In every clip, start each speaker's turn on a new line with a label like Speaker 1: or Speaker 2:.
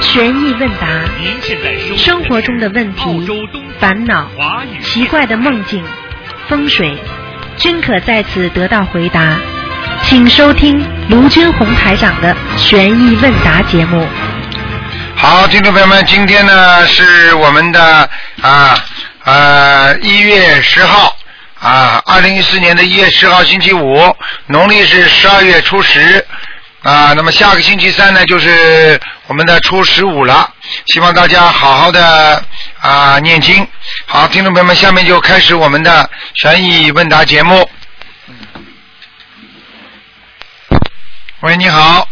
Speaker 1: 悬疑问答，
Speaker 2: 您现在收听
Speaker 1: 生活中的问
Speaker 2: 澳
Speaker 1: 题
Speaker 2: 洲东、方
Speaker 1: 烦恼、
Speaker 2: 华语
Speaker 1: 奇怪的梦境、风水，均可在此得到回答。请收听卢军红台长的悬疑问答节目。
Speaker 3: 好，听众朋友们，今天呢是我们的啊呃一月十号啊，二零一四年的一月十号星期五，农历是十二月初十啊。那么下个星期三呢，就是我们的初十五了，希望大家好好的啊念经。好，听众朋友们，下面就开始我们的悬疑问答节目。喂，你好，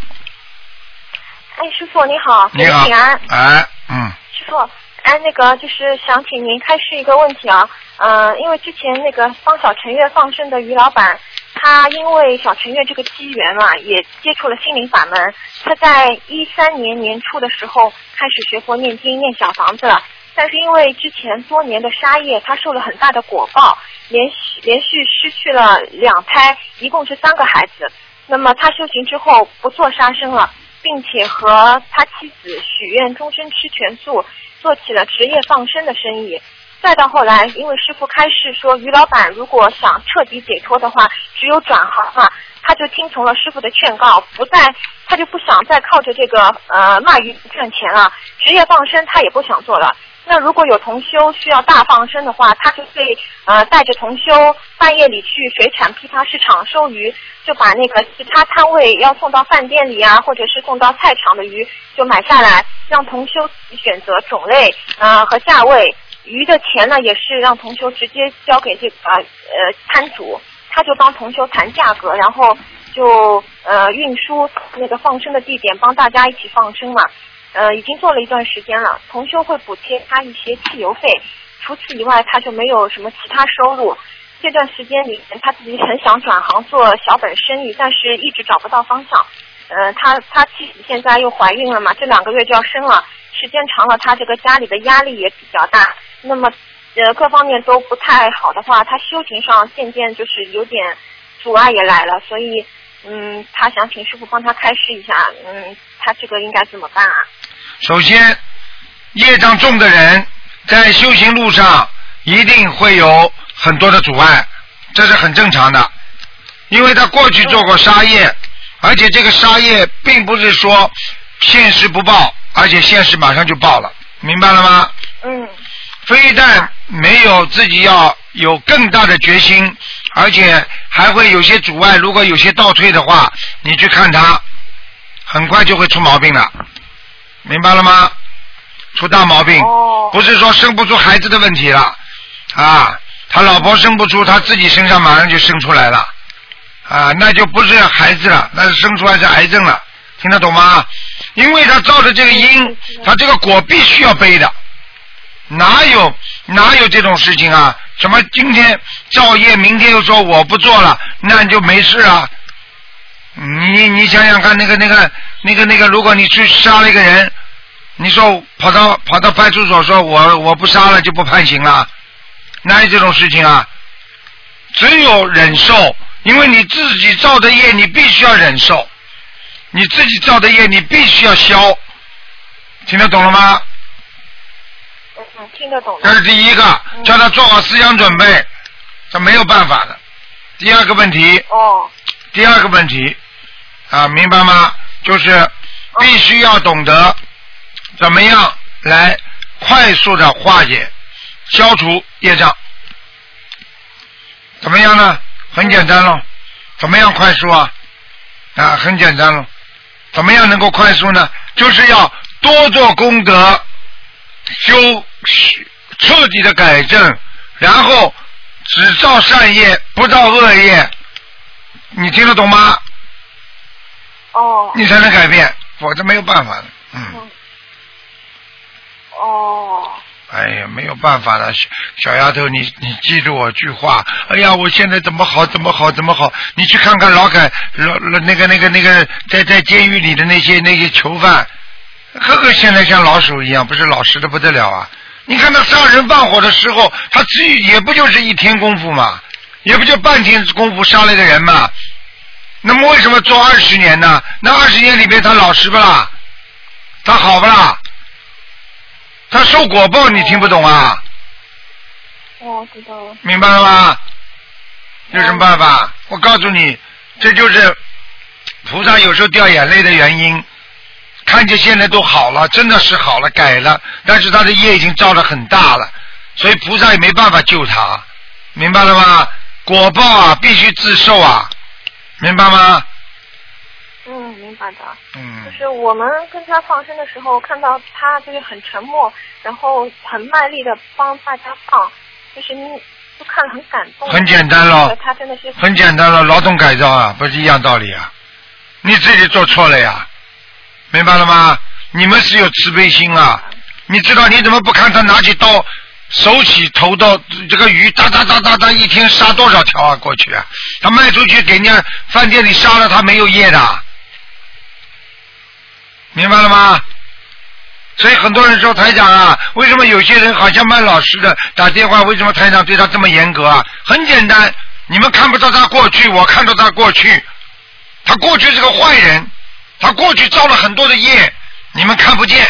Speaker 4: 哎，师傅你好，
Speaker 3: 你好
Speaker 4: 请安，，
Speaker 3: 哎，嗯，
Speaker 4: 师傅。哎，那个就是想请您开示一个问题啊，呃，因为之前那个帮小陈月放生的于老板，他因为小陈月这个机缘嘛，也接触了心灵法门。他在一三年年初的时候开始学佛念经念小房子了，但是因为之前多年的杀业，他受了很大的果报，连续连续失去了两胎，一共是三个孩子。那么他修行之后不做杀生了，并且和他妻子许愿终身吃全素，做起了职业放生的生意。再到后来，因为师傅开示说，于老板如果想彻底解脱的话，只有转行嘛，他就听从了师傅的劝告，不再，他就不想再靠着这个呃卖鱼赚钱了，职业放生他也不想做了。那如果有同修需要大放生的话，他就会呃带着同修半夜里去水产批发市场收鱼，就把那个其他摊位要送到饭店里啊，或者是送到菜场的鱼就买下来，让同修自己选择种类呃和价位。鱼的钱呢，也是让同修直接交给这个呃摊主，他就帮同修谈价格，然后就呃运输那个放生的地点，帮大家一起放生嘛。呃，已经做了一段时间了，同修会补贴他一些汽油费，除此以外他就没有什么其他收入。这段时间里面，他自己很想转行做小本生意，但是一直找不到方向。呃，他他妻子现在又怀孕了嘛，这两个月就要生了，时间长了，他这个家里的压力也比较大。那么，呃，各方面都不太好的话，他修行上渐渐就是有点阻碍也来了，所以，嗯，他想请师傅帮他开示一下，嗯，他这个应该怎么办啊？
Speaker 3: 首先，业障重的人在修行路上一定会有很多的阻碍，这是很正常的，因为他过去做过杀业，而且这个杀业并不是说现实不报，而且现实马上就报了，明白了吗？
Speaker 4: 嗯
Speaker 3: 非但没有自己要有更大的决心，而且还会有些阻碍。如果有些倒退的话，你去看他，很快就会出毛病了，明白了吗？出大毛病，
Speaker 4: 哦
Speaker 3: 不是说生不出孩子的问题了啊，他老婆生不出，他自己身上马上就生出来了啊，那就不是孩子了，那是生出来是癌症了，听得懂吗？因为他造的这个因，他这个果必须要背的。哪有哪有这种事情啊？什么今天造业，明天又说我不做了，那你就没事啊？你你想想看，那个那个那个那个，如果你去杀了一个人，你说跑到跑到派出所说我我不杀了就不判刑了，哪有这种事情啊？只有忍受，因为你自己造的业，你必须要忍受，你自己造的业，你必须要消，听得懂了吗？
Speaker 4: 嗯嗯，听得懂的嗯
Speaker 3: 这。是第一个，叫他做好思想准备，这没有办法的。第二个问题，
Speaker 4: 哦，
Speaker 3: 第二个问题，啊，明白吗？就是
Speaker 4: 哦
Speaker 3: 必须要懂得怎么样来快速的化解、消除业障。怎么样呢？很简单喽。怎么样快速啊？啊，很简单喽。怎么样能够快速呢？就是要多做功德，修彻底的改正，然后只造善业，不造恶业。你听得懂吗？
Speaker 4: 哦，
Speaker 3: 你才能改变，否则没有办法的。嗯，
Speaker 4: 哦，
Speaker 3: 哎呀，没有办法了，小小丫头，你你记住我句话。哎呀，我现在怎么好，怎么好，怎么好？你去看看劳改老老那个那个那个在在监狱里的那些那些囚犯，个个现在像老鼠一样，不是老实的不得了啊！你看他杀人放火的时候，他只也不就是一天功夫嘛，也不就半天功夫杀了一个人嘛。那么为什么做二十年呢？那二十年里面他老实不啦？他好不啦？他受果报，你听不懂啊？
Speaker 4: 哦，知道了。
Speaker 3: 明白了吗？有什么办法？我告诉你，这就是菩萨有时候掉眼泪的原因。看见现在都好了，真的是好了，改了，但是他的业已经造的很大了，所以菩萨也没办法救他，明白了吗？果报啊，必须自受啊，明白吗？
Speaker 4: 嗯，明白的。就
Speaker 3: 嗯，
Speaker 4: 是我们跟他放生的时候，看到他就是很沉默，然后很卖力的帮大家放，就是你就看了很感动。
Speaker 3: 很简单咯
Speaker 4: 觉得他真的是
Speaker 3: 很简单了，劳动改造啊，不是一样道理啊？你自己做错了呀，明白了吗？你们是有慈悲心啊，你知道你怎么不看他拿起刀，手起头刀，这个鱼哒哒哒哒哒一天杀多少条啊？过去啊，他卖出去给人家饭店里杀了，他没有业的，明白了吗？所以很多人说台长啊，为什么有些人好像蛮老实的，打电话为什么台长对他这么严格啊？很简单，你们看不到他过去，我看到他过去，他过去是个坏人，他过去造了很多的业，你们看不见，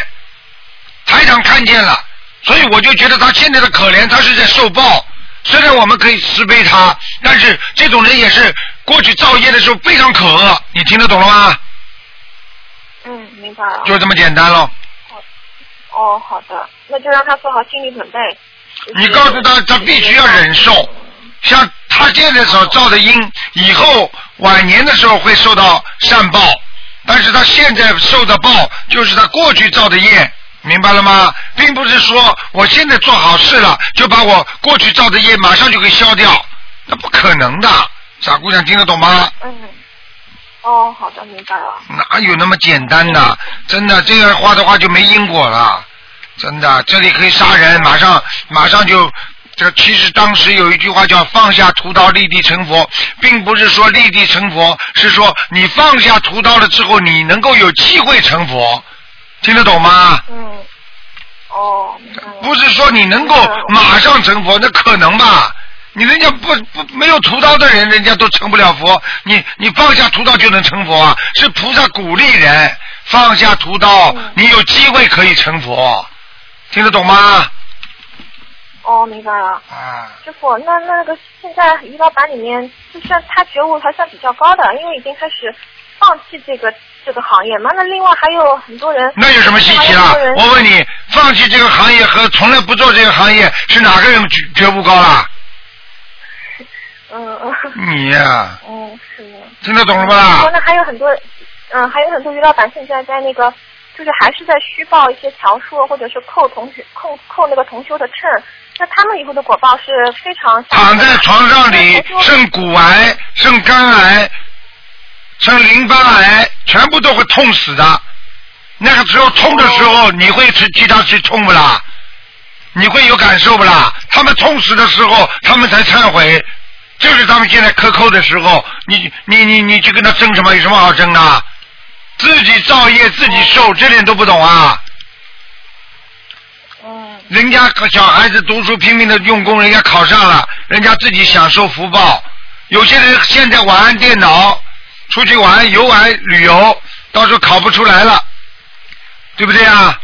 Speaker 3: 台长看见了，所以我就觉得他现在的可怜，他是在受报。虽然我们可以慈悲他，但是这种人也是过去造业的时候非常可恶，你听得懂了吗？
Speaker 4: 嗯，明白了。
Speaker 3: 就这么简单喽。
Speaker 4: 哦，好的，那就让他做好心理准备。就是
Speaker 3: 你告诉他，他必须要忍受。像他现在所造的因，以后晚年的时候会受到善报，但是他现在受的报就是他过去造的业，明白了吗？并不是说我现在做好事了，就把我过去造的业马上就给消掉，那不可能的。傻姑娘听得懂吗？
Speaker 4: 嗯，哦，好的，明白了。
Speaker 3: 哪有那么简单的？真的，这样画的话就没因果了。真的，这里可以杀人，马上马上就。这其实当时有一句话叫“放下屠刀，立地成佛”，并不是说立地成佛，是说你放下屠刀了之后，你能够有机会成佛，听得懂吗？
Speaker 4: 嗯，哦，明白了。
Speaker 3: 不是说你能够马上成佛，那可能吧？你人家不不没有屠刀的人，人家都成不了佛。你你放下屠刀就能成佛啊？是菩萨鼓励人放下屠刀，
Speaker 4: 嗯
Speaker 3: 你有机会可以成佛，听得懂吗？
Speaker 4: 哦，明白了。
Speaker 3: 啊，
Speaker 4: 师傅，那那个现在于老板里面，就算他觉悟还算比较高的，因为已经开始放弃这个这个行业嘛。那另外还有很多人，
Speaker 3: 那有什么稀奇啊啦
Speaker 4: 还有很？多
Speaker 3: 我
Speaker 4: 人
Speaker 3: 问你，放弃这个行业和从来不做这个行业，是哪个人觉觉悟高啦？
Speaker 4: 嗯嗯
Speaker 3: 你呀、
Speaker 4: 嗯，是的。
Speaker 3: 听得懂了不
Speaker 4: 哦
Speaker 3: 啦？
Speaker 4: 那还有很多，嗯，还有很多于老板现在在那个，就是还是在虚报一些条数，或者是扣同学扣扣那个同修的秤。那他们以后的果报是非常吓
Speaker 3: 躺
Speaker 4: 人的
Speaker 3: 在床上
Speaker 4: 哎
Speaker 3: 里，肾骨癌、肾肝癌、肾淋巴癌，全部都会痛死的。那个时候痛的时候，你会去替他去痛不啦？你会有感受不啦？他们痛死的时候，他们才忏悔，就是他们现在克扣的时候，你你你你去跟他争什么？有什么好争的？自己造业自己受，这点都不懂啊！
Speaker 4: 嗯
Speaker 3: 人家可小孩子读书拼命的用功，人家考上了，人家自己享受福报。有些人现在玩电脑，出去玩、游玩、旅游，到时候考不出来了，对不对啊？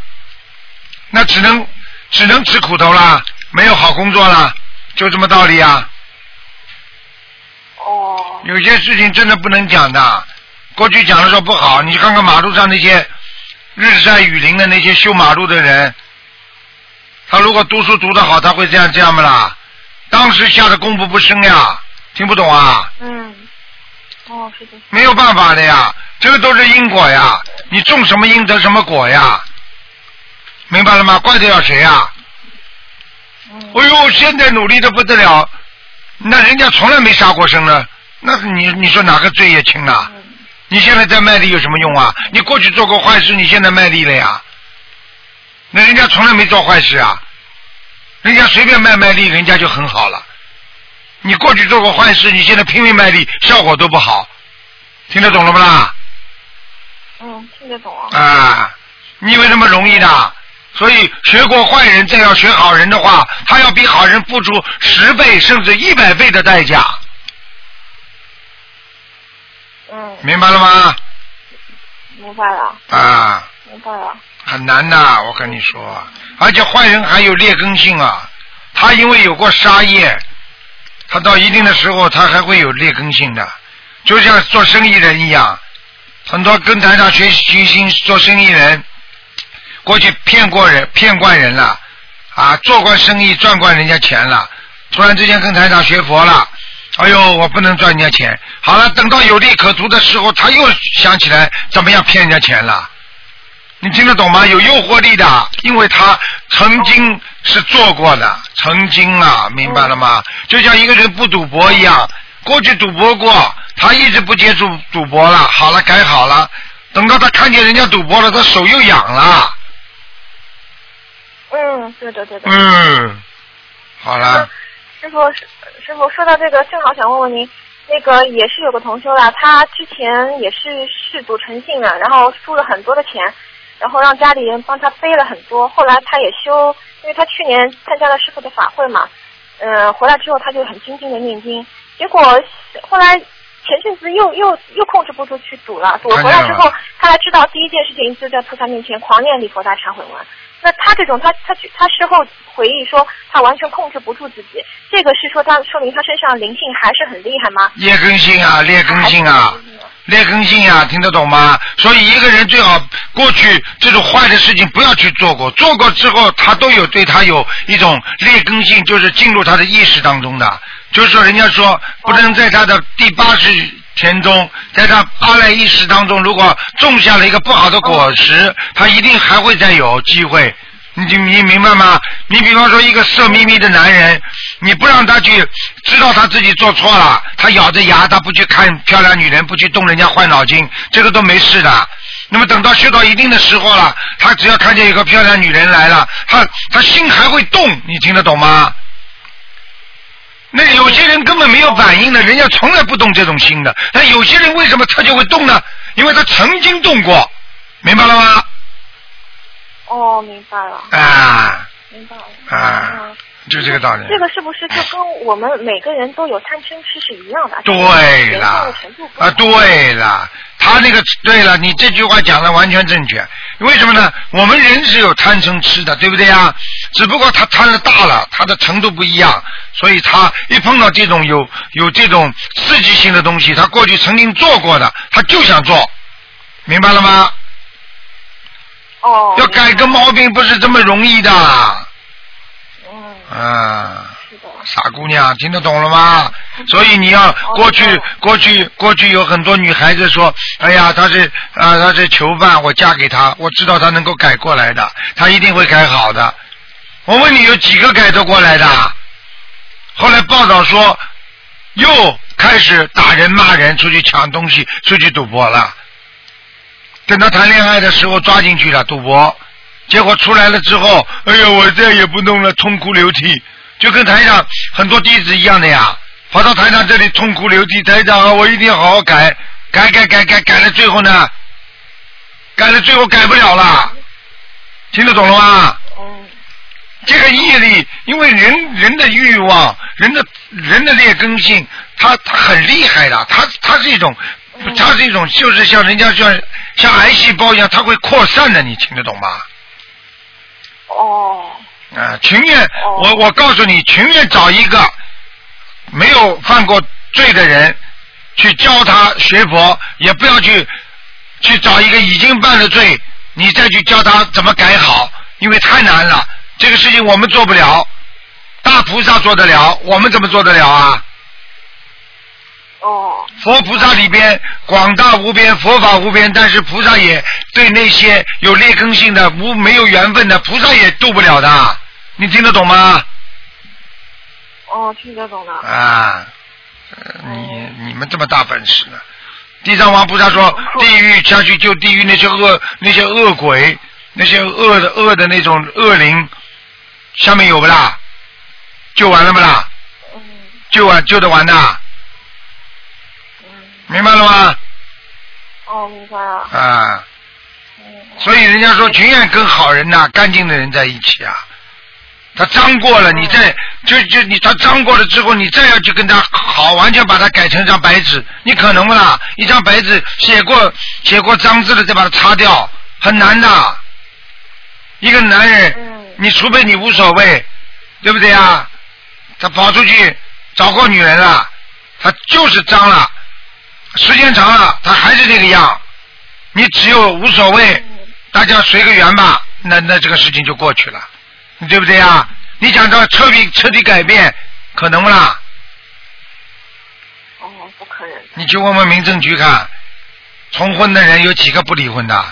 Speaker 3: 那只能只能吃苦头啦，没有好工作啦，就这么道理啊。
Speaker 4: 哦
Speaker 3: 有些事情真的不能讲的，过去讲的时候不好，你去看看马路上那些日晒雨淋的那些修马路的人，他如果读书读得好，他会这样这样不啦？当时吓得功夫不深呀，听不懂啊？
Speaker 4: 嗯哦是的是的
Speaker 3: 没有办法的呀，这个都是因果呀，你种什么因得什么果呀，明白了吗？怪得了谁呀？
Speaker 4: 嗯
Speaker 3: 哎呦，现在努力的不得了，那人家从来没杀过生呢，那你你说哪个罪业轻啊？
Speaker 4: 嗯
Speaker 3: 你现在在卖力有什么用啊？你过去做过坏事，你现在卖力了呀？那人家从来没做坏事啊，人家随便卖卖力，人家就很好了。你过去做过坏事，你现在拼命卖力，效果都不好，听得懂了不啦？
Speaker 4: 嗯听得懂啊
Speaker 3: 啊，你以为那么容易的？所以学过坏人，再要学好人的话，他要比好人付出十倍甚至一百倍的代价，
Speaker 4: 嗯
Speaker 3: 明白了吗？
Speaker 4: 明白了
Speaker 3: 啊，
Speaker 4: 明白了
Speaker 3: 很难的，我跟你说，而且坏人还有劣根性啊，他因为有过杀业，他到一定的时候他还会有劣根性的，就像做生意人一样，很多跟台上学习心做生意人，过去骗过人骗惯人了，啊，做过生意赚惯人家钱了，突然之间跟台上学佛了。哎呦，我不能赚人家钱。好了，等到有利可图的时候，他又想起来怎么样骗人家钱了。你听得懂吗？有诱惑力的，因为他曾经是做过的，曾经啊，明白了吗？就像一个人不赌博一样，过去赌博过，他一直不接触赌博了，好了，改好了，等到他看见人家赌博了，他手又痒了，
Speaker 4: 嗯，对的对的。
Speaker 3: 嗯，好了，
Speaker 4: 师傅，师师傅说到这个，正好想问问您，那个也是有个同修啦，他之前也是嗜赌成性的，然后输了很多的钱，然后让家里人帮他背了很多。后来他也修，因为他去年参加了师傅的法会嘛，呃，回来之后他就很精进的念经，结果后来前阵子又又又控制不住去赌了，赌
Speaker 3: 看见
Speaker 4: 回来之
Speaker 3: 了
Speaker 4: 后，他才知道第一件事情就在菩萨面前狂念礼佛大忏悔文。那他这种，他他去他事后回忆说，他完全控制不住自己，这个是说他说明他身上灵性还是很厉害吗？
Speaker 3: 劣根性啊，劣根性啊。
Speaker 4: 还是很厉害
Speaker 3: 劣根性啊，听得懂吗？所以一个人最好过去这种坏的事情不要去做过，做过之后他都有对他有一种劣根性，就是进入他的意识当中的。就是说，人家说不能在他的第八十田中，在他阿赖意识当中，如果种下了一个不好的果实，他一定还会再有机会。你就你明白吗？你比方说一个色眯眯的男人，你不让他去知道他自己做错了，他咬着牙，他不去看漂亮女人，不去动人家坏脑筋，这个都没事的。那么等到修到一定的时候了，他只要看见有个漂亮女人来了，他他心还会动，你听得懂吗？那有些人根本没有反应的，人家从来不动这种心的。那有些人为什么他就会动呢？因为他曾经动过，明白了吗？
Speaker 4: 哦，明白了，
Speaker 3: 啊
Speaker 4: 明白了。
Speaker 3: 啊，
Speaker 4: 嗯，
Speaker 3: 就这个道理。
Speaker 4: 这个是不是就跟我们每个人都有贪嗔痴是一样的？
Speaker 3: 对
Speaker 4: 人放
Speaker 3: 了
Speaker 4: 的程度，不
Speaker 3: 啊，
Speaker 4: 一样，
Speaker 3: 对了，他那个对了，你这句话讲的完全正确。为什么呢？我们人是有贪嗔痴的，对不对呀？只不过他贪的大了，他的程度不一样，所以他一碰到这种有有这种刺激性的东西，他过去曾经做过的，他就想做，明白了吗？
Speaker 4: 哦，
Speaker 3: 要改个毛病不是这么容易的，
Speaker 4: 嗯，
Speaker 3: 啊。
Speaker 4: 是的，
Speaker 3: 傻姑娘，听得懂了吗？所以你要过去
Speaker 4: 听懂了，
Speaker 3: 过去，过去有很多女孩子说，哎呀，她是啊、她是囚犯，我嫁给他，我知道他能够改过来的，他一定会改好的。我问你，有几个改得过来的？后来报道说，又开始打人、骂人，出去抢东西，出去赌博了。等到谈恋爱的时候抓进去了赌博，结果出来了之后，哎呀，我再也不弄了，痛哭流涕，就跟台上很多弟子一样的呀，跑到台上这里痛哭流涕，台长啊，我一定要好好改，改改改改改了，最后呢，改了最后改不了了，听得懂了吗？
Speaker 4: 嗯，
Speaker 3: 这个毅力，因为人人的欲望，人的人的劣根性，他他很厉害的，他他是一种，
Speaker 4: 嗯
Speaker 3: 他是一种，就是像人家像像癌细胞一样，它会扩散的，你听得懂吗？
Speaker 4: 哦，
Speaker 3: 啊，情愿、
Speaker 4: 哦
Speaker 3: 我我告诉你，情愿找一个没有犯过罪的人去教他学佛，也不要去去找一个已经犯了罪，你再去教他怎么改好，因为太难了，这个事情我们做不了，大菩萨做得了，我们怎么做得了啊？
Speaker 4: 哦，
Speaker 3: 佛菩萨里边广大无边，佛法无边，但是菩萨也对那些有劣根性的、无没有缘分的，菩萨也渡不了的，你听得懂吗？
Speaker 4: 哦，听得懂了。
Speaker 3: 啊，
Speaker 4: 哦
Speaker 3: 呃你你们这么大本事呢？地藏王菩萨
Speaker 4: 嗯
Speaker 3: 说，地狱下去救地狱那些恶那些恶鬼，那些恶的恶的那种恶灵，下面有不啦？救完了不啦？
Speaker 4: 嗯
Speaker 3: 救完救得完的，
Speaker 4: 嗯，
Speaker 3: 明白了吗？
Speaker 4: 哦，明白了。
Speaker 3: 啊，
Speaker 4: 嗯，
Speaker 3: 所以人家说情愿跟好人呐、干净的人在一起啊。他脏过了，你再就就你他脏过了之后，你再要去跟他好，完全把他改成一张白纸，你可能不啦？一张白纸写过写过脏字的，再把它擦掉，很难的。一个男人，
Speaker 4: 嗯
Speaker 3: 你除非你无所谓，对不对啊？他跑出去找过女人了，他就是脏了，时间长了他还是这个样。你只有无所谓，大家随个缘吧，那那这个事情就过去了，你对不对啊？你想到彻底彻底改变，可能不啦？
Speaker 4: 哦，不可能的。
Speaker 3: 你去问问民政局看，重婚的人有几个不离婚的？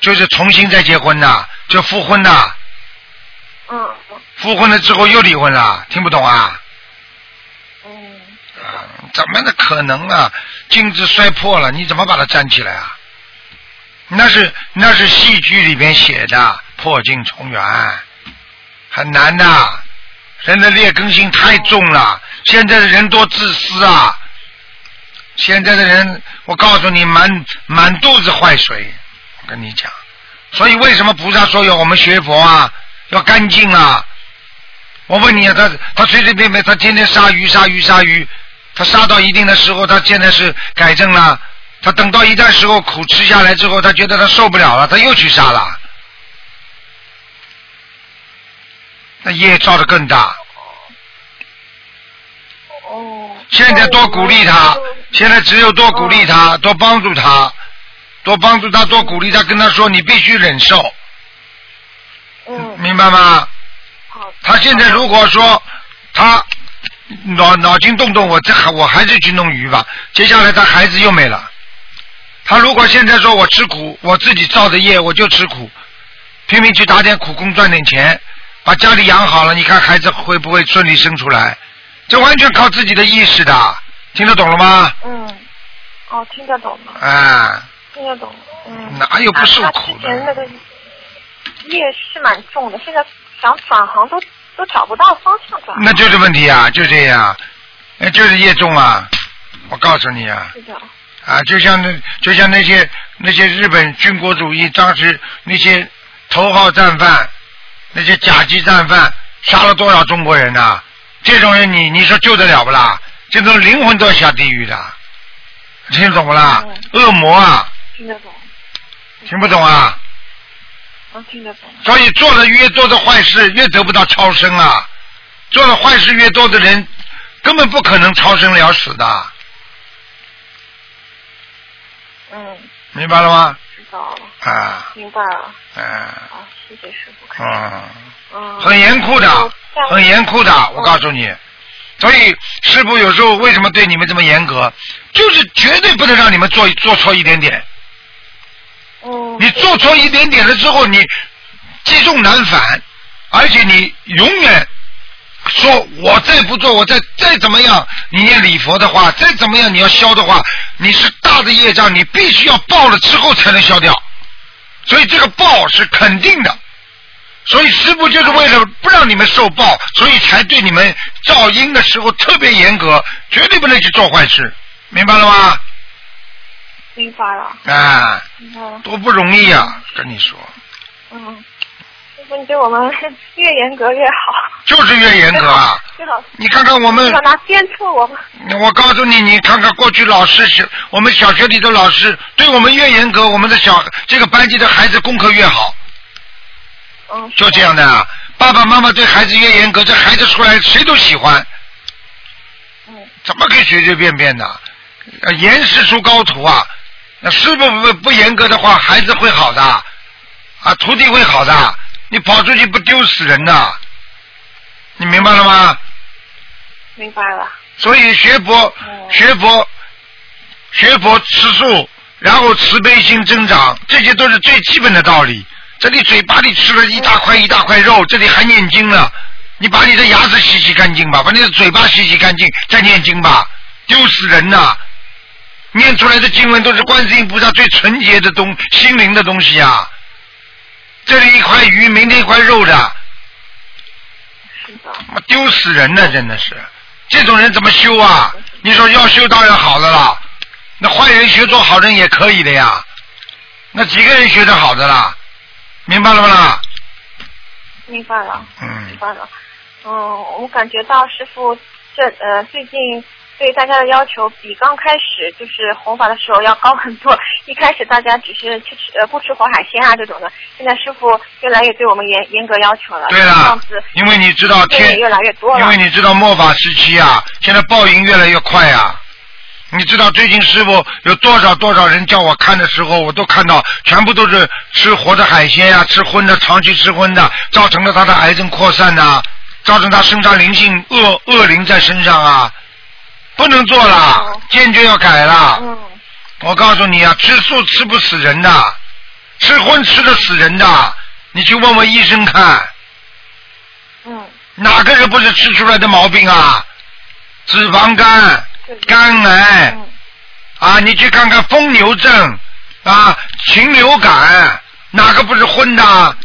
Speaker 3: 就是重新再结婚的，就复婚的，
Speaker 4: 嗯
Speaker 3: 复婚了之后又离婚了，听不懂啊？
Speaker 4: 嗯，
Speaker 3: 啊，怎么的可能啊？镜子摔破了，你怎么把它粘起来啊？那是那是戏剧里边写的破镜重圆，很难的。人的劣根性太重了，现在的人多自私啊！现在的人，我告诉你，满满肚子坏水，我跟你讲。所以为什么菩萨说要我们学佛啊，要干净啊？我问你啊，他他随随便便，他天天杀鱼杀鱼杀鱼，他杀到一定的时候，他现在是改正了，他等到一段时候苦吃下来之后，他觉得他受不了了，他又去杀了，那业造的更大。
Speaker 4: 哦。
Speaker 3: 现在多鼓励他
Speaker 4: 那我，
Speaker 3: 现在只有多鼓励他，多帮助他，多帮助他，多鼓励他，跟他说你必须忍受，
Speaker 4: 嗯，
Speaker 3: 明白吗？
Speaker 4: 好的。
Speaker 3: 他现在如果说他脑脑筋动动，我这还我还是去弄鱼吧，接下来他孩子又没了。他如果现在说我吃苦，我自己造的业，我就吃苦，拼命去打点苦工赚点钱，把家里养好了，你看孩子会不会顺利生出来？这完全靠自己的意识的，听得懂了吗？
Speaker 4: 嗯，哦，听得懂吗？
Speaker 3: 哎，
Speaker 4: 听得懂。嗯。
Speaker 3: 哪有不受
Speaker 4: 啊
Speaker 3: 苦
Speaker 4: 他
Speaker 3: 的？
Speaker 4: 之前那个业是蛮重的，现在想转行都都找不到方向转。
Speaker 3: 那就是问题啊，就这样，哎就是业重啊！我告诉你啊，
Speaker 4: 是的。
Speaker 3: 啊，就像那就像那些那些日本军国主义当时那些头号战犯，那些甲级战犯杀了多少中国人呐、这种人你你说救得了不啦？这种灵魂都要下地狱的，听懂不啦？恶魔啊，
Speaker 4: 听得懂，
Speaker 3: 听不懂啊？
Speaker 4: 能听得懂。
Speaker 3: 所以做了越多的坏事，越得不到超生啊！做了坏事越多的人，根本不可能超生了死的，
Speaker 4: 嗯，
Speaker 3: 明白了吗？
Speaker 4: 知道了，
Speaker 3: 啊，
Speaker 4: 明白了。
Speaker 3: 嗯、
Speaker 4: 啊，谢谢师傅。
Speaker 3: 嗯。
Speaker 4: 嗯。
Speaker 3: 很严酷的，很严酷的，我告诉你。所以师傅有时候为什么对你们这么严格，就是绝对不能让你们做做错一点点。
Speaker 5: 哦
Speaker 4: 嗯。
Speaker 3: 你做错一点点了之后，你积重难返，而且你永远说我再不做，我再再怎么样，你念礼佛的话，再怎么样你要消的话，你是大的业障，你必须要报了之后才能消掉。所以这个报是肯定的。所以师傅就是为了不让你们受报，所以才对你们照应的时候特别严格，绝对不能去做坏事，明白了吗？
Speaker 4: 明白了，
Speaker 3: 啊，
Speaker 4: 明白了。
Speaker 3: 多不容易啊！跟你说。
Speaker 4: 嗯，师傅，你对我们越严格越好，
Speaker 3: 就是越严格啊！
Speaker 4: 最好
Speaker 3: 你看看我们
Speaker 4: 最，好拿鞭策我们。
Speaker 3: 我告诉你，你看看过去老师小，我们小学里的老师对我们越严格，我们的小这个班级的孩子功课越好，
Speaker 4: 嗯，
Speaker 3: 就这样的啊。爸爸妈妈对孩子越严格，这孩子出来谁都喜欢，
Speaker 4: 嗯，
Speaker 3: 怎么可以随随便便的？呃严师出高徒啊！那师傅不不严格的话，孩子会好的，啊，徒弟会好的。你跑出去不丢死人的，你明白了吗？
Speaker 4: 明白了。
Speaker 3: 所以学佛
Speaker 4: 嗯，
Speaker 3: 学佛，学佛吃素，然后慈悲心增长，这些都是最基本的道理。这里嘴巴里吃了一大块一大块肉，这里还念经了。你把你的牙齿洗洗干净吧，把你的嘴巴洗洗干净，再念经吧，丢死人呐、念出来的经文都是观世音菩萨最纯洁的东心灵的东西啊。这里一块鱼，明天一块肉的，
Speaker 4: 是的，
Speaker 3: 妈丢死人了，真的是，这种人怎么修啊？你说要修当然好的啦，那坏人学做好人也可以的呀。那几个人学得好的啦？明白了不啦？
Speaker 4: 明白了，明
Speaker 3: 嗯，
Speaker 4: 白了。嗯，我感觉到师傅这呃最近对大家的要求比刚开始就是弘法的时候要高很多。 一开始大家只是去吃呃不吃活海鲜啊这种的，现在师傅越来越对我们严严格要求了。
Speaker 3: 对
Speaker 4: 这
Speaker 3: 了
Speaker 4: 样子，
Speaker 3: 因为你知道
Speaker 4: 对
Speaker 3: 天
Speaker 4: 也越来越多
Speaker 3: 因
Speaker 4: 了
Speaker 3: 为。你知道末法时期啊，现在报应越来越快啊。你知道最近师傅有多少多少人叫我看的时候，我都看到全部都是吃活的海鲜呀、吃荤的，长期吃荤的，造成了他的癌症扩散呐、造成他身上灵性恶恶灵在身上啊，不能做啦
Speaker 4: 哦，
Speaker 3: 坚决要改啦。
Speaker 4: 嗯，
Speaker 3: 我告诉你啊，吃素吃不死人的，吃荤吃的死人的，你去问问医生看。
Speaker 4: 嗯，
Speaker 3: 哪个人不是吃出来的毛病啊？脂肪肝、
Speaker 4: 对。
Speaker 3: 肝癌
Speaker 4: 嗯
Speaker 3: 啊，你去看看疯牛症啊、禽流感，哪个不是荤的？啊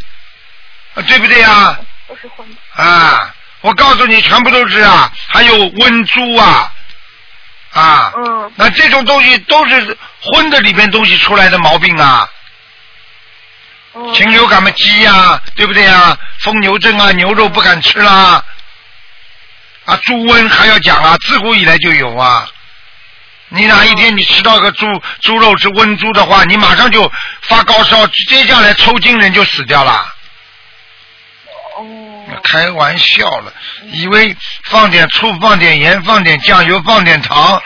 Speaker 3: 对不对啊？
Speaker 4: 都是荤的。
Speaker 3: 啊，我告诉你，全部都是啊，还有瘟猪啊，啊，
Speaker 4: 嗯，
Speaker 3: 那这种东西都是荤的里边东西出来的毛病啊。
Speaker 4: 嗯
Speaker 3: 禽流感嘛，鸡呀、对不对呀、疯牛症啊，牛肉不敢吃啦。啊，猪瘟还要讲啊，自古以来就有啊。你哪一天你吃到个猪猪肉是瘟猪的话，你马上就发高烧，接下来抽筋人就死掉了。
Speaker 4: 哦，
Speaker 3: 开玩笑了，以为放点醋、放点盐、放点酱油、放点糖，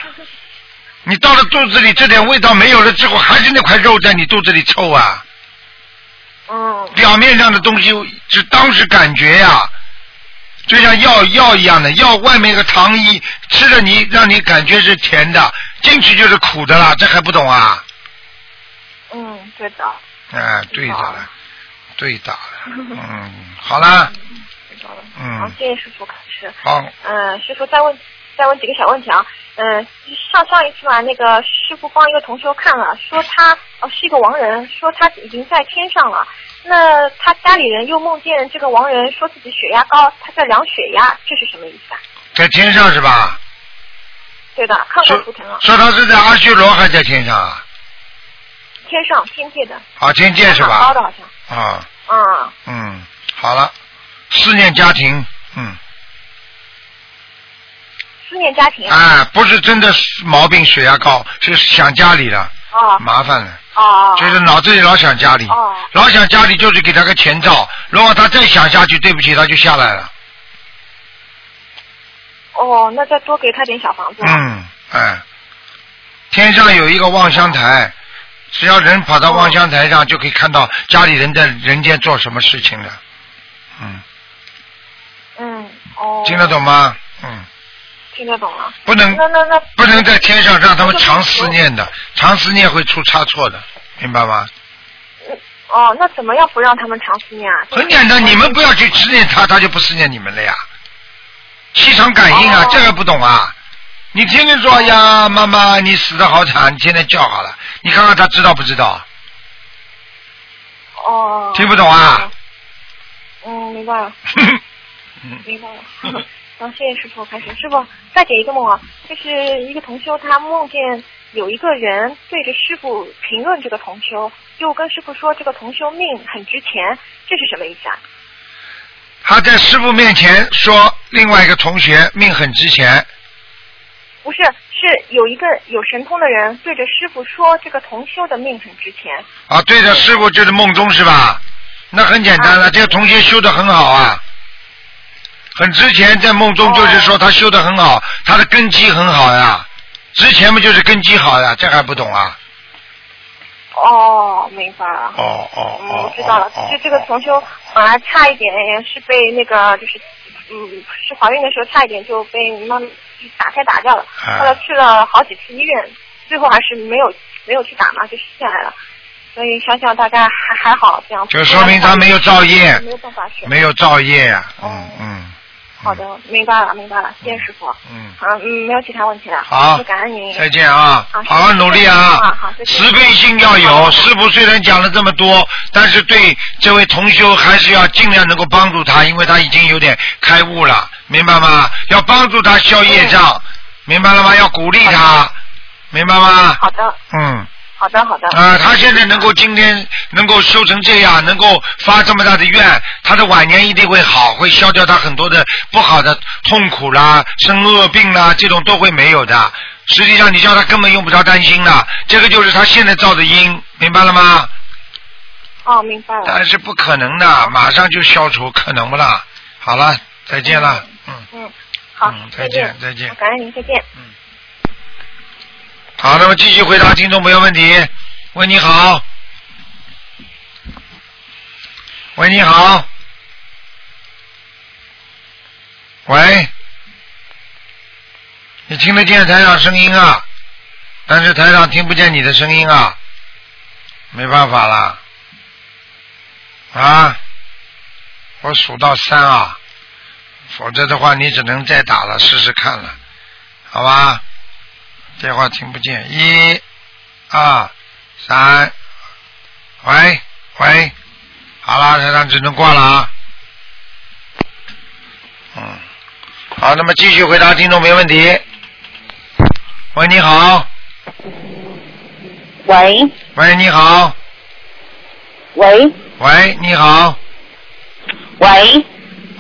Speaker 3: 你到了肚子里这点味道没有了之后，还是那块肉在你肚子里臭啊。
Speaker 4: 嗯，
Speaker 3: 表面上的东西是当时感觉呀、就像药药一样的，药外面一个糖衣，吃了你让你感觉是甜的，进去就是苦的啦，这还不懂啊？
Speaker 4: 嗯，对的，
Speaker 3: 啊，对的
Speaker 4: 好
Speaker 3: 了，对的了，嗯，好啦，
Speaker 4: 知道了。
Speaker 3: 嗯
Speaker 4: 好，谢谢师傅开始。
Speaker 3: 好，
Speaker 4: 嗯，师傅再问再问几个小问题啊。嗯，上上一次嘛，那个师傅帮一个同学看了，说
Speaker 3: 嗯
Speaker 4: 他哦是一个亡人，说他已经在天上了。那他家里人又梦见这个亡人说自己血压高，他在量血压，这是什么意思啊？
Speaker 3: 在天上是吧？
Speaker 4: 对的，看过
Speaker 3: 说
Speaker 4: 图腾啊了，
Speaker 3: 说他是在阿修罗还在天上啊？
Speaker 4: 天上天界的，
Speaker 3: 啊，天界是
Speaker 4: 蛮高
Speaker 3: 吧
Speaker 4: 的？好像。
Speaker 3: 啊，
Speaker 4: 啊、
Speaker 3: 嗯，好了，思念家庭，嗯，
Speaker 4: 思念家庭。
Speaker 6: 啊
Speaker 3: 哎，不是真的毛病血压高，是想家里了，
Speaker 4: 哦
Speaker 3: 麻烦了。
Speaker 4: 哦。
Speaker 3: 就是脑子里老想家里，
Speaker 4: 哦
Speaker 3: 老想家里就是给他个前兆，如果他再想下去，对不起，他就下来了。
Speaker 4: 哦，那再多给他点小房子。。啊
Speaker 3: 嗯，哎，天上有一个望乡台，只要人跑到望乡台上，就可以看到家里人在人间做什么事情了。
Speaker 4: 哦
Speaker 3: 嗯，
Speaker 4: 嗯。哦。
Speaker 3: 听得懂。吗？嗯，
Speaker 4: 听得懂了。
Speaker 3: 不能
Speaker 4: 那那那。
Speaker 3: 不能在天上让他们常思念的，常思念会出差错的，明白吗？
Speaker 4: 哦，那怎么样不让他们长思念啊？
Speaker 3: 很简单，你们不要去思念他，他就不思念你们了呀。气场感应啊，
Speaker 4: 哦
Speaker 3: 这个不懂啊。你天天说哎呀，妈妈，你死的好惨，你天天叫好了，你看看他知道不知道？
Speaker 4: 哦。
Speaker 3: 听不懂啊？
Speaker 4: 嗯，明白了，
Speaker 3: 嗯
Speaker 4: 明白了。 然后谢谢师傅，开始。师傅再解一个梦啊，就是一个同修，他梦见有一个人对着师傅评论这个同修，又跟师傅说这个同修命很值钱，这是什么意思啊？
Speaker 3: 他在师傅面前说另外一个同学命很值钱，
Speaker 4: 不是，是有一个有神通的人对着师傅说这个同修的命很值钱。
Speaker 3: 啊，对着师傅就是梦中是吧？那很简单了，
Speaker 4: 啊
Speaker 3: 这个同学修的很好啊，很值钱，在梦中就是
Speaker 4: 哦
Speaker 3: 说他修的很好，他的根基很好呀，值钱不就是根基好呀？这还不懂啊？
Speaker 4: 哦，明白了。
Speaker 3: 哦哦
Speaker 4: 嗯，
Speaker 3: 哦
Speaker 4: 我，知道了，
Speaker 3: 哦
Speaker 4: 就这个
Speaker 3: 哦
Speaker 4: 同修本来差一点是被那个就是，嗯，是怀孕的时候差一点就被妈咪打开打掉了，
Speaker 3: 啊
Speaker 4: 后来去了好几次医院，最后还是没有没有去打嘛，就下来了。所以想想大概还还好这样。
Speaker 3: 就说明他没有造业
Speaker 4: 没有办法选。
Speaker 3: 没有造业呀、嗯
Speaker 4: 哦
Speaker 3: 嗯，
Speaker 4: 好的，明白了明白了，谢谢师傅。
Speaker 3: 嗯，
Speaker 4: 啊，嗯，没有其他问题了。
Speaker 3: 好
Speaker 4: 感恩您。
Speaker 3: 再见啊，
Speaker 4: 好
Speaker 3: 好好努力啊
Speaker 4: 好好，再见
Speaker 3: 慈悲心要有。
Speaker 4: 好
Speaker 3: 师傅虽然讲了这么多，但是对这位同修还是要尽量能够帮助他，因为他已经有点开悟了，明白吗？要帮助他
Speaker 4: 嗯
Speaker 3: 消业障，明白了吗？要鼓励他，明白吗？
Speaker 4: 好的，
Speaker 3: 嗯，
Speaker 4: 好的，好的。
Speaker 3: 啊，他现在能够今天能够修成这样，能够发这么大的愿，他的晚年一定会好，会消掉他很多的不好的痛苦啦、生恶病啦，这种都会没有的。实际上，你叫他根本用不着担心的，这个就是他现在造的因，明白了吗？
Speaker 4: 哦，明白了。
Speaker 3: 但是不可能的，马上就消除，可能不啦？好了，再见了，嗯
Speaker 4: 嗯，好，
Speaker 3: 嗯，
Speaker 4: 再
Speaker 3: 再见，再见。
Speaker 4: 感恩您，再见。
Speaker 3: 好，那么继续回答听众朋友问题。喂，你好。喂，你好。喂，你听得见台长声音啊，但是台长听不见你的声音啊，没办法啦。啊，我数到三啊，否则的话你只能再打了试试看了，好吧？电话听不见，一、二、三，喂喂，好啦，台长只能挂了啊。嗯，好，那么继续回答听众没问题。喂，你好，
Speaker 2: 喂
Speaker 3: 喂，你好，
Speaker 2: 喂
Speaker 3: 喂，你好，
Speaker 2: 喂，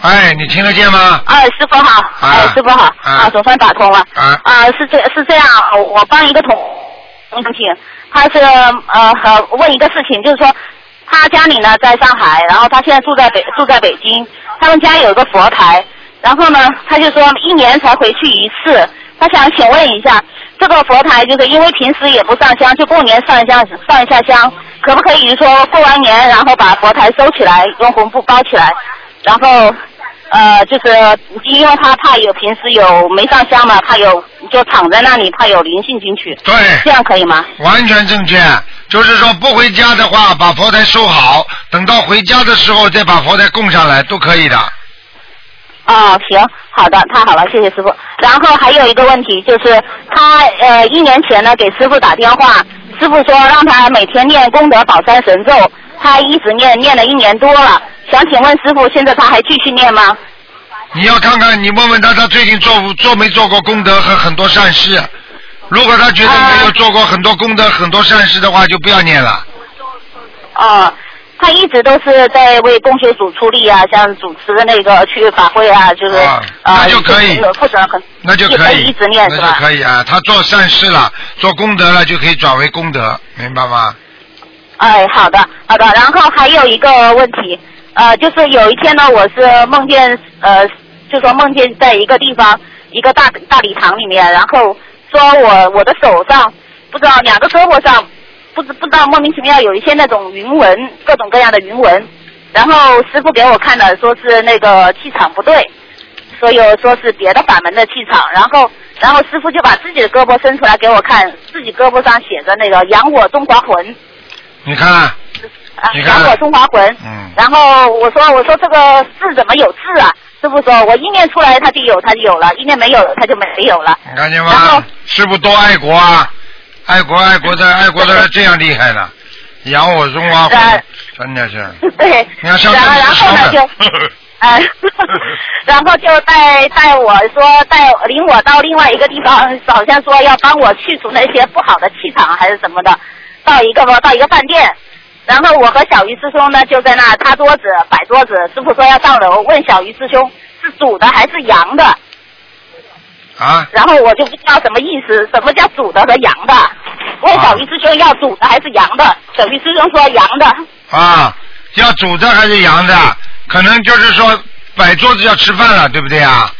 Speaker 3: 哎，你听得见吗？
Speaker 2: 哎，师傅好，哎，师傅好，啊，总算打通了，
Speaker 3: 啊，
Speaker 2: 啊，是这是这样，啊我帮一个同同情，他是呃呃问一个事情，就是说他家里呢在上海，然后他现在住在北住在北京，他们家有一个佛台，然后呢他就说一年才回去一次，他想请问一下，这个佛台就是因为平时也不上香，就过年上一下上一下香，可不可以说过完年然后把佛台收起来，用红布包起来，然后呃，就是因为他怕有平时有没上香嘛，怕有就躺在那里，怕有灵性进去，
Speaker 3: 对，
Speaker 2: 这样可以吗？
Speaker 3: 完全正确，就是说不回家的话，把佛台收好，等到回家的时候再把佛台供上来都可以的。
Speaker 2: 哦，行，好的，太好了，谢谢师傅。然后还有一个问题就是，他呃一年前呢给师傅打电话，师傅说让他每天念功德宝山神咒，他一直念念了一年多了，想请问师傅现在他还继续念吗？
Speaker 3: 你要看看，你问问他，他最近做做没做过功德和很多善事。如果他觉得没有做过很多功德、很多善事的话，就不要念了。
Speaker 2: 哦，他一直都是在为共修组出力啊，像主持那个去法会啊，就是
Speaker 3: 啊那
Speaker 2: 呃
Speaker 3: 就可以
Speaker 2: 负责很
Speaker 3: 那就
Speaker 2: 也
Speaker 3: 可
Speaker 2: 可
Speaker 3: 以，
Speaker 2: 以一直念
Speaker 3: 那
Speaker 2: 是
Speaker 3: 就
Speaker 2: 吧？
Speaker 3: 可以啊。他做善事了，做功德了，就可以转为功德，明白吗？
Speaker 2: 哎，好的，好的。然后还有一个问题，呃，就是有一天呢，我是梦见，呃，就说梦见在一个地方，一个大大礼堂里面，然后说我我的手上不知道两个胳膊上不知不知道莫名其妙有一些那种云纹，各种各样的云纹。然后师傅给我看的，说是那个气场不对，说有说是别的法门的气场。然后，然后师傅就把自己的胳膊伸出来给我看，自己胳膊上写着那个“扬我中华魂”。
Speaker 3: 你看，
Speaker 2: 啊，
Speaker 3: 你看
Speaker 2: 扬我中华魂。
Speaker 3: 嗯，
Speaker 2: 然后我说我说这个字怎么有字啊？师傅说我一念出来它就有，它就有了；一念没有它就没有了。
Speaker 3: 你看见
Speaker 2: 然
Speaker 3: 吗
Speaker 2: 后？
Speaker 3: 是不是多爱国啊？爱国爱国 的爱国的人这样厉害呢，扬我中华魂
Speaker 2: 然，
Speaker 3: 真的是。
Speaker 2: 对，
Speaker 3: 你看上
Speaker 2: 然
Speaker 3: 次
Speaker 2: 后
Speaker 3: 你
Speaker 2: 然
Speaker 3: 是
Speaker 2: 后呢就
Speaker 3: 烧的，
Speaker 2: 哎，然后就带带我说带领我到另外一个地方，好像说要帮我去除那些不好的气场还是什么的，到一个到一个饭店。然后我和小鱼师兄呢就在那擦桌子摆桌子，师傅说要上楼，问小鱼师兄是煮的还是羊的，
Speaker 3: 啊，
Speaker 2: 然后我就不知道什么意思，什么叫煮的和羊的？问小鱼师兄要煮的还是羊的？小鱼师兄说羊的。
Speaker 3: 啊，要煮的还是羊的？可能就是说摆桌子要吃饭了，对不对啊？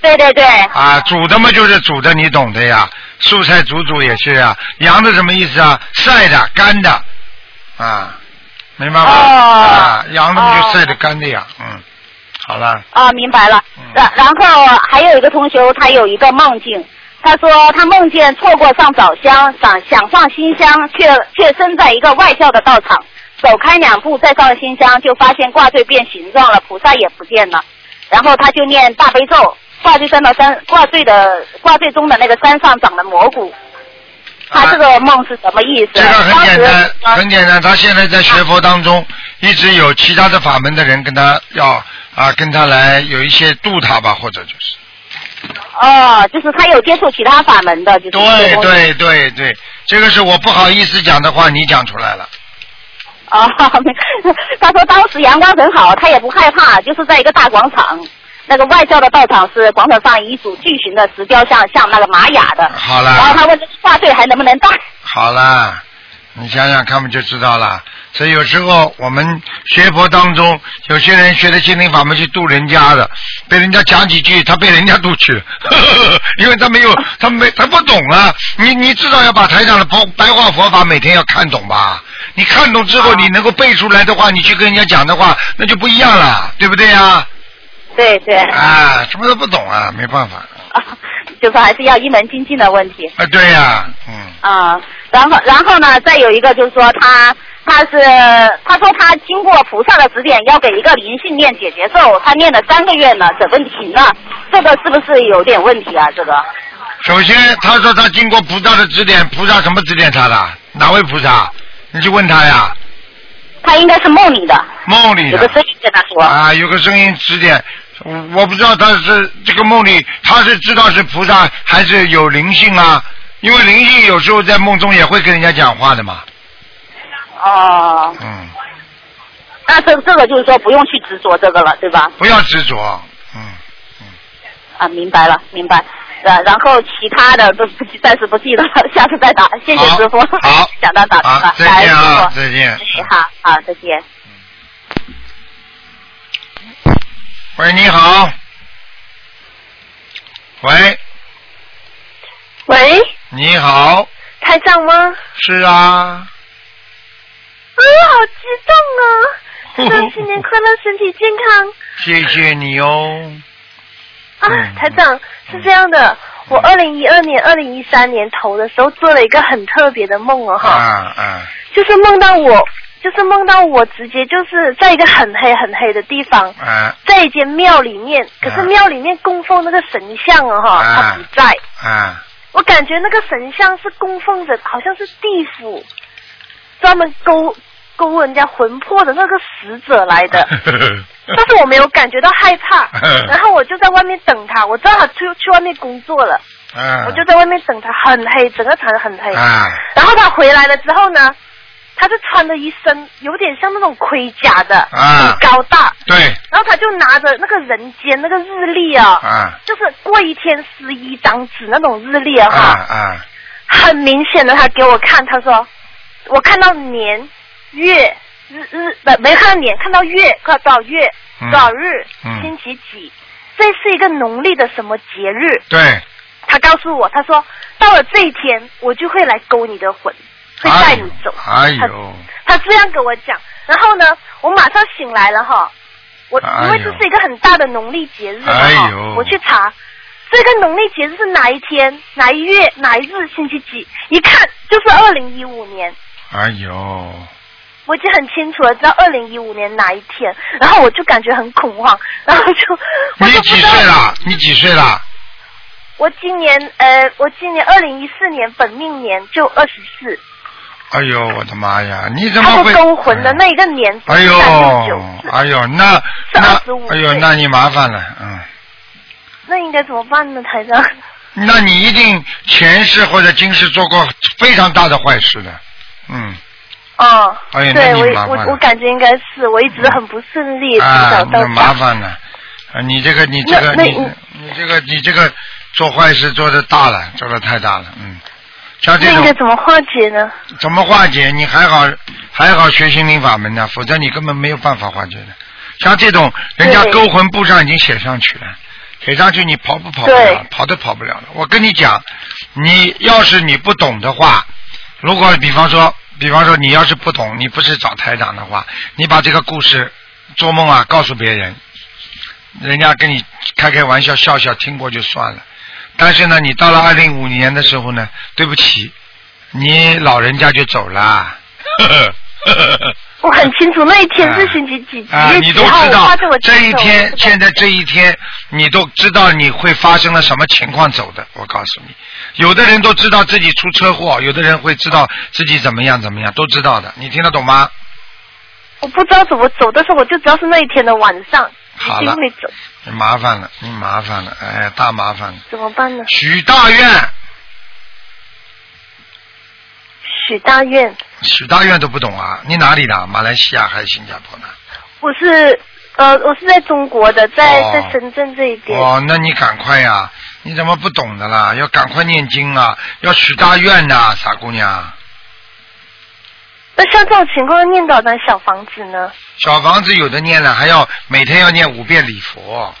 Speaker 2: 对对对，
Speaker 3: 啊，煮的嘛就是煮的，你懂的呀。蔬菜煮煮也是啊，羊的什么意思啊？晒的、干的，啊，明白吗？
Speaker 2: 哦
Speaker 3: 啊，羊的嘛就
Speaker 2: 哦
Speaker 3: 晒的、干的呀，嗯，好了，
Speaker 2: 啊，明白了
Speaker 3: 嗯。
Speaker 2: 然然后还有一个同学，他有一个梦境，他说他梦见错过上早香，想想上新香，却却身在一个外教的道场，走开两步再上新香，就发现挂坠变形状了，菩萨也不见了。然后他就念大悲咒，挂坠上的山，挂坠的挂坠中的那个山上长了蘑菇。他这个梦是什么意思？
Speaker 3: 这个很
Speaker 2: 当
Speaker 3: 简
Speaker 2: 时
Speaker 3: 单，
Speaker 2: 呃
Speaker 3: 很简单。他现在在学佛当中，一直有其他的法门的人跟他要啊，跟他来有一些度他吧，或者就是
Speaker 2: 哦，就是他有接触其他法门的，就是
Speaker 3: 对对对对，这个是我不好意思讲的话，你讲出来了。
Speaker 2: 哦，没 他说当时阳光很好，他也不害怕，就是在一个大广场，那个外教的道场是广场上一组巨型的石雕像，像那个玛雅的。
Speaker 3: 好
Speaker 2: 然后
Speaker 3: 了，
Speaker 2: 他问这个画队还能不能带？
Speaker 3: 好了，你想想看，不就知道了。所以有时候我们学佛当中，有些人学的心灵法门去度人家的，被人家讲几句，他被人家度去了， 因为他没有，他没，他不懂啊。你你至少要把台上的佛白话佛法每天要看懂吧？你看懂之后，你能够背出来的话，你去跟人家讲的话，那就不一样了，对不对呀？
Speaker 2: 对对，
Speaker 3: 啊，什么都不懂啊，没办法。
Speaker 2: 啊就是还是要一门精进的问题。
Speaker 3: 啊，对呀、嗯，
Speaker 2: 啊，然后然后呢，再有一个就是说他他是他说他经过菩萨的指点，要给一个灵性念解结咒，他念了三个月呢，怎么停了？这个是不是有点问题啊？这个
Speaker 3: 首先他说他经过菩萨的指点，菩萨什么指点他的？哪位菩萨？你去问他呀，
Speaker 2: 他应该是梦里的，
Speaker 3: 梦里
Speaker 2: 有个
Speaker 3: 的
Speaker 2: 声音跟他说。
Speaker 3: 啊，有个声音指点，我我不知道他是这个梦里他是知道是菩萨还是有灵性啊？因为灵性有时候在梦中也会跟人家讲话的嘛，
Speaker 2: 哦，
Speaker 3: 嗯，
Speaker 2: 那这这个就是说不用去执着这个了，对吧？
Speaker 3: 不要执着，嗯，
Speaker 2: 啊，明白了，明白。呃然然后其他的都不记暂时不记得了， 下次再打。谢谢
Speaker 3: 好
Speaker 2: 师傅，
Speaker 3: 好
Speaker 2: 想到打哎
Speaker 3: 好
Speaker 2: 吧，，
Speaker 3: 再
Speaker 2: 感恩
Speaker 3: 见啊，
Speaker 2: 师
Speaker 3: 再见。
Speaker 2: 傅，好好再见。
Speaker 3: 喂，你好，喂，
Speaker 7: 喂，
Speaker 3: 你好，
Speaker 7: 台长吗？
Speaker 3: 是啊，
Speaker 7: 啊，好激动啊！ 台长，新年快乐，身体健康。
Speaker 3: 谢谢你哦。
Speaker 7: 啊
Speaker 3: 嗯，
Speaker 7: 台长是这样的，我二零一二年、二零一三年头的时候做了一个很特别的梦哦
Speaker 3: 啊
Speaker 7: 哈，
Speaker 3: 啊
Speaker 7: 就是梦到我，就是梦到我直接就是在一个很黑很黑的地方，
Speaker 3: 啊
Speaker 7: 在一间庙里面，可是
Speaker 3: 啊
Speaker 7: 庙里面供奉那个神像哦哈，
Speaker 3: 啊
Speaker 7: 他不在，
Speaker 3: 啊！，
Speaker 7: 我感觉那个神像是供奉着好像是地府专门勾勾人家魂魄的那个使者来的，但是我没有感觉到害怕然后我就在外面等他，我知道他出去外面工作了，
Speaker 3: 啊
Speaker 7: 我就在外面等他，很黑，整个场很黑。
Speaker 3: 啊
Speaker 7: 然后他回来了之后呢，他就穿的一身有点像那种盔甲的，
Speaker 3: 啊
Speaker 7: 很高大，
Speaker 3: 对
Speaker 7: 然后他就拿着那个人间那个日历啊，
Speaker 3: 啊
Speaker 7: 就是过一天撕一张纸那种日历啊
Speaker 3: 啊
Speaker 7: 哈，
Speaker 3: 啊
Speaker 7: 很明显的，他给我看，他说我看到年月日日不没看到年，看到月，看到多少月
Speaker 3: 嗯
Speaker 7: 多少日、
Speaker 3: 嗯
Speaker 7: 星期几，这是一个农历的什么节日？
Speaker 3: 对
Speaker 7: 他告诉我，他说到了这一天，我就会来勾你的魂，会带你走。
Speaker 3: 哎呦
Speaker 7: 他这样跟我讲，然后呢，我马上醒来了哈，我
Speaker 3: 哎呦
Speaker 7: 因为这是一个很大的农历节日嘛哈
Speaker 3: 哎呦，
Speaker 7: 我去查这个农历节日是哪一天、哪一月、哪一日、星期几，一看就是二零一五年，
Speaker 3: 哎呦
Speaker 7: 我已经很清楚了，知道二零一五年哪一天，然后我就感觉很恐慌，然后就 我
Speaker 3: 你
Speaker 7: 就不
Speaker 3: 几
Speaker 7: 知道
Speaker 3: 岁了？你几岁了？
Speaker 7: 我今年呃，我今年二零一四年本命年就二十四，
Speaker 3: 哎呦，我的妈呀！你怎
Speaker 7: 他
Speaker 3: 么会
Speaker 7: 们勾魂的那一个年是
Speaker 3: 哎呦
Speaker 7: 369
Speaker 3: 哎呦，那那
Speaker 7: 25
Speaker 3: 哎呦，
Speaker 7: 岁
Speaker 3: 那你麻烦了，嗯。
Speaker 7: 那应该怎么办呢，台长？
Speaker 3: 那你一定前世或者今世做过非常大的坏事的，嗯，
Speaker 7: 哦，
Speaker 3: 哎呀那
Speaker 7: 对
Speaker 3: 你
Speaker 7: 我
Speaker 3: 麻烦了
Speaker 7: 我我感觉应该是，我一直很不顺利，从
Speaker 3: 啊
Speaker 7: 小，到
Speaker 3: 那麻
Speaker 7: 大。
Speaker 3: 烦了，啊，你这个你这个
Speaker 7: 那那
Speaker 3: 你你这个你这个做坏事做的大了，做的太大了，嗯，像这
Speaker 7: 那应该
Speaker 3: 种
Speaker 7: 怎么化解呢？
Speaker 3: 怎么化解？你还好还好学心灵法门呢，否则你根本没有办法化解的。像这种人家
Speaker 7: 对
Speaker 3: 勾魂簿上已经写上去了，写上去你跑不跑不了
Speaker 7: 对，
Speaker 3: 跑都跑不了了。我跟你讲，你要是你不懂的话，如果比方说，比方说你要是不懂，你不是找台长的话，你把这个故事做梦啊告诉别人，人家跟你开开玩笑笑笑听过就算了。但是呢，你到了二零五年的时候呢，对不起，你老人家就走了。
Speaker 7: 我很清楚那一天是
Speaker 3: 啊
Speaker 7: 星期几，几
Speaker 3: 啊，
Speaker 7: 月
Speaker 3: 你
Speaker 7: 几
Speaker 3: 都
Speaker 7: 号，
Speaker 3: 知
Speaker 7: 我
Speaker 3: 道
Speaker 7: 发在我
Speaker 3: 这一
Speaker 7: 亲手
Speaker 3: 天，
Speaker 7: 知道
Speaker 3: 现在这一天，你都知道你会发生了什么情况走的。我告诉你，有的人都知道自己出车祸，有的人会知道自己怎么样怎么样，都知道的。你听得懂吗？
Speaker 7: 我不知道怎么走，但是我就知道是那一天的晚上。
Speaker 3: 好
Speaker 7: 一
Speaker 3: 了
Speaker 7: 定，会走，
Speaker 3: 你麻烦了，你麻烦了，哎，大麻烦了。
Speaker 7: 怎么办呢？
Speaker 3: 许大愿，
Speaker 7: 许大愿，
Speaker 3: 许大愿都不懂啊？你哪里的？马来西亚还是新加坡的？
Speaker 7: 我是呃，我是在中国的，在、
Speaker 3: 哦
Speaker 7: 在深圳这一边。
Speaker 3: 哦，那你赶快呀、你怎么不懂的啦？要赶快念经啊，要许大愿呐、傻姑娘。
Speaker 7: 那像这种情况，念多少张小房子呢？
Speaker 3: 小房子有的念了，还要每天要念五遍礼佛，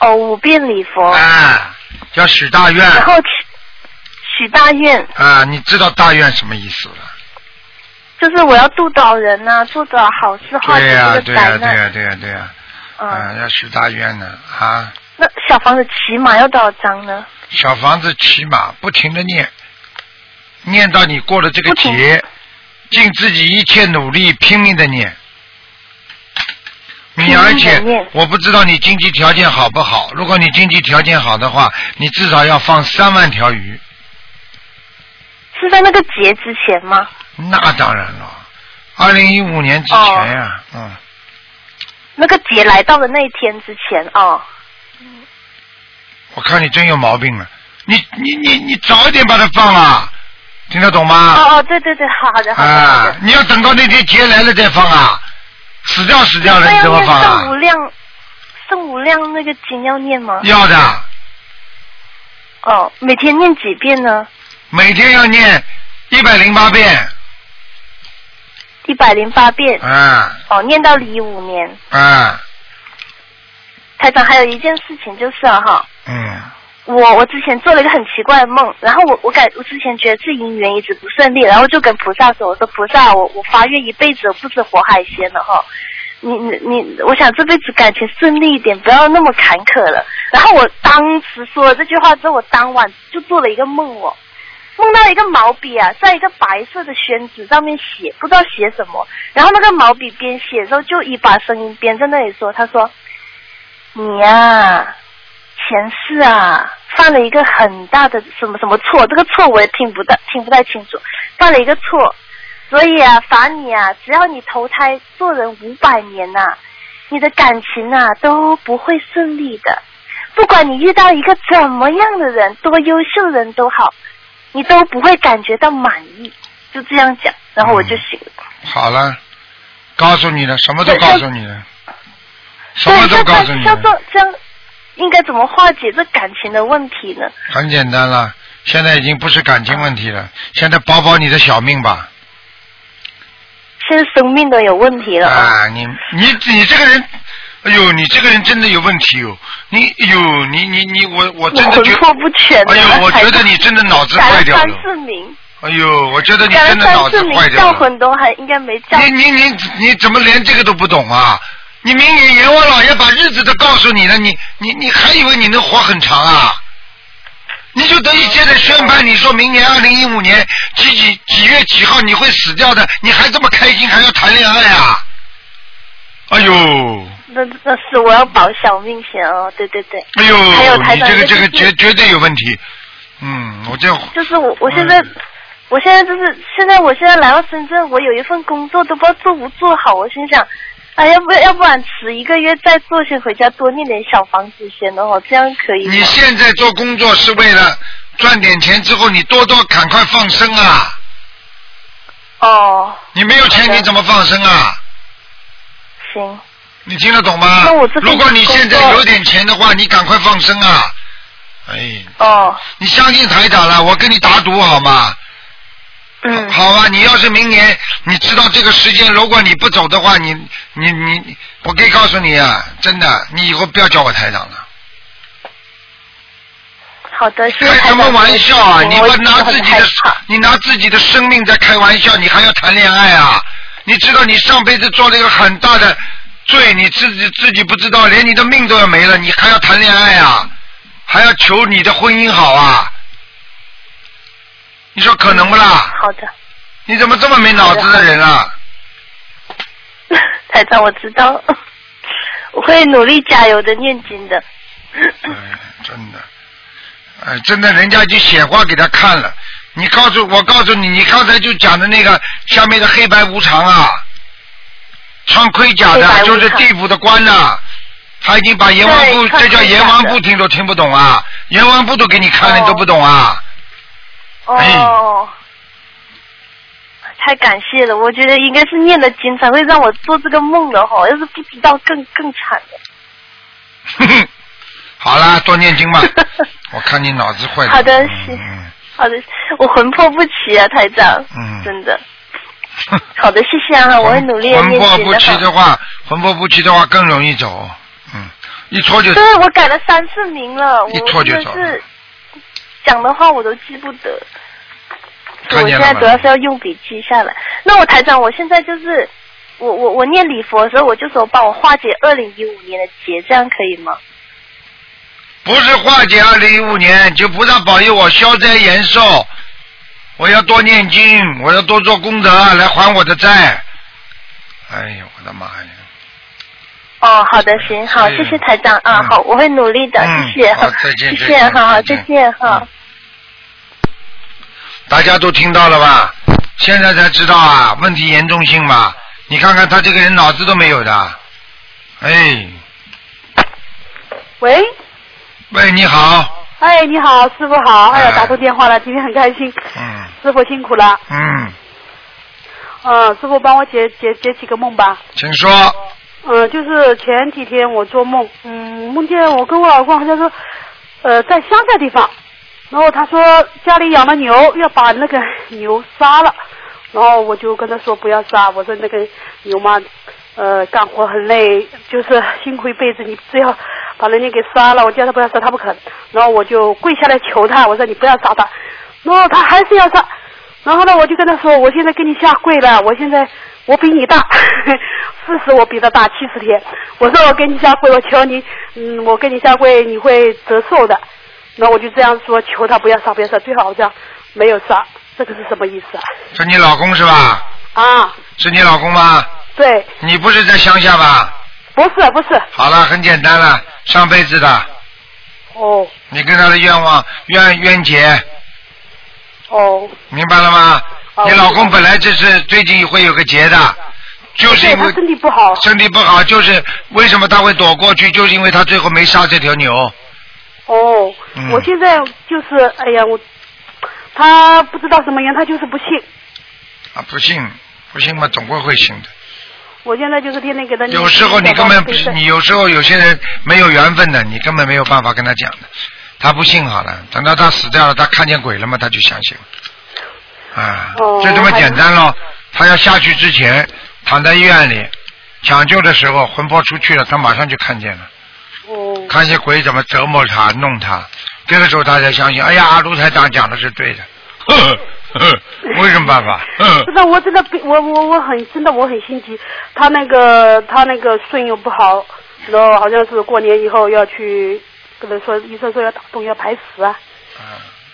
Speaker 7: 哦，五遍礼佛，
Speaker 3: 哎，要许大愿
Speaker 7: 然后许许大愿，
Speaker 3: 啊！你知道大愿什么意思了？
Speaker 7: 就是我要度导人呐、做多少好事，化解
Speaker 3: 对呀、
Speaker 7: 这
Speaker 3: 对
Speaker 7: 个
Speaker 3: 呀、
Speaker 7: 灾
Speaker 3: 对呀、
Speaker 7: 难。
Speaker 3: 对呀、对呀、
Speaker 7: 嗯、
Speaker 3: 啊，要许大愿呢啊！
Speaker 7: 那小房子起码要多少张呢？
Speaker 3: 小房子起码不停的念，念到你过了这个
Speaker 7: 不停
Speaker 3: 节，尽自己一切努力拼命的念。
Speaker 7: 拼
Speaker 3: 你
Speaker 7: 命地
Speaker 3: 而且
Speaker 7: 念
Speaker 3: 我不知道你经济条件好不好，如果你经济条件好的话，你至少要放三万条鱼。
Speaker 7: 是在那个节之前吗？
Speaker 3: 那当然了，二零一五年之前呀、
Speaker 7: 哦
Speaker 3: 嗯，
Speaker 7: 那个节来到的那一天之前哦。
Speaker 3: 我看你真有毛病了，你你你你早一点把它放了，听得懂吗？
Speaker 7: 哦哦，对对对，好的好的好
Speaker 3: 啊
Speaker 7: 的。，
Speaker 3: 你要等到那天劫来了再放啊，死掉死掉了
Speaker 7: 那
Speaker 3: 你
Speaker 7: 哎要
Speaker 3: 怎么
Speaker 7: 念
Speaker 3: 放
Speaker 7: 圣无
Speaker 3: 啊？
Speaker 7: 量，圣无量那个经要念吗？
Speaker 3: 要的，
Speaker 7: 哦，每天念几遍呢？
Speaker 3: 每天要念一百零八遍，
Speaker 7: 一百零八遍。
Speaker 3: 啊
Speaker 7: 哦，念到一五年。
Speaker 3: 啊，
Speaker 7: 台长，还有一件事情就是啊哈、
Speaker 3: 嗯，
Speaker 7: 我我之前做了一个很奇怪的梦，然后我我感我之前觉得自己姻缘一直不顺利，然后就跟菩萨说，我说菩萨，我我发愿一辈子我不吃活海鲜了哈。你你你，我想这辈子感情顺利一点，不要那么坎坷了。然后我当时说了这句话之后，我当晚就做了一个梦哦，梦到一个毛笔啊，在一个白色的宣纸上面写，不知道写什么。然后那个毛笔边写的时候，就一把声音边在那里说，他说：“你呀、前世啊，犯了一个很大的什么什么错，这个错我也听不
Speaker 8: 呃
Speaker 7: 到，听不太清楚，犯了一个错，所以啊，罚你啊，只要你投胎做人五百年呐、你的感情啊都不会顺利的。不管你遇到一个怎么样的人，多优秀的人都好，你都不会感觉到满意。就这样讲，然后我就醒了。
Speaker 3: 好了，告诉你了，什么都
Speaker 7: 对
Speaker 3: 告
Speaker 7: 像
Speaker 3: 诉你了，什
Speaker 7: 对，
Speaker 3: 么都
Speaker 7: 像
Speaker 3: 告诉你
Speaker 7: 这
Speaker 3: 了，
Speaker 7: 像这这样，应该怎么化解这感情的问题呢？
Speaker 3: 很简单了，现在已经不是感情问题了，现在保保你的小命吧。
Speaker 7: 现在生命都有问题了啊。
Speaker 3: 啊，你你你这个人，哎呦，你这个人真的有问题哟、你哎呦，你你你，我我
Speaker 7: 我
Speaker 3: 真的
Speaker 7: 魂
Speaker 3: 觉
Speaker 7: 魄不全的。
Speaker 3: 哎呦，我觉得你真的脑子坏掉
Speaker 7: 改
Speaker 3: 了
Speaker 7: 了。三次名，
Speaker 3: 哎呦，我觉得你
Speaker 7: 改
Speaker 3: 真
Speaker 7: 了
Speaker 3: 的脑
Speaker 7: 三
Speaker 3: 子
Speaker 7: 次名
Speaker 3: 坏，掉
Speaker 7: 叫
Speaker 3: 了。
Speaker 7: 魂都还应该没叫。
Speaker 3: 你你你你怎么连这个都不懂啊？你明明阎王老爷把日子都告诉你了，你你你还以为你能活很长啊？你就等于现在宣判，你说明年二零一五年几几几月几号你会死掉的，你还这么开心，还要谈恋爱啊？哎呦！
Speaker 7: 那那是我要保小命先哦，对对对。
Speaker 3: 哎呦，
Speaker 7: 还有台
Speaker 3: 你
Speaker 7: 长
Speaker 3: 这个这
Speaker 7: 就是
Speaker 3: 个绝绝对有问题。嗯，我这
Speaker 7: 就是我我现在。
Speaker 3: 嗯
Speaker 7: 我现在就是现在，我现在来到深圳，我有一份工作都不知道做不做好。我心想，哎，要不要不然迟一个月再做，先回家多念点小房子先的话，这样可以吗？
Speaker 3: 你现在做工作是为了赚点钱，之后你多多赶快放生啊！
Speaker 7: 哦，
Speaker 3: 你没有
Speaker 7: 好
Speaker 3: 钱
Speaker 7: 的
Speaker 3: 你怎么放生啊？
Speaker 7: 行，
Speaker 3: 你听得懂吗
Speaker 7: 那我这？份
Speaker 3: 如果你现在
Speaker 7: 工作
Speaker 3: 有点钱的话，你赶快放生啊！哎，
Speaker 7: 哦，
Speaker 3: 你相信台长了，我跟你打赌好吗？
Speaker 7: 嗯，
Speaker 3: 好吧，你要是明年你知道这个时间，如果你不走的话，你你你，你我可以告诉你啊，真的，你以后不要叫我台长了。
Speaker 7: 好的，谢谢
Speaker 3: 开
Speaker 7: 台
Speaker 3: 什
Speaker 7: 长
Speaker 3: 么玩笑啊！你
Speaker 7: 哦我
Speaker 3: 们拿
Speaker 7: 我
Speaker 3: 自己
Speaker 7: 害
Speaker 3: 的
Speaker 7: 怕，
Speaker 3: 你拿自己的生命在开玩笑，你还要谈恋爱啊？你知道你上辈子做了一个很大的罪，你自己自己不知道，连你的命都要没了，你还要谈恋爱啊？还要求你的婚姻好啊？你说可能不啦？
Speaker 7: 嗯好的，
Speaker 3: 你怎么这么没脑子的人啊？
Speaker 7: 台长，我知道， 我会努力加油的，念经的。
Speaker 3: 哎，真的，哎，真的，人家就显化给他看了。你告诉我，告诉你，你刚才就讲的那个下面的黑白无常啊，穿盔甲
Speaker 7: 黑白
Speaker 3: 的，
Speaker 7: 无
Speaker 3: 就是
Speaker 7: 常
Speaker 3: 地府的官呐、他已经把阎王部，这叫
Speaker 7: 对穿盔甲
Speaker 3: 阎王
Speaker 7: 的
Speaker 3: 部，听都听不懂啊！阎王部都给你看了，你都不懂啊！ 哎
Speaker 7: 哦，太感谢了，我觉得应该是念了经才会让我做这个梦的哈，要是不知道更更惨了。
Speaker 3: 哼哼，好啦，多念经 吧。我看你脑子坏了。
Speaker 7: 好的是
Speaker 3: 嗯
Speaker 7: 好的，我魂魄不齐啊，台长，
Speaker 3: 嗯。
Speaker 7: 真 的。
Speaker 3: 哼
Speaker 7: 好的，谢谢啊，我会努力地
Speaker 3: 魂
Speaker 7: 念
Speaker 3: 魄
Speaker 7: 经
Speaker 3: 不
Speaker 7: 的
Speaker 3: 齐
Speaker 7: 哈。
Speaker 3: 的话，魂魄不齐的话更容易走。嗯，一拖就
Speaker 7: 对，我改了三次名了，
Speaker 3: 一
Speaker 7: 我
Speaker 3: 拖就
Speaker 7: 真的
Speaker 3: 走
Speaker 7: 是讲的话我都记不得。
Speaker 3: 看
Speaker 7: 我
Speaker 3: 见
Speaker 7: 现
Speaker 3: 了
Speaker 7: 在主要
Speaker 3: 吗
Speaker 7: 是？要用笔记下来。那我台长，我现在就是我我我念礼佛的时候，我就说帮我化解二零一五年的劫，这样可以吗？
Speaker 3: 不是化解二零一五年，就菩萨保佑我消灾延寿。我要多念经，我要多做功德来还我的债。哎呦，我的妈呀！
Speaker 7: 哦，好的，行，好，
Speaker 3: 是
Speaker 7: 谢谢台长啊，
Speaker 3: 嗯
Speaker 7: 好，我会努力的，
Speaker 3: 嗯
Speaker 7: 哎谢谢，
Speaker 3: 好再见再
Speaker 7: 谢谢，
Speaker 3: 见
Speaker 7: 好
Speaker 3: 再
Speaker 7: 好，再
Speaker 3: 见
Speaker 7: 见，好
Speaker 3: 嗯。大家都听到了吧？现在才知道啊，问题严重性嘛。你看看他这个人脑子都没有的。哎，
Speaker 9: 喂，
Speaker 3: 喂，你好，
Speaker 9: 哎，你好，师傅好，哎呀，
Speaker 3: 哎
Speaker 9: 打通电话了，今天很开心，
Speaker 3: 嗯
Speaker 9: 师傅辛苦了，
Speaker 3: 嗯，
Speaker 9: 嗯，师傅帮我解解解几个梦吧，
Speaker 3: 请说。
Speaker 9: 嗯，就是前几天我做梦，嗯，梦见我跟我老公好像说，呃，在乡下地方，然后他说家里养了牛，要把那个 牛杀了，然后我就跟他说不要杀，我说那个牛嘛，呃，干活很累，就是 辛苦一辈子，你只要把人家给杀了，我叫他不要杀，他不肯，然后我就跪下来求他，我说你不要杀他，然后他还是要杀，然后呢，我就跟他说，我现在给你下跪了，我现在我比你大，四十我比他大七十天，我说我给你下跪，我求你，嗯，我给你下跪，你会折寿的。那我就这样说，求他不要杀，不要杀，最好这样没有杀，这个是什么意思啊？
Speaker 3: 是你老公是吧？
Speaker 9: 啊，
Speaker 3: 是你老公吗？
Speaker 9: 对，
Speaker 3: 你不是在乡下吧？
Speaker 9: 不是不是，
Speaker 3: 好了，很简单了，上辈子的，
Speaker 9: 哦
Speaker 3: 你跟他的愿望冤冤结，
Speaker 9: 哦
Speaker 3: 明白了吗？
Speaker 9: 哦
Speaker 3: 你老公本来就是最近会有个结的，就是
Speaker 9: 对
Speaker 3: 因
Speaker 9: 他
Speaker 3: 为
Speaker 9: 身体不好，
Speaker 3: 身体不好，就是为什么他会躲过去，就是因为他最后没杀这条牛。
Speaker 9: 哦，
Speaker 3: 嗯
Speaker 9: 我现在就是，哎呀，我他不知道什么原因，他就是不信。
Speaker 3: 啊，不信，不信嘛，总归会信的。
Speaker 9: 我现在就是天天给他念
Speaker 3: 有时候你根本不是，
Speaker 9: 对
Speaker 3: 你有时候有些人没有缘分的，你根本没有办法跟他讲的。他不信好了，等到他死掉了，他看见鬼了嘛，他就相信了。啊，
Speaker 9: 哦
Speaker 3: 就这么
Speaker 9: 还有
Speaker 3: 简单咯。他要下去之前，躺在医院里抢救的时候，魂魄出去了，他马上就看见了，
Speaker 9: 哦
Speaker 3: 看见鬼怎么折磨他、弄他。这个时候他才相信，哎呀，卢台长讲的是对的。 呵呵呵，我有什么办法？ 呵呵
Speaker 9: 不是，我真的比，我我我很真的我很心急，他那个他那个肾又不好，然后好像是过年以后要去跟他说，医生说要打洞要排石啊，
Speaker 3: 啊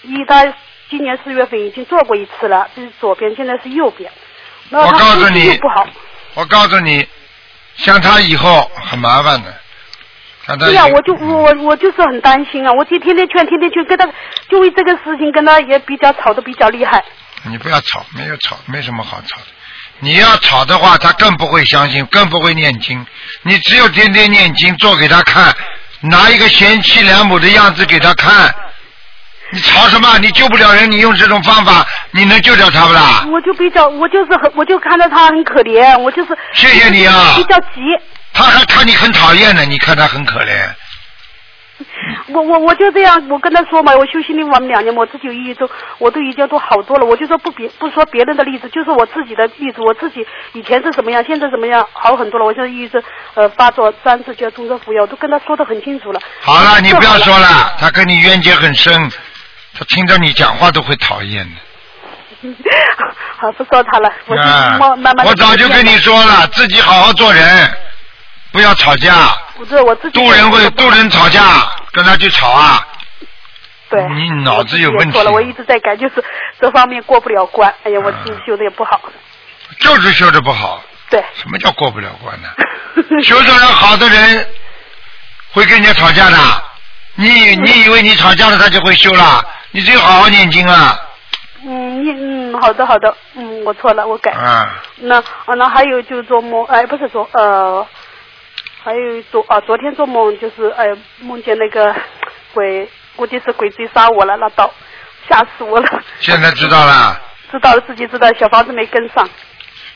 Speaker 9: 一他今年四月份已经做过一次了，这是左边，现在是右边，然后
Speaker 3: 我告
Speaker 9: 他
Speaker 3: 诉
Speaker 9: 身体
Speaker 3: 你
Speaker 9: 又不好，，
Speaker 3: 我告诉你，像他以后很麻烦的，像他
Speaker 9: 对
Speaker 3: 以
Speaker 9: 呀、
Speaker 3: 后
Speaker 9: 我就我我我就是很担心啊，我就天天劝，天天劝，跟他就为这个事情跟他也比较吵得比较厉害，
Speaker 3: 你不要吵，没有吵，没什么好吵的。你要吵的话，他更不会相信，更不会念经。你只有天天念经，做给他看，拿一个贤妻良母的样子给他看。你吵什么？你救不了人，你用这种方法，你能救掉他不啦？
Speaker 9: 我就比较我就是很我就看到他很可怜，我就是
Speaker 3: 谢谢你啊
Speaker 9: 比较急。
Speaker 3: 他还看你很讨厌呢，你看他很可怜。
Speaker 9: 我我我就这样，我跟他说嘛，我修心灵法门两年嘛，我自己有抑郁症，我都已经都好多了。我就说不别不说别人的例子，就说我自己的例子，我自己以前是什么样，现在怎么样，好很多了。我现在抑郁症呃发作三次，就要终身服药，我都跟他说的很清楚了。
Speaker 3: 好了，你不要说
Speaker 9: 了。
Speaker 3: 了，他跟你冤结很深，他听着你讲话都会讨厌的。
Speaker 9: 好，不说他了，我就
Speaker 3: 啊
Speaker 9: 慢慢慢。
Speaker 3: 我早就跟你。说了，自己好好做人，不要吵架。
Speaker 9: 不是我自己。
Speaker 3: 渡人会渡人吵架，跟他去吵啊。
Speaker 9: 对。
Speaker 3: 你脑子有问题
Speaker 9: 错了，我一直在改，就是这方面过不了关。哎呀，我自
Speaker 3: 嗯
Speaker 9: 己修的也不好。
Speaker 3: 就是修的不好，
Speaker 9: 对。
Speaker 3: 什么叫过不了关 呢？修的人好的人会跟人家吵架的。你
Speaker 9: 嗯
Speaker 3: 以你以为你吵架了他就会修了？你只有好好念经啊！
Speaker 9: 嗯，你嗯，嗯，好的好的，嗯，我错了，我改。
Speaker 3: 啊，
Speaker 9: 那啊，那还有就是做梦，哎，不是昨呃，还有昨啊，昨天做梦就是哎，梦见那个鬼，估计是鬼追杀我了，那倒吓死我了。
Speaker 3: 现在知道了，
Speaker 9: 知道了，自己知道，小房子没跟上，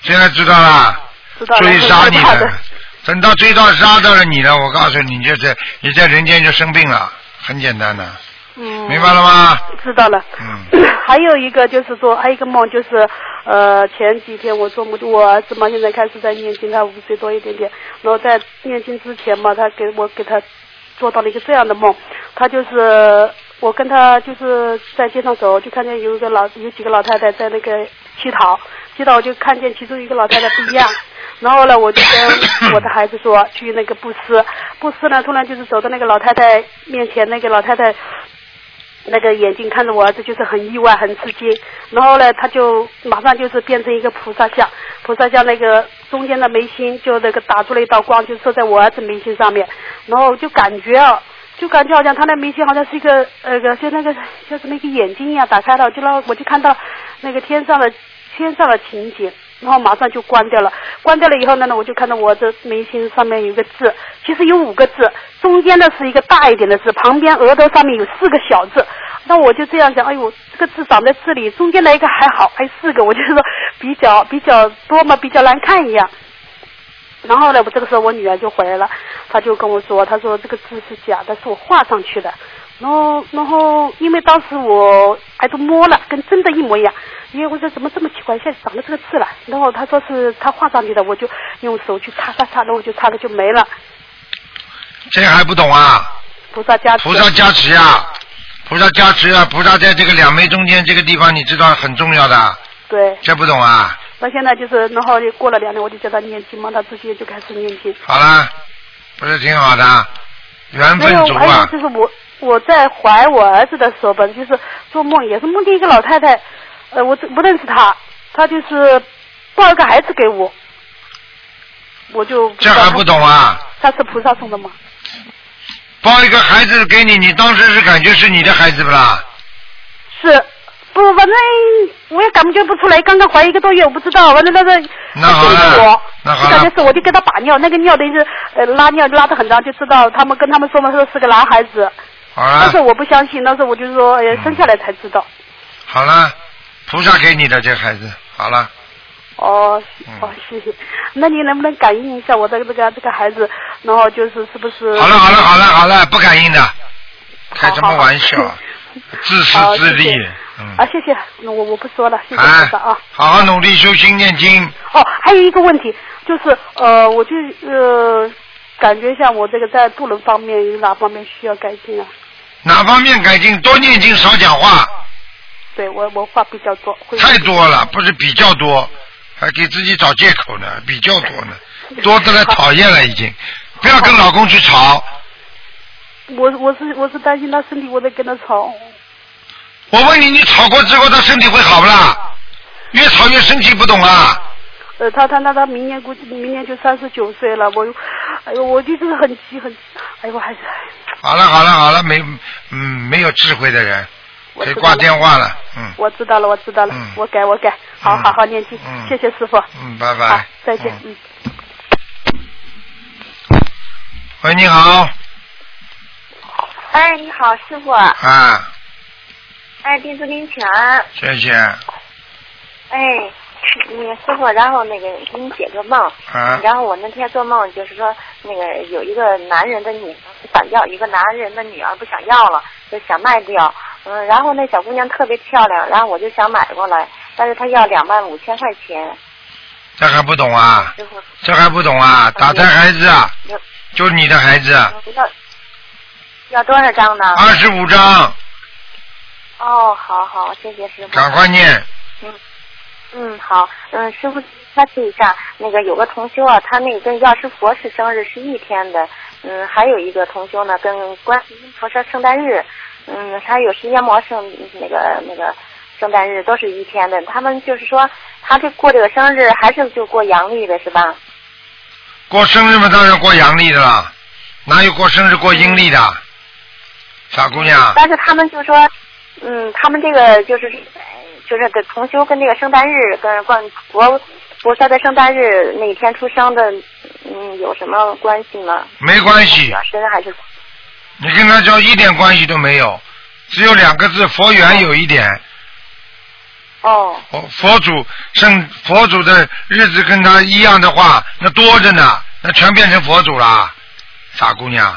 Speaker 3: 现在知道了，
Speaker 9: 知道了。
Speaker 3: 追杀你
Speaker 9: 害怕的
Speaker 3: 了。等到追到杀到了你了，我告诉你，你就是你在人间就生病了，很简单的，
Speaker 9: 嗯，
Speaker 3: 明白了吗？
Speaker 9: 知道了。
Speaker 3: 嗯
Speaker 9: 还有一个就是做，还有一个梦就是，呃，前几天我做梦，我儿子嘛现在开始在念经，他五岁多一点点，然后在念经之前嘛，他给我给他做到了一个这样的梦，他就是我跟他就是在街上走，就看见有一个老有几个老太太在那个乞讨，乞讨我就看见其中一个老太太不一样。然后呢，我就跟我的孩子说去那个布施，布施呢，突然就是走到那个老太太面前，那个老太太那个眼睛看着我儿子，就是很意外，很吃惊。然后呢，他就马上就是变成一个菩萨像，菩萨像那个中间的眉心就那个打出了一道光，就射在我儿子眉心上面。然后就感觉啊，就感觉好像他那眉心好像是一个呃个就那个像什么一个眼睛一样打开了，就让我就看到那个天上的天上的情景。然后马上就关掉了，关掉了以后呢，我就看到我这眉心上面有一个字，其实有五个字，中间的是一个大一点的字，旁边额头上面有四个小字。那我就这样想，哎呦，这个字长在这里，中间来一个还好，还四个，我就是说比较比较多嘛，比较难看一样。然后呢，我这个时候我女儿就回来了，她就跟我说，她说这个字是假的，是我画上去的。然后，然后因为当时我还都摸了，跟真的一模一样。因为我说怎么这么奇怪，现在长了这个痣了。然后她说是她画上去的，我就用手去擦擦擦，然后我就擦了就没了。
Speaker 3: 这还不懂啊？
Speaker 9: 嗯菩萨加持。
Speaker 3: 菩萨加持啊，菩萨加持啊，菩萨在这个两眉中间这个地方，你知道很重要的，
Speaker 9: 对，
Speaker 3: 这不懂啊？
Speaker 9: 到现在就是，然后过了两年我就叫她念经嘛，她自己就开始念经。
Speaker 3: 好了，不是挺好的，缘
Speaker 9: 还
Speaker 3: 分
Speaker 9: 有哎
Speaker 3: 足
Speaker 9: 还有
Speaker 3: 啊
Speaker 9: 就。是我我在怀我儿子的时候吧，就是做梦也是梦见一个老太太，呃，我这不认识她，她就是抱一个孩子给我，我就知
Speaker 3: 这
Speaker 9: 道
Speaker 3: 还不懂啊？
Speaker 9: 她是菩萨送的吗？
Speaker 3: 抱一个孩子给你，你当时是感觉是你的孩子不啦？
Speaker 9: 是，不，反正我也感觉不出来，刚刚怀一个多月，我不知道，反正那个
Speaker 3: 那好了
Speaker 9: 她给我
Speaker 3: 那好
Speaker 9: 就
Speaker 3: 了
Speaker 9: 感觉是，我就给她把尿，那个尿等于是呃拉尿拉的很长，就知道他们跟他们说嘛，说是个男孩子，
Speaker 3: 好
Speaker 9: 但是
Speaker 3: 了，嗯
Speaker 9: 我不相信，当时我就说，呃，生下来才知道。
Speaker 3: 好了，菩萨给你的这孩子，好了，
Speaker 9: 哦
Speaker 3: 嗯，
Speaker 9: 哦，谢 谢。那你能不能感应一下我的这个这个孩子，然后就是是不是？
Speaker 3: 好了，好了，好了，好了，不感应的，开什么玩笑
Speaker 9: 好
Speaker 3: 啊？自私
Speaker 9: 好
Speaker 3: 自利
Speaker 9: 谢谢，
Speaker 3: 嗯，
Speaker 9: 啊，谢谢，那我我不说了，谢谢
Speaker 3: 哎
Speaker 9: 菩萨啊。，
Speaker 3: 好好努力修心念经，
Speaker 9: 哦，还有一个问题就是，呃，我就呃，感觉一下我这个在渡人方面有哪方面需要改进啊？
Speaker 3: 哪方面改进？多念经，少讲话，
Speaker 9: 对我我话比较多，会
Speaker 3: 太多了，不是比较多，还给自己找借口呢，比较多呢，多得来讨厌了已经。不要跟老公去吵，
Speaker 9: 我我是我是担心他身体，我在跟他吵。
Speaker 3: 我问你，你吵过之后他身体会好不啦？越吵越生气，不懂啊？
Speaker 9: 呃，他他他他明年估计明年就三十九岁了，我又，哎呦，我就是很急很，哎呦，我还是，
Speaker 3: 好了好了好了，没嗯没有智慧的人
Speaker 9: 我
Speaker 3: 可以
Speaker 9: 知道
Speaker 3: 挂
Speaker 9: 了
Speaker 3: 电话了，嗯
Speaker 9: 我知道了，我知道了，
Speaker 3: 嗯
Speaker 9: 我改我改，好
Speaker 3: 嗯
Speaker 9: 好好念经，
Speaker 3: 嗯
Speaker 9: 谢谢师傅，
Speaker 3: 嗯，拜
Speaker 9: 好
Speaker 3: 拜，，
Speaker 9: 再见，
Speaker 3: 嗯
Speaker 9: 嗯
Speaker 3: 喂，你好，
Speaker 6: 哎，你好，师傅。
Speaker 3: 啊，
Speaker 6: 哎，弟子给你请安。
Speaker 3: 谢谢，啊，
Speaker 6: 哎，那个师傅，然后那个给你解个梦。
Speaker 3: 啊
Speaker 6: 然后我那天做梦，就是说那个有一个男人的女儿想要一个男人的女儿不想要了，就想卖掉。嗯，然后那小姑娘特别漂亮，然后我就想买过来，但是她要两万五千块钱。
Speaker 3: 这还不懂啊？
Speaker 6: 师傅，
Speaker 3: 这还不懂啊？打胎孩子啊，
Speaker 6: 要
Speaker 3: 就是你的孩子，啊
Speaker 6: 嗯要要多少张呢？
Speaker 3: 二十五张，
Speaker 6: 哦，好好，谢谢师傅。
Speaker 3: 赶快念，
Speaker 6: 嗯，好，嗯，师傅下去一下，那个有个同修啊，他那个跟药师佛是生日是一天的，嗯，还有一个同修呢跟观世音菩萨圣诞日，嗯，还有释迦摩圣那个那个圣诞日都是一天的，他们就是说他这过这个生日还是就过阳历的是吧？
Speaker 3: 过生日嘛，当然过阳历的啦，哪有过生日过阴历的？傻姑娘，
Speaker 6: 但是他们就说，嗯，他们这个就是哎就是跟同修跟那个圣诞日跟观佛菩萨的圣诞日那天出生的，嗯，有什么关系吗？
Speaker 3: 没关系
Speaker 6: 本，身还是
Speaker 3: 你跟他叫一点关系都没有，只有两个字佛缘有一点。
Speaker 6: 哦
Speaker 3: 佛佛祖圣佛祖的日子跟他一样的话，那多着呢，那全变成佛祖啦，傻姑娘，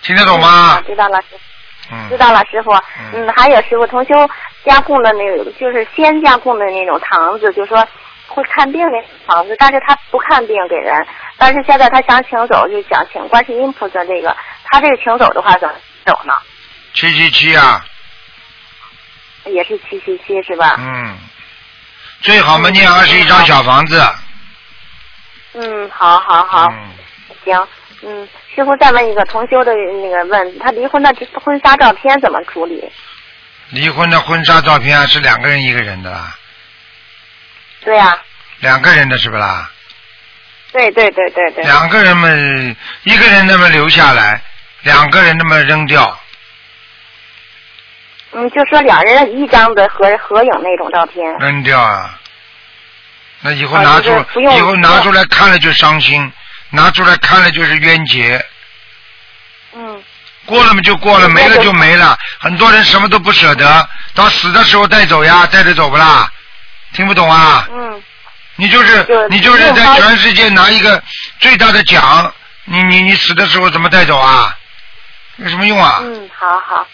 Speaker 3: 听得懂吗
Speaker 6: 啊？知道了，知
Speaker 3: 嗯，
Speaker 6: 道了，师傅。嗯，还有师傅，同修加供的那个，就是先加供的那种堂子，就说会看病那房子，但是他不看病给人，但是现在他想请走，就想请观世音菩萨这个，他这个请走的话怎么走呢？
Speaker 3: 七七七啊，
Speaker 6: 也是七七七是吧？
Speaker 3: 嗯，最好嘛念二十一张小房子，
Speaker 6: 嗯，好好好，
Speaker 3: 嗯，
Speaker 6: 行。嗯，师傅再问一个同修的那个问，他离婚的婚纱照片怎么处理？
Speaker 3: 离婚的婚纱照片啊是两个人一个人的啦，
Speaker 6: 对呀、
Speaker 3: 两个人的是不啦？
Speaker 6: 对对对对对。
Speaker 3: 两个人嘛，一个人那么留下来，两个人那么扔掉，
Speaker 6: 嗯，就说两人一张的合合影那种照片。
Speaker 3: 扔掉啊。那以后
Speaker 6: 啊
Speaker 3: 拿
Speaker 6: 就
Speaker 3: 出，
Speaker 6: 是不用
Speaker 3: 以后拿出来看了就伤心，拿出来看了就是冤结，
Speaker 6: 嗯，
Speaker 3: 过了嘛就过了，
Speaker 6: 嗯
Speaker 3: 没了
Speaker 6: 那就
Speaker 3: 就没了。很多人什么都不舍得，到死的时候带走呀，带着走不啦？听不懂啊？
Speaker 6: 嗯，
Speaker 3: 你就是
Speaker 6: 就
Speaker 3: 你就是
Speaker 6: 用它
Speaker 3: 在全世界拿一个最大的奖，你你你死的时候怎么带走啊？有什么用啊？
Speaker 6: 嗯，好好，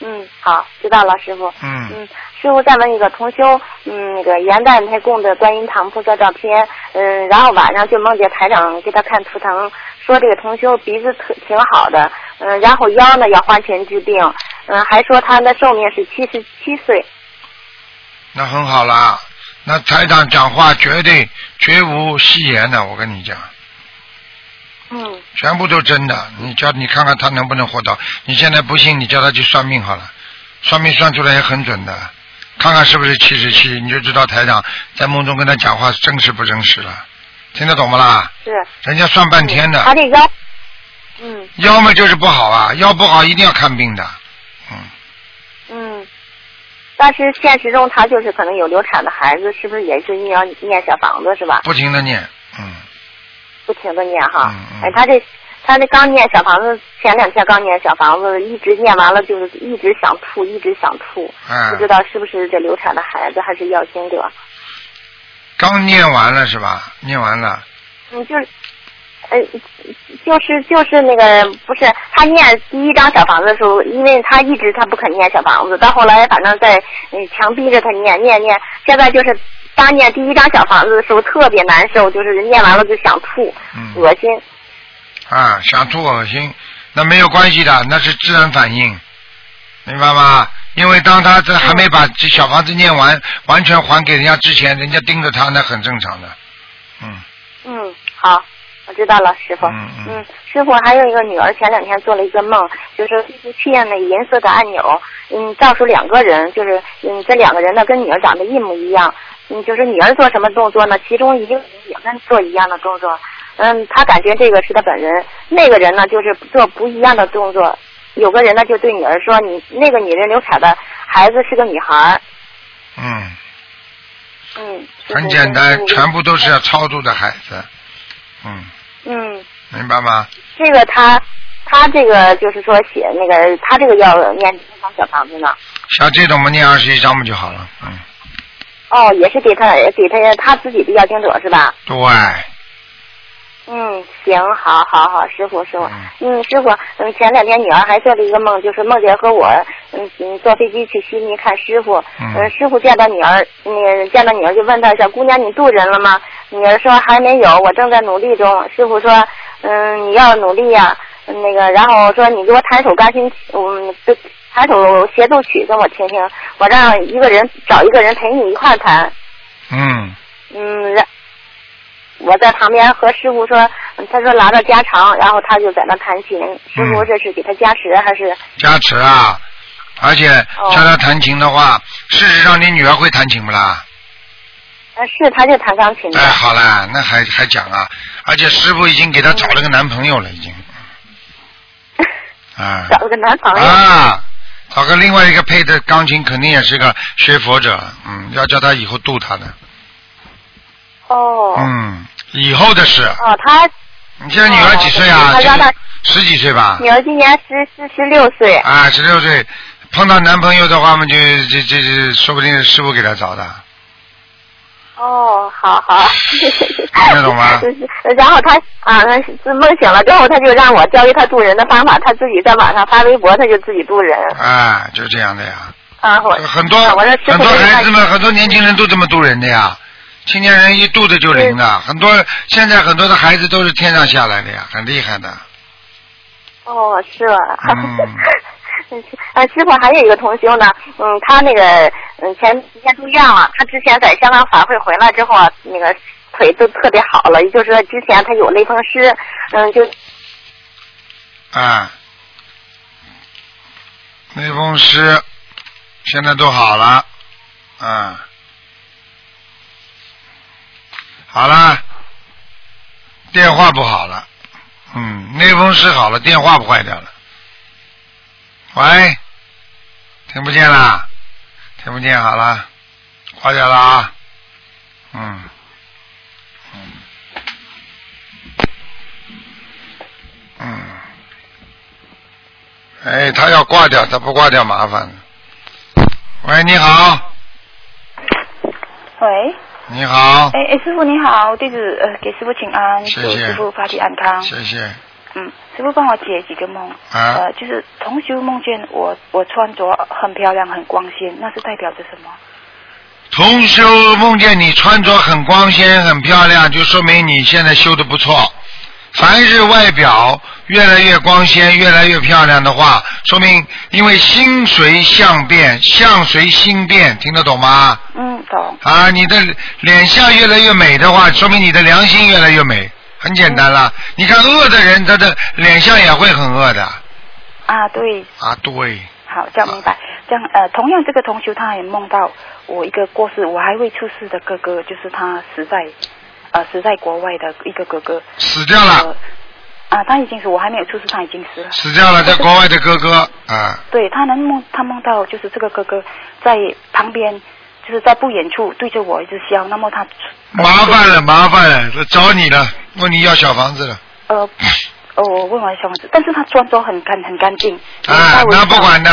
Speaker 6: 嗯，好，知道了，师傅。
Speaker 3: 嗯
Speaker 6: 嗯，师傅再问一个同修，嗯，那个元旦他供的观音堂菩萨照片，嗯，然后晚上就梦见台长给他看图腾，说这个同修鼻子特挺好的，嗯，然后腰呢要花钱治病，嗯，还说他的寿命是七十七岁，
Speaker 3: 那很好啦，那台长讲话绝对绝无戏言的，我跟你讲，
Speaker 6: 嗯，
Speaker 3: 全部都真的。你叫你看看他能不能活到？你现在不信，你叫他去算命好了，算命算出来也很准的，看看是不是七十七，你就知道台长在梦中跟他讲话真实不真实了。听得懂不啦？
Speaker 6: 是，
Speaker 3: 人家算半天
Speaker 6: 他
Speaker 3: 的，
Speaker 10: 嗯
Speaker 6: 这腰，嗯
Speaker 3: 腰嘛就是不好啊，腰不好一定要看病的。嗯，
Speaker 6: 嗯。但是现实中，他就是可能有流产的孩子，是不是也是念要念小房子是吧？
Speaker 3: 不停的念，嗯，
Speaker 6: 不停的念哈。
Speaker 3: 嗯嗯
Speaker 6: 哎，他这他那刚念小房子，前两天刚念小房子，一直念完了就是一直想吐，一直想吐，
Speaker 3: 哎
Speaker 6: 不知道是不是这流产的孩子还是药精者。
Speaker 3: 刚念完了是吧？念完了，
Speaker 6: 嗯，就是。呃，就是就是那个不是他念第一张小房子的时候，因为他一直他不肯念小房子，到后来反正在嗯强逼着他念念念，现在就是他念第一张小房子的时候特别难受，就是念完了就想吐，
Speaker 3: 嗯。
Speaker 6: 恶心。
Speaker 3: 啊，想吐恶心，那没有关系的，那是自然反应，明白吗？因为当他这还没把这小房子念完，完全还给人家之前，人家盯着他，那很正常的。嗯，
Speaker 6: 嗯，好，我知道了，师傅。
Speaker 3: 嗯嗯
Speaker 6: 师傅还有一个女儿，前两天做了一个梦，就是出现了银色的按钮，嗯，照出两个人，就是嗯，这两个人呢跟女儿长得一模一样，嗯，就是女儿做什么动作呢？其中一个人也跟做一样的动作，嗯，他感觉这个是他本人，那个人呢就是做不一样的动作。有个人呢就对女儿说：“你那个女人流产的孩子是个女孩儿。
Speaker 3: 嗯，”
Speaker 6: 嗯，师傅
Speaker 3: 很简单，
Speaker 6: 跟
Speaker 3: 全部都是要超度的孩子。嗯，
Speaker 6: 嗯。
Speaker 3: 明白吗？
Speaker 6: 这个他他这个就是说写那个他这个要念多少小房子呢？
Speaker 3: 像这种我们念二十一章不就好了？嗯，
Speaker 6: 哦，也是给他给他他自己的要经者是吧？
Speaker 3: 对，
Speaker 6: 嗯，行，好好好，师傅师傅
Speaker 3: 嗯，
Speaker 6: 嗯，师傅，嗯，前两天女儿还做了一个梦，就是梦见和我，嗯嗯，坐飞机去悉尼看师傅，
Speaker 3: 嗯
Speaker 6: 嗯，师傅见到女儿，那个见到女儿就问她小姑娘你渡人了吗？女儿说还没有，我正在努力中。师傅说，嗯，你要努力呀、嗯那个，然后说你给我弹首钢琴，嗯，对弹首协奏曲跟我听听，我让一个人找一个人陪你一块儿弹，
Speaker 3: 嗯，
Speaker 6: 嗯，然我在旁边和师傅说，嗯他说拿着加长，然后他就在那弹琴。师傅
Speaker 3: 嗯
Speaker 6: 这是给他加持还是？
Speaker 3: 加持啊，而且
Speaker 6: 哦
Speaker 3: 教他弹琴的话，事实上你女儿会弹琴不啦？
Speaker 6: 呃，是，他就弹钢琴的。
Speaker 3: 哎，好啦，那还还讲啊？而且师傅已经给她找了个男朋友了，已经。啊
Speaker 6: 哎找了个男朋友。
Speaker 3: 啊！找个另外一个配的钢琴，肯定也是个学佛者，嗯，要叫他以后度他的，
Speaker 6: 哦，
Speaker 3: 嗯，以后的事。
Speaker 6: 哦，他
Speaker 3: 你现在女儿几岁啊？
Speaker 6: 哦他
Speaker 3: 这
Speaker 6: 让
Speaker 3: 个
Speaker 6: 他
Speaker 3: 十几岁吧？
Speaker 6: 女儿今年十四十六岁，
Speaker 3: 啊，十六岁，碰到男朋友的话嘛，就这这这，说不定是师傅给他找的。
Speaker 6: 哦，好好，
Speaker 3: 听得懂 吗
Speaker 6: 嗯然后他啊，那是梦醒了之后，他就让我教给他渡人的方法，他自己在网上发微博，他就自己渡人。
Speaker 3: 啊，就这样的呀。
Speaker 6: 啊，我
Speaker 3: 很多
Speaker 6: 啊我说师
Speaker 3: 很
Speaker 6: 傅
Speaker 3: 多
Speaker 6: 这个
Speaker 3: 孩子们，很多年轻人都这么渡人的呀。青年人一渡的就灵了，很多现在很多的孩子都是天上下来的呀，很厉害的。
Speaker 6: 哦，是吧？
Speaker 3: 嗯
Speaker 6: 啊，师傅还有一个同修呢，嗯，他那个嗯前几天住院了，他之前在香港法会回来之后啊，那个腿都特别好了，也就是说之前他有类风湿，嗯，就
Speaker 3: 啊，类风湿现在都好了，啊，好了，电话不好了，嗯，类风湿好了，电话不坏掉了。喂，听不见啦，听不见，好了，挂掉了啊，嗯。嗯嗯，哎，他要挂掉，他不挂掉麻烦了。喂，你好，
Speaker 11: 喂，
Speaker 3: 你好，
Speaker 11: 哎哎，师傅你好，弟子呃给师傅请安，
Speaker 3: 谢
Speaker 11: 祝
Speaker 3: 谢
Speaker 11: 师傅法体安康。
Speaker 3: 谢谢。
Speaker 11: 嗯，师傅帮我解几个梦，
Speaker 3: 啊
Speaker 11: 呃，，就是同修梦见我我穿着很漂亮很光鲜，那是代表着什么？
Speaker 3: 同修梦见你穿着很光鲜、很漂亮，就说明你现在修的不错。凡是外表越来越光鲜、越来越漂亮的话，说明因为心随相变，相随心变，听得懂吗？
Speaker 11: 嗯，懂。
Speaker 3: 啊，你的脸相越来越美的话，说明你的良心越来越美，很简单啦。
Speaker 11: 嗯
Speaker 3: 你看恶的人，他的脸相也会很恶的
Speaker 11: 啊，对，
Speaker 3: 啊。对，
Speaker 11: 好，这样明白。这样呃，同样这个同修他也梦到我一个过世我还未出世的哥哥，就是他死在呃死在国外的一个哥哥。
Speaker 3: 死掉了
Speaker 11: 呃，啊，他已经是我还没有出世，他已经死了。
Speaker 3: 死掉了，在国外的哥哥啊，
Speaker 11: 对他能梦，他梦到就是这个哥哥在旁边，就是在不远处对着我一直笑。那么他
Speaker 3: 麻烦了，麻烦了，找你了，问你要小房子了。
Speaker 11: 呃，哦，我问完小王子，但是他穿着很干很干净。
Speaker 3: 啊
Speaker 11: 在，我
Speaker 3: 那不管的，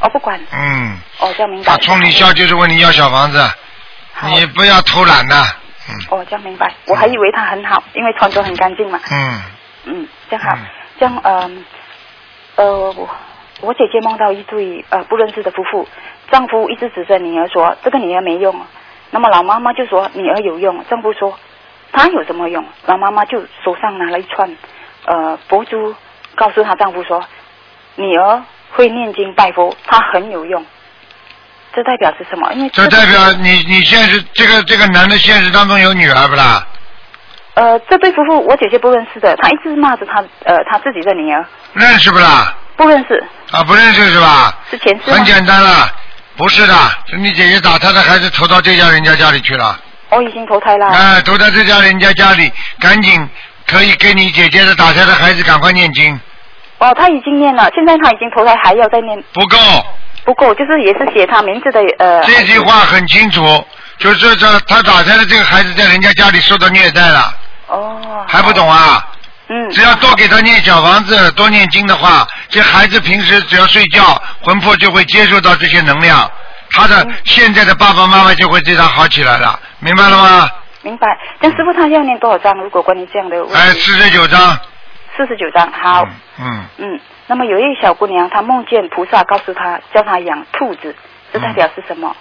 Speaker 11: 哦，不管
Speaker 3: 嗯，
Speaker 11: 哦，这样明白。
Speaker 3: 他冲你笑就是问你要小房子，啊
Speaker 11: 好
Speaker 3: 你不要偷懒呐，嗯
Speaker 11: 哦，这样明白。我还以为他很好，因为穿着很干净嘛。
Speaker 3: 嗯，
Speaker 11: 嗯，这样好
Speaker 3: 嗯，
Speaker 11: 这样嗯呃我我姐姐梦到一对呃不认识的夫妇，丈夫一直指着女儿说这个女儿没用，那么老妈妈就说女儿有用，丈夫说她有什么用？老妈妈就手上拿了一串呃佛珠，告诉她丈夫说女儿会念经拜佛，她很有用。这代表是什么？因为
Speaker 3: 这
Speaker 11: 个
Speaker 3: 代表你你现实这个这个男的现实当中有女儿不啦？
Speaker 11: 呃这对夫妇我姐姐不认识的，她一直骂着她呃她自己的女儿
Speaker 3: 认识不啦？
Speaker 11: 不认识，
Speaker 3: 啊，不认识是吧？
Speaker 11: 是前世吗
Speaker 3: 很简单了，不是的，是你姐姐打她的孩子投到这家人家家里去了，
Speaker 11: 我已经投胎了。
Speaker 3: 哎、投到这家人家家里，赶紧可以给你姐姐的打胎的孩子赶快念经，
Speaker 11: 哦，他已经念了，现在他已经投胎，还要再念。
Speaker 3: 不够，
Speaker 11: 不过就是也是写他名字的呃。
Speaker 3: 这句话很清楚，就是这他打胎的这个孩子在人家家里受到虐待了，
Speaker 11: 哦。
Speaker 3: 还不懂啊？
Speaker 11: 嗯。
Speaker 3: 只要多给他念小房子，多念经的话，这孩子平时只要睡觉，魂魄就会接受到这些能量，他的
Speaker 11: 嗯
Speaker 3: 现在的爸爸妈妈就会对他好起来了，明白了吗？
Speaker 11: 明白。但师傅他要念多少章？如果关于这样的问
Speaker 3: 哎，
Speaker 11: 题，
Speaker 3: 四十九章。
Speaker 11: 四十九章。好。
Speaker 3: 嗯。
Speaker 11: 嗯。那么有一小姑娘，她梦见菩萨告诉她，叫她养兔子，这
Speaker 3: 嗯
Speaker 11: 代表是什么？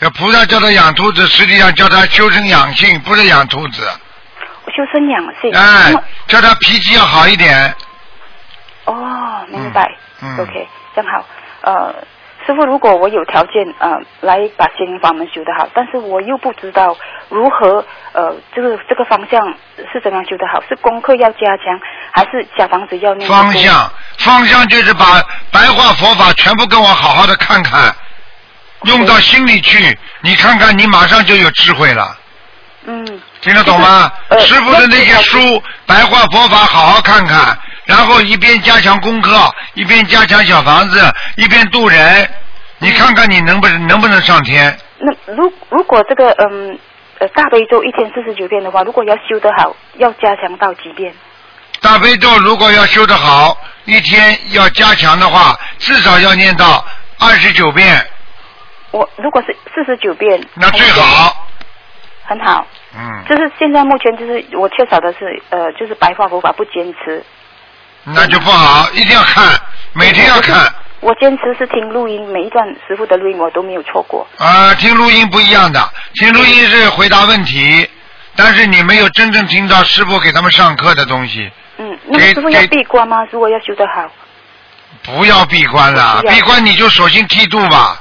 Speaker 3: 这菩萨叫他养兔子，实际上叫他修身养性，不是养兔子。
Speaker 11: 修身养性。
Speaker 3: 哎
Speaker 11: 那么，
Speaker 3: 叫他脾气要好一点。
Speaker 11: 哦，明白。
Speaker 3: 嗯嗯
Speaker 11: OK，正好。呃，师傅，如果我有条件呃来把心灵法门修得好，但是我又不知道如何呃这个这个方向是怎样修得好，是功课要加强，还是小房子要念得多
Speaker 3: 方？向，方向就是把白话佛法全部跟我好好的看看，用到心里去，你看看你马上就有智慧了。
Speaker 11: 嗯
Speaker 3: 听得懂吗？
Speaker 12: 嗯
Speaker 11: 就是呃
Speaker 3: 师傅的那些书，白话佛法好好看看，然后一边加强功课，一边加强小房子，一边渡人。你看看你能不能能不能上天？
Speaker 11: 那如如果这个嗯呃大悲咒一天四十九遍的话，如果要修得好，要加强到几遍？
Speaker 3: 大悲咒如果要修得好，一天要加强的话，至少要念到二十九遍，
Speaker 11: 我如果是四十九遍，
Speaker 3: 那最好。
Speaker 11: 很好。
Speaker 3: 嗯，
Speaker 11: 就是现在目前就是我缺少的是呃，就是白话佛法不坚持。啊
Speaker 3: 那就不好，一定要看，每天要 看。
Speaker 11: 我坚持是听录音，每一段师傅的录音我都没有错过。
Speaker 3: 啊，听录音不一样的，听录音是回答问题，但是你没有真正听到师傅给他们上课的东西。
Speaker 11: 嗯，那么
Speaker 3: 给
Speaker 11: 师傅要
Speaker 3: 给
Speaker 11: 闭关吗？如果要修得好，
Speaker 3: 不要闭关了，
Speaker 11: 不要
Speaker 3: 闭关你就索性剃度 吧。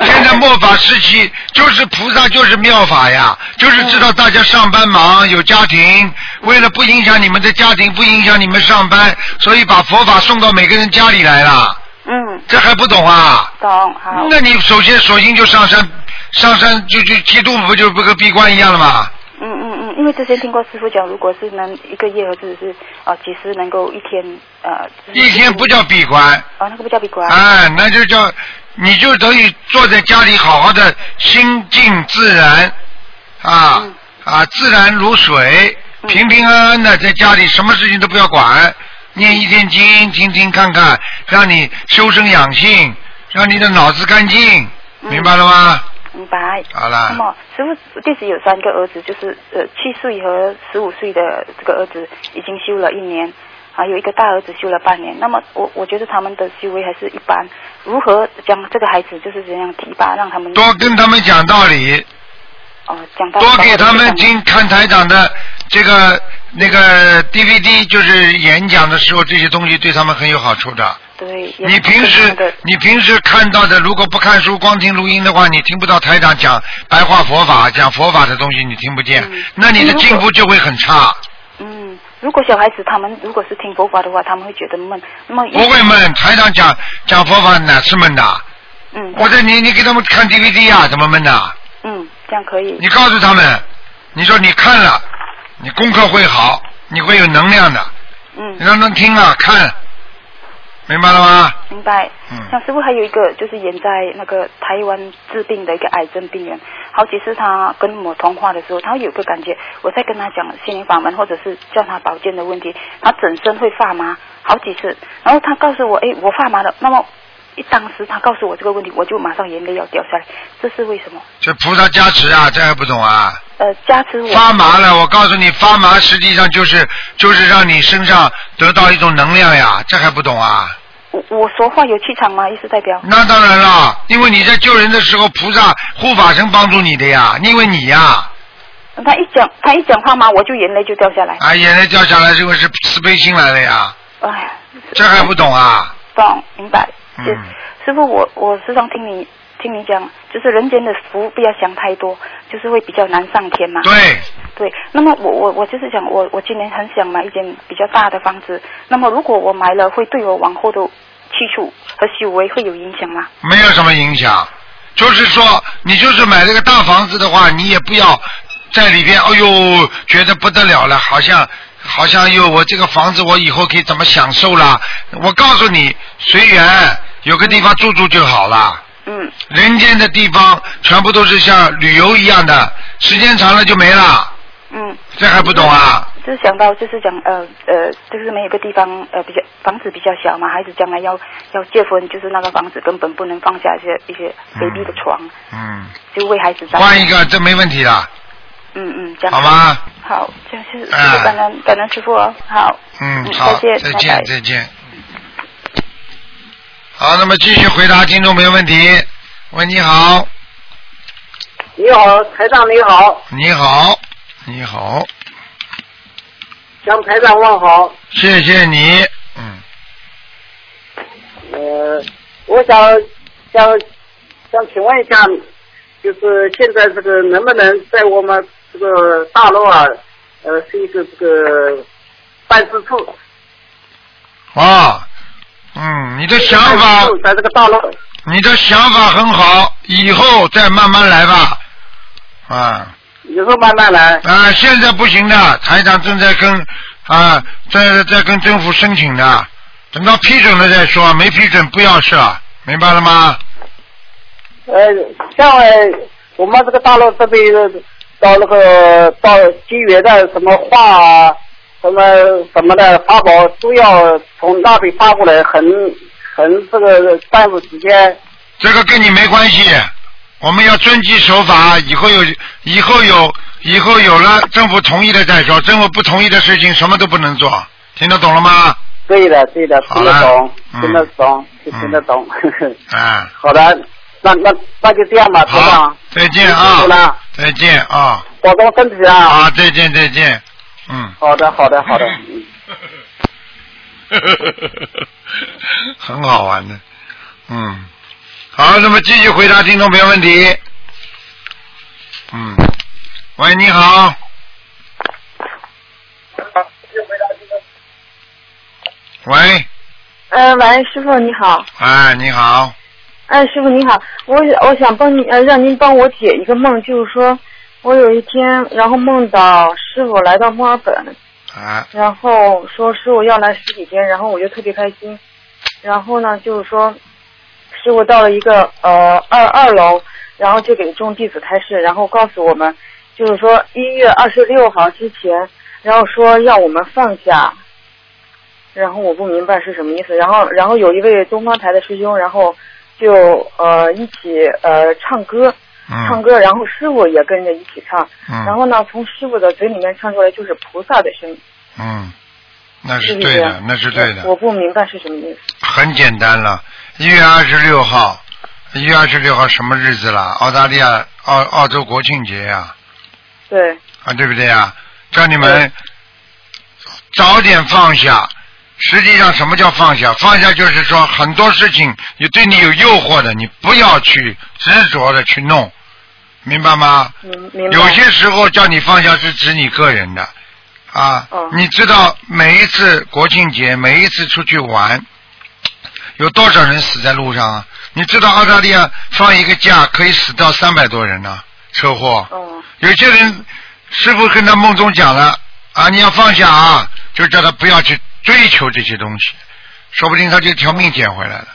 Speaker 3: 现在末法时期，就是菩萨就是妙法呀，就是知道大家上班忙有家庭，为了不影响你们的家庭，不影响你们上班，所以把佛法送到每个人家里来了。
Speaker 11: 嗯，
Speaker 3: 这还不懂啊？
Speaker 11: 懂好。
Speaker 3: 那你首先索性就上山，上山就就剃度，不就不跟闭关一样了吗？
Speaker 11: 嗯嗯嗯，因为之前听过师傅讲，如果是能一个月或者是呃几十能够一天呃，就是
Speaker 3: 一天不叫闭关，
Speaker 11: 哦那个不叫闭关。
Speaker 3: 哎，那就叫你就等于坐在家里好好的心静自然，啊、
Speaker 11: 嗯
Speaker 3: 啊，自然如水，平平安安的在家里，什么事情都不要管，念一天经，听听看看，让你修身养性，让你的脑子干净，
Speaker 11: 嗯
Speaker 3: 明白了吗？
Speaker 11: 明白。
Speaker 3: 好
Speaker 11: 嗯那
Speaker 3: 了，
Speaker 11: 么，师傅弟子有三个儿子，就是呃七岁和十五岁的这个儿子已经修了一年，还有一个大儿子修了半年。那么我我觉得他们的修为还是一般，如何将这个孩子就是怎样提拔，让他们
Speaker 3: 多跟他们讲道理，
Speaker 11: 哦、讲到
Speaker 3: 多给他们听看台长的这个那个 DVD，就是演讲的时候，这些东西对他们很有好处的。
Speaker 11: 对，也
Speaker 3: 你平时你平时看到的，如果不看书光听录音的话，你听不到台长讲白话佛法、讲佛法的东西，你听不见，那你的进步就会很差。
Speaker 11: 嗯，如果小孩子他们如果是听佛法的话，他们会觉得闷。那么
Speaker 3: 不会闷，台长讲讲佛法哪是闷的？
Speaker 11: 嗯
Speaker 3: 或者你你给他们看 DVD 啊，怎么闷的？
Speaker 11: 嗯，这样可以。
Speaker 3: 你告诉他们，你说你看了，你功课会好，你会有能量的。
Speaker 11: 嗯
Speaker 3: 你让他听啊看，明白了吗？
Speaker 11: 明白。
Speaker 3: 嗯
Speaker 11: 像师傅还有一个就是远在那个台湾治病的一个癌症病人，好几次他跟我通话的时候，他有个感觉，我在跟他讲心灵法门或者是叫他保健的问题，他整身会发麻，好几次。然后他告诉我，哎，我发麻了。那么一当时他告诉我这个问题，我就马上眼泪要掉下来，这是为什么？
Speaker 3: 这菩萨加持啊，这还不懂啊？
Speaker 11: 呃，加持我
Speaker 3: 发麻了，我告诉你，发麻实际上就是就是让你身上得到一种能量呀，这还不懂啊？
Speaker 11: 我我说话有气场吗？意思代表？
Speaker 3: 那当然了，因为你在救人的时候，菩萨护法神帮助你的呀，因为你呀，
Speaker 11: 他一讲他一讲话嘛，我就眼泪就掉下来。
Speaker 3: 啊，眼泪掉下来，这个是慈悲心来了呀，
Speaker 11: 哎，
Speaker 3: 这还不懂啊？
Speaker 11: 懂明白。
Speaker 3: 嗯，
Speaker 11: 师傅，我我时常听你听你讲，就是人间的福不要想太多，就是会比较难上天嘛。
Speaker 3: 对，
Speaker 11: 对，那么我我我就是想，我我今年很想买一间比较大的房子，那么如果我买了，会对我往后的去处和修为会有影响吗？
Speaker 3: 没有什么影响，就是说你就是买这个大房子的话，你也不要在里边，哎呦，觉得不得了了，好像好像哟，我这个房子我以后可以怎么享受啦？我告诉你，随缘，有个地方住住就好了。
Speaker 11: 嗯，
Speaker 3: 人间的地方全部都是像旅游一样的，时间长了就没了，
Speaker 11: 嗯，
Speaker 3: 这还不懂啊？
Speaker 11: 就是想到就是讲呃呃，就是没有个地方呃比较房子比较小嘛，孩子将来要要结婚，就是那个房子根本不能放下一些一些 baby 的床，
Speaker 3: 嗯，
Speaker 11: 就为孩子着想。
Speaker 3: 换一个这没问题的，
Speaker 11: 嗯嗯，这样
Speaker 3: 好吗？
Speaker 11: 好，这样是，谢
Speaker 3: 哎
Speaker 11: 谢感恩感恩师傅哦，好。
Speaker 3: 嗯，
Speaker 11: 嗯
Speaker 3: 好，
Speaker 11: 再见
Speaker 3: 再
Speaker 11: 拜拜
Speaker 3: 见，再见。好，那么继续回答听众朋友问题。喂，你好，
Speaker 13: 你好，台长你好，
Speaker 3: 你好，你好，
Speaker 13: 向台长问好。
Speaker 3: 谢谢你。嗯，
Speaker 13: 呃，我想想想请问一下，就是现在这个能不能在我们这个大陆啊，呃，是一个这个办事处，
Speaker 3: 啊，嗯，你的想
Speaker 13: 办
Speaker 3: 法
Speaker 13: 事，处哎在这个大陆，
Speaker 3: 你的想法很好，以后再慢慢来吧。啊
Speaker 13: 以后慢慢来。
Speaker 3: 啊，现在不行的，台长正在跟啊，再再跟政府申请的，等到批准了再说，没批准不要事，明白了吗？
Speaker 13: 呃，像呃我们这个大陆这边的到那个到机缘的什么画啊，什么什么的法宝都要从那边发过来，很很这个耽误时间。
Speaker 3: 这个跟你没关系，我们要遵纪守法。以后有，以后有，以后有了政府同意的再说，政府不同意的事情什么都不能做，听得懂了吗？
Speaker 13: 对的，对的，
Speaker 3: 好
Speaker 13: 听得
Speaker 3: 了
Speaker 13: 懂，
Speaker 3: 嗯
Speaker 13: 听得懂，听得懂。
Speaker 3: 啊，
Speaker 13: 好的，那那那就这样吧，台
Speaker 3: 好
Speaker 13: 长，，
Speaker 3: 再见
Speaker 13: 辛苦
Speaker 3: 啊
Speaker 13: 了，
Speaker 3: 再见啊，
Speaker 13: 保重身体啊！
Speaker 3: 啊，再见再见，嗯。
Speaker 13: 好的，好的，好的。
Speaker 3: 很好玩的，嗯，好，那么继续回答听众朋友问题。嗯，喂，你
Speaker 13: 啊
Speaker 3: 好。喂，
Speaker 14: 嗯，喂，师傅你好。
Speaker 3: 哎，你好，
Speaker 14: 哎，师傅你好，我我想帮您呃，让您帮我解一个梦，就是说我有一天，然后梦到师傅来到墨尔本，
Speaker 5: 呃
Speaker 3: 哎，
Speaker 14: 然后说师傅要来十几天，然后我就特别开心。然后呢，就是说师傅到了一个呃二二楼，然后就给众弟子开示，然后告诉我们，就是说一月二十六号之前，然后说要我们放假。然后我不明白是什么意思，然后然后有一位东方台的师兄，然后就呃一起呃唱歌，唱
Speaker 3: 嗯
Speaker 14: 歌，然后师傅也跟着一起唱，
Speaker 3: 嗯
Speaker 14: 然后呢从师傅的嘴里面唱出来就是菩萨的声音，
Speaker 3: 嗯，那是
Speaker 14: 是不
Speaker 3: 对
Speaker 14: 是
Speaker 3: 的，那是对的，
Speaker 14: 我不明白是什么意思。
Speaker 3: 很简单了。一月二十六号，一月二十六号什么日子了？澳大利亚澳澳洲国庆节呀、
Speaker 14: 对，
Speaker 3: 啊，对不对呀、叫你们早点放下。实际上，什么叫放下？放下就是说，很多事情有对你有诱惑的，你不要去执着的去弄，明白吗？
Speaker 14: 明明白。
Speaker 3: 有些时候叫你放下是指你个人的啊，
Speaker 14: 哦
Speaker 3: 你知 道每一次国庆节，每一次出去玩，有多少人死在路上啊？你知道澳大利亚放一个假可以死到三百多人呢、车祸。
Speaker 14: 哦
Speaker 3: 有些人师傅跟他梦中讲了啊，你要放下啊，就叫他不要去追求这些东西，说不定他就一条命捡回来了，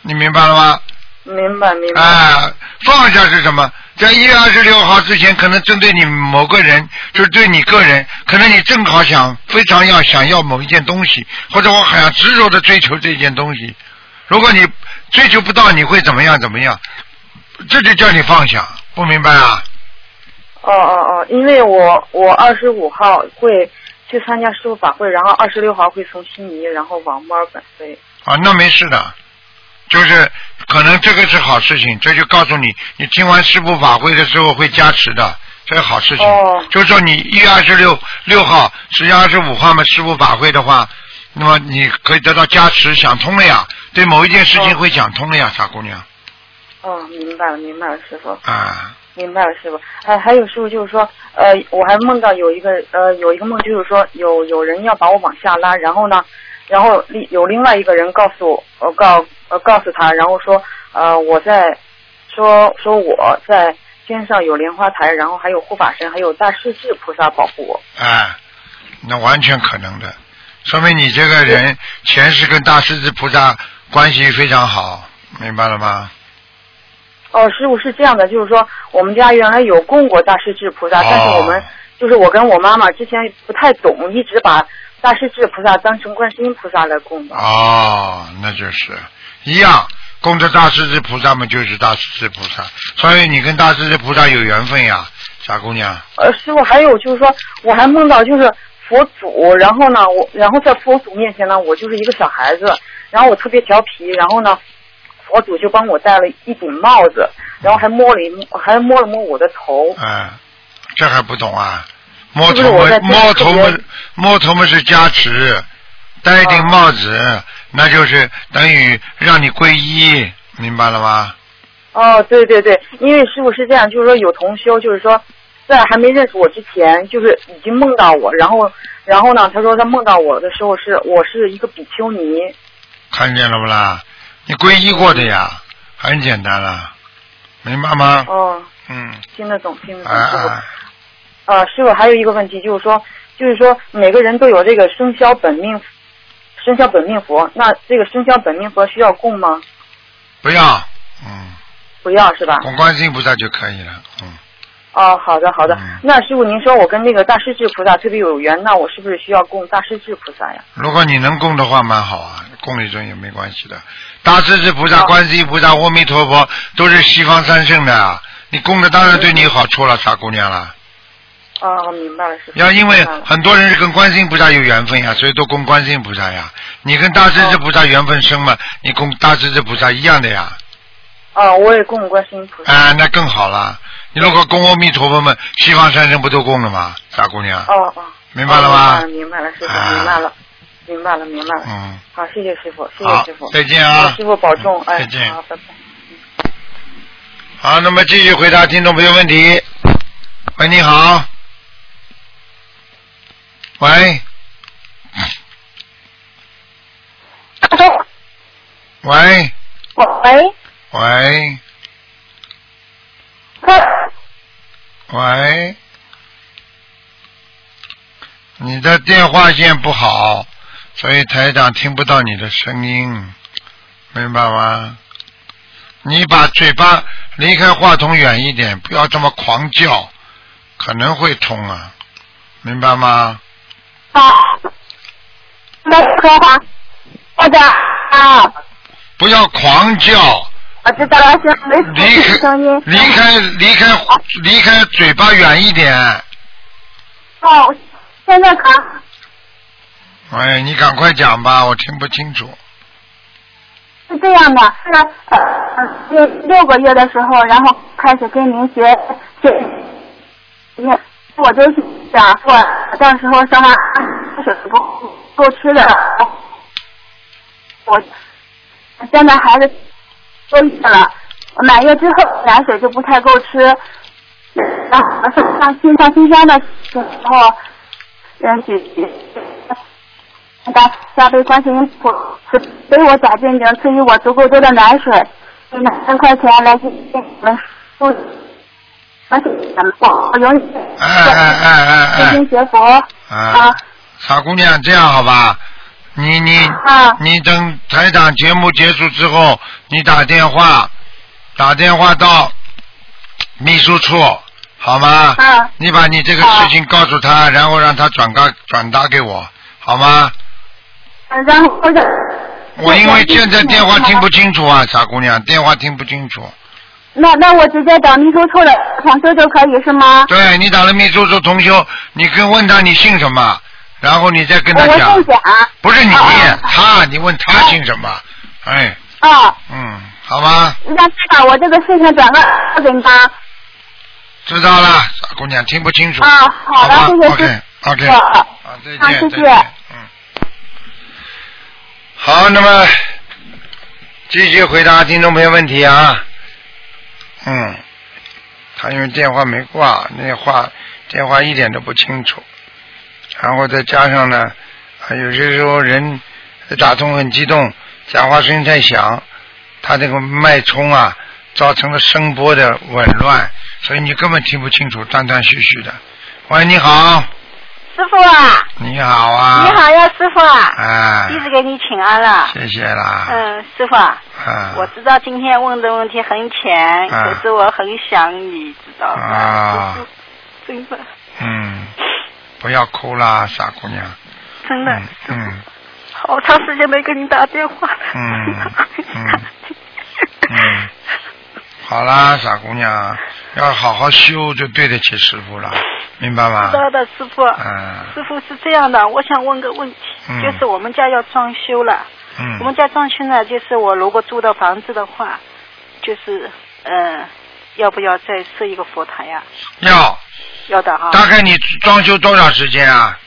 Speaker 3: 你明白了吗？
Speaker 14: 明白明白。
Speaker 3: 啊，放下是什么？在一月二十六号之前，可能针对你某个人，就是对你个人，可能你正好想非常要想要某一件东西，或者我很想执着的追求这件东西。如果你追求不到，你会怎么样？怎么样？这就叫你放下，不明白啊？
Speaker 14: 哦哦哦，因为我我二十五号会去参加师傅法会，然后二十六号会从悉尼，然后往墨尔本飞。
Speaker 3: 啊，那没事的，就是可能这个是好事情，这就告诉你，你听完师傅法会的时候会加持的，这是好事情。
Speaker 14: 哦
Speaker 3: 就是说你一月二十六六号，十月二十五号嘛，师傅法会的话，那么你可以得到加持，想通了呀，对某一件事情
Speaker 14: 哦
Speaker 3: 会想通了呀，傻姑娘
Speaker 14: 哦，明白了明白了，师傅。
Speaker 3: 啊，
Speaker 14: 明白了，师傅。还还有师傅就是说，呃，我还梦到有一个呃有一个梦，就是说有有人要把我往下拉，然后呢，然后另有另外一个人告诉我，呃告呃告诉他，然后说呃我在说说我在天上有莲花台，然后还有护法神，还有大势至菩萨保护我。
Speaker 3: 哎，那完全可能的，说明你这个人前世跟大势至菩萨关系非常好，明白了吗？
Speaker 14: 哦，师傅是这样的，就是说我们家原来有供过大势至菩萨，但是我们
Speaker 3: 哦
Speaker 14: 就是我跟我妈妈之前不太懂，一直把大势至菩萨当成观世音菩萨来供的。
Speaker 3: 哦，那就是一样，供着大势至菩萨嘛，就是大势至菩萨，所以你跟大势至菩萨有缘分呀，傻姑娘。
Speaker 14: 呃，师傅，还有就是说，我还梦到就是佛祖，然后呢，我然后在佛祖面前呢，我就是一个小孩子，然后我特别调皮，然后呢，佛祖就帮我戴了一顶帽子，然后还摸了一摸还摸了摸我的头，
Speaker 3: 嗯，这还不懂啊？摸
Speaker 14: 是不
Speaker 3: 头
Speaker 14: 是
Speaker 3: 嘛
Speaker 14: 我在，这
Speaker 3: 摸头嘛
Speaker 14: 特别，
Speaker 3: 摸头嘛是加持，戴一顶帽子，
Speaker 14: 啊
Speaker 3: 那就是等于让你皈依，明白了吗？
Speaker 14: 哦，对对对，因为师傅是这样，就是说有同修，就是说在还没认识我之前，就是已经梦到我，然后然后呢，他说他梦到我的时候是我是一个比丘尼，
Speaker 3: 看见了不啦？你皈依过的呀，很简单啦，明白吗？
Speaker 14: 哦，
Speaker 3: 嗯，
Speaker 14: 听得懂，听得懂，
Speaker 3: 啊
Speaker 14: 师傅。
Speaker 3: 啊，
Speaker 14: 呃，师傅还有一个问题就是说，就是说每个人都有这个生肖本命生肖本命佛，那这个生肖本命佛需要供吗？
Speaker 3: 不要，嗯，
Speaker 14: 不要是吧？
Speaker 3: 供观世音菩萨就可以了，嗯，
Speaker 14: 哦，好的好的。那师傅您说我跟那个大势至菩萨特别有缘，那我是不是需要供大势至菩萨呀？
Speaker 3: 如果你能供的话，蛮好啊，供一尊也没关系的。大势至菩萨、观世音菩萨、阿弥陀佛都是西方三圣的啊，你供的当然对你有好处了，傻姑娘了。
Speaker 14: 哦，明白了，师傅。
Speaker 3: 要因为
Speaker 14: 明白了
Speaker 3: 很多人是跟观世音菩萨有缘分呀，所以都供观世音菩萨呀。你跟大势至菩萨缘分深嘛，你供大势至菩萨一样的呀。
Speaker 14: 哦，我也供观世音菩萨。
Speaker 3: 啊，那更好了。你如果供阿弥陀佛嘛，西方三圣不都供了吗？傻姑娘，
Speaker 14: 哦哦，
Speaker 3: 明白了吗？啊
Speaker 14: 哦明白了，明白了，师傅，明白了，明白了，明白了。
Speaker 3: 嗯，
Speaker 14: 好，谢谢师傅，谢
Speaker 3: 好
Speaker 14: 谢师傅，
Speaker 3: 再见啊
Speaker 14: 师傅保重，哎，
Speaker 3: 再见
Speaker 14: 好，拜拜。嗯
Speaker 3: 好，那么继续回答听众朋友问题。喂，你好。喂。喂
Speaker 5: 喂，
Speaker 3: 喂喂，你的电话线不好，所以台长听不到你的声音，明白吗？你把嘴巴离开话筒远一点，不要这么狂叫，可能会通啊，明白吗？
Speaker 5: 好，那说话，我的啊，
Speaker 3: 不要狂叫，
Speaker 5: 我啊知道了，是没
Speaker 3: 离开离开离开离开嘴巴远一点。
Speaker 5: 哦，现在可
Speaker 3: 哎，你赶快讲吧，我听不清楚。
Speaker 5: 是这样的，是呃
Speaker 2: 嗯
Speaker 5: 呃六六个月的时候，然后开始跟您学学，你看我就是想我到时候上完水不够吃的，我现在孩子多月了，满月之后奶水就不太够吃，然后上新上新山的时候，嗯举举大大悲观世音菩萨给我假证明，赐予我足够多的奶水，以拿三块钱来给你们助，而且我我永远
Speaker 3: 哎哎哎哎
Speaker 5: 修
Speaker 3: 哎
Speaker 5: 心学佛。
Speaker 3: 啊！傻姑娘，这样好吧？你你、
Speaker 5: 啊
Speaker 3: 你等台长节目结束之后，你打电话，打电话到秘书处，好吗？
Speaker 5: 啊
Speaker 3: 你把你这个事情告诉他，然后让他转告转达给我，好吗？
Speaker 5: 然后我就
Speaker 3: 我因为现在电话听不清楚啊，傻姑娘，电话听不清楚。
Speaker 5: 那那我直接找秘书处的同修就可以是吗？
Speaker 3: 对你打了秘书处同修，你跟问他你姓什么，然后你再跟他
Speaker 5: 我
Speaker 3: 讲
Speaker 5: 姓，啊贾。
Speaker 3: 不是你，他，你问他姓什么，哎，
Speaker 5: 啊，
Speaker 3: 嗯，好吗？
Speaker 5: 让他把我这个事情转告给他。
Speaker 3: 知道了，傻姑娘听不清楚，
Speaker 5: 啊，好
Speaker 3: 吧
Speaker 5: 的，谢谢
Speaker 3: ？OK
Speaker 5: 师
Speaker 3: OK，
Speaker 5: 傅。
Speaker 3: 好，再
Speaker 5: 啊，谢
Speaker 3: 见，再
Speaker 5: 谢。
Speaker 3: 见。嗯好，那么继续回答听众朋友问题啊。嗯，他因为电话没挂，那话电话一点都不清楚，然后再加上呢，啊，有些时候人打通很激动，讲话声音太响，他这个脉冲啊，造成了声波的紊乱，所以你根本听不清楚，断断续续的。喂，你好，
Speaker 15: 师傅啊，
Speaker 3: 你好啊，
Speaker 15: 你好呀，师傅啊，
Speaker 3: 啊，
Speaker 15: 弟子给你请安了。
Speaker 3: 谢谢啦，
Speaker 15: 嗯，师傅啊，
Speaker 3: 啊，
Speaker 15: 我知道今天问的问题很浅，
Speaker 3: 啊
Speaker 15: 可是我很想你，知道吗？
Speaker 3: 啊，
Speaker 15: 真的，
Speaker 3: 嗯，不要哭啦，傻姑娘，
Speaker 15: 真的，
Speaker 3: 嗯嗯
Speaker 15: 好长时间没给你打电话。
Speaker 3: 嗯嗯嗯，好啦，傻姑娘，要好好修就对得起师傅了，明白吗
Speaker 15: 知？道的，师傅。
Speaker 3: 嗯
Speaker 15: 师傅是这样的，我想问个问题，
Speaker 3: 嗯
Speaker 15: 就是我们家要装修了。
Speaker 3: 嗯
Speaker 15: 我们家装修呢，就是我如果租的房子的话，就是呃，要不要再设一个佛台呀、
Speaker 3: 要
Speaker 15: 要的哈、
Speaker 3: 大概你装修多少时间啊？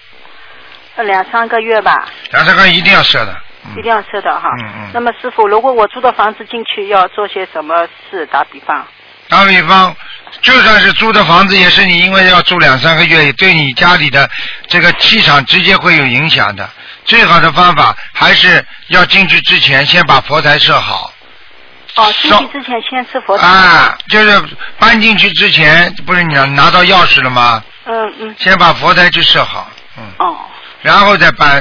Speaker 15: 呃两三个月吧，
Speaker 3: 两三个一定要设的，
Speaker 15: 一定要设的哈。
Speaker 3: 嗯嗯
Speaker 15: 那么师傅，如果我租的房子进去要做些什么事？打比方，
Speaker 3: 打比方，就算是租的房子，也是你因为要住两三个月，也对你家里的这个气场直接会有影响的。最好的方法还是要进去之前先把佛台设好。
Speaker 15: 哦，进去之前先设佛台。
Speaker 3: 啊，就是搬进去之前，不是你拿拿到钥匙了吗？
Speaker 15: 嗯嗯。
Speaker 3: 先把佛台去设好，嗯，
Speaker 15: 哦
Speaker 3: 然后再搬，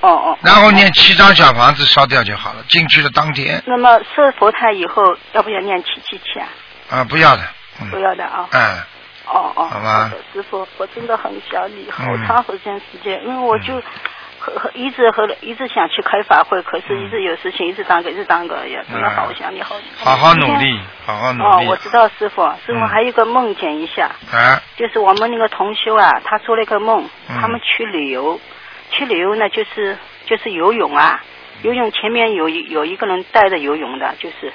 Speaker 15: 哦哦。
Speaker 3: 然后念七张小房子烧掉就好了。进去的当天
Speaker 15: 那么设佛台以后，要不要念七七七啊？
Speaker 3: 啊，不要的，
Speaker 15: 不要的啊。
Speaker 3: 嗯，
Speaker 15: 哦哦。
Speaker 3: 好吧
Speaker 15: 好的师傅，我真的很想你，好
Speaker 3: 嗯
Speaker 15: 长好长时间，因为我就。和和一直和一直想去开法会，可
Speaker 3: 嗯
Speaker 15: 是一直有事情，一直耽搁，一直耽搁，也真的好，我想你好。
Speaker 3: 好好努力，好好努
Speaker 15: 哦，
Speaker 3: 力
Speaker 15: 我知道师傅，师傅
Speaker 3: 嗯
Speaker 15: 还有一个梦见一下，
Speaker 3: 啊，
Speaker 15: 就是我们那个同修啊，他做了一个梦，
Speaker 3: 嗯
Speaker 15: 他们去旅游，去旅游呢就是就是游泳啊，游泳前面有一有一个人带着游泳的，就是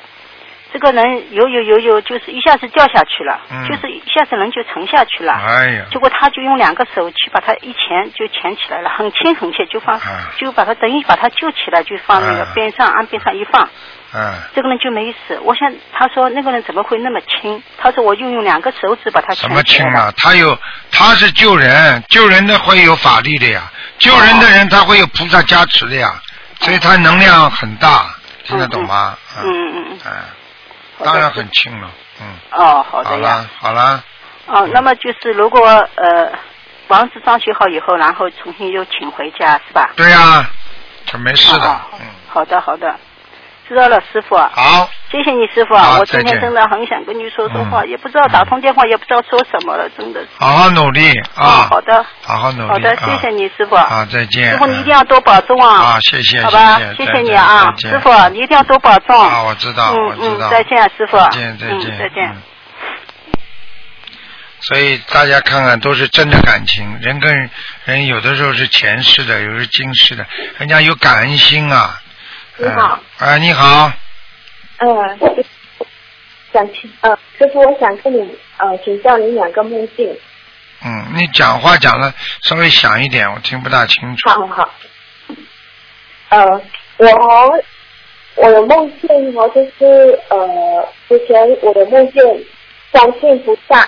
Speaker 15: 这个人游游游游，就是一下子掉下去了，
Speaker 3: 嗯
Speaker 15: 就是一下子人就沉下去了。
Speaker 3: 哎呀，
Speaker 15: 结果他就用两个手去把他一钳就钳起来了，很轻很轻，就
Speaker 7: 嗯
Speaker 15: 放、就把他等于把他救起来，就放那个
Speaker 3: 啊
Speaker 15: 边上，按边上一放，
Speaker 3: 嗯，
Speaker 15: 这个人就没死。我想他说那个人怎么会那么轻？他说我就用两个手指把他
Speaker 3: 什
Speaker 15: 钳
Speaker 3: 么
Speaker 15: 起
Speaker 3: 轻
Speaker 15: 来了。
Speaker 3: 啊？他有，他是救人，救人的会有法力的呀，救人的
Speaker 15: 哦
Speaker 3: 人他会有菩萨加持的呀，所以他能量很大，听得懂吗？
Speaker 15: 嗯嗯嗯。
Speaker 3: 嗯，
Speaker 15: 好的
Speaker 3: 当然很轻了，嗯，
Speaker 15: 哦，
Speaker 3: 好
Speaker 15: 好的呀。
Speaker 3: 了好了，
Speaker 15: 哦，那么就是如果呃房子装修好以后，然后重新又请回家是吧？
Speaker 3: 对呀，这没事的，
Speaker 15: 好的好的，知道了，师傅。啊
Speaker 3: 好。
Speaker 15: 谢谢你师傅
Speaker 3: 好
Speaker 15: 啊，我今
Speaker 3: 再
Speaker 15: 天
Speaker 3: 见嗯
Speaker 15: 真的很想跟你说说话，也不知道打通电话，也不知道说什么了，真的是。
Speaker 3: 好好努力啊，
Speaker 15: 好的，
Speaker 3: 好好努力，
Speaker 15: 好的，谢
Speaker 3: 啊
Speaker 15: 谢你师傅。
Speaker 3: 啊，再见，
Speaker 15: 师傅你一
Speaker 3: 嗯
Speaker 15: 定要多保重啊。
Speaker 3: 啊，谢谢，
Speaker 15: 好吧
Speaker 3: 谢，
Speaker 15: 谢
Speaker 3: 再
Speaker 15: 谢你
Speaker 3: 见
Speaker 15: 啊，
Speaker 3: 再见
Speaker 15: 师傅，你一定要多保重。
Speaker 3: 啊，我知道，我
Speaker 15: 嗯
Speaker 3: 知道，
Speaker 15: 嗯，再见啊，师傅。
Speaker 3: 再见，再
Speaker 15: 嗯
Speaker 3: 见，
Speaker 15: 再见。
Speaker 3: 所以大家看看，都是真的感情。人跟人有的时候是前世的，有时候是今世的，人家有感恩心啊。
Speaker 10: 你好
Speaker 3: 嗯。啊，你好，
Speaker 10: 嗯，想请呃，师傅，我想跟你呃请教你两个梦境。
Speaker 3: 嗯，你讲话讲的稍微响一点，我听不大清楚。
Speaker 10: 好好好。呃，我我的梦见我就是呃，之前我的梦见观世音菩萨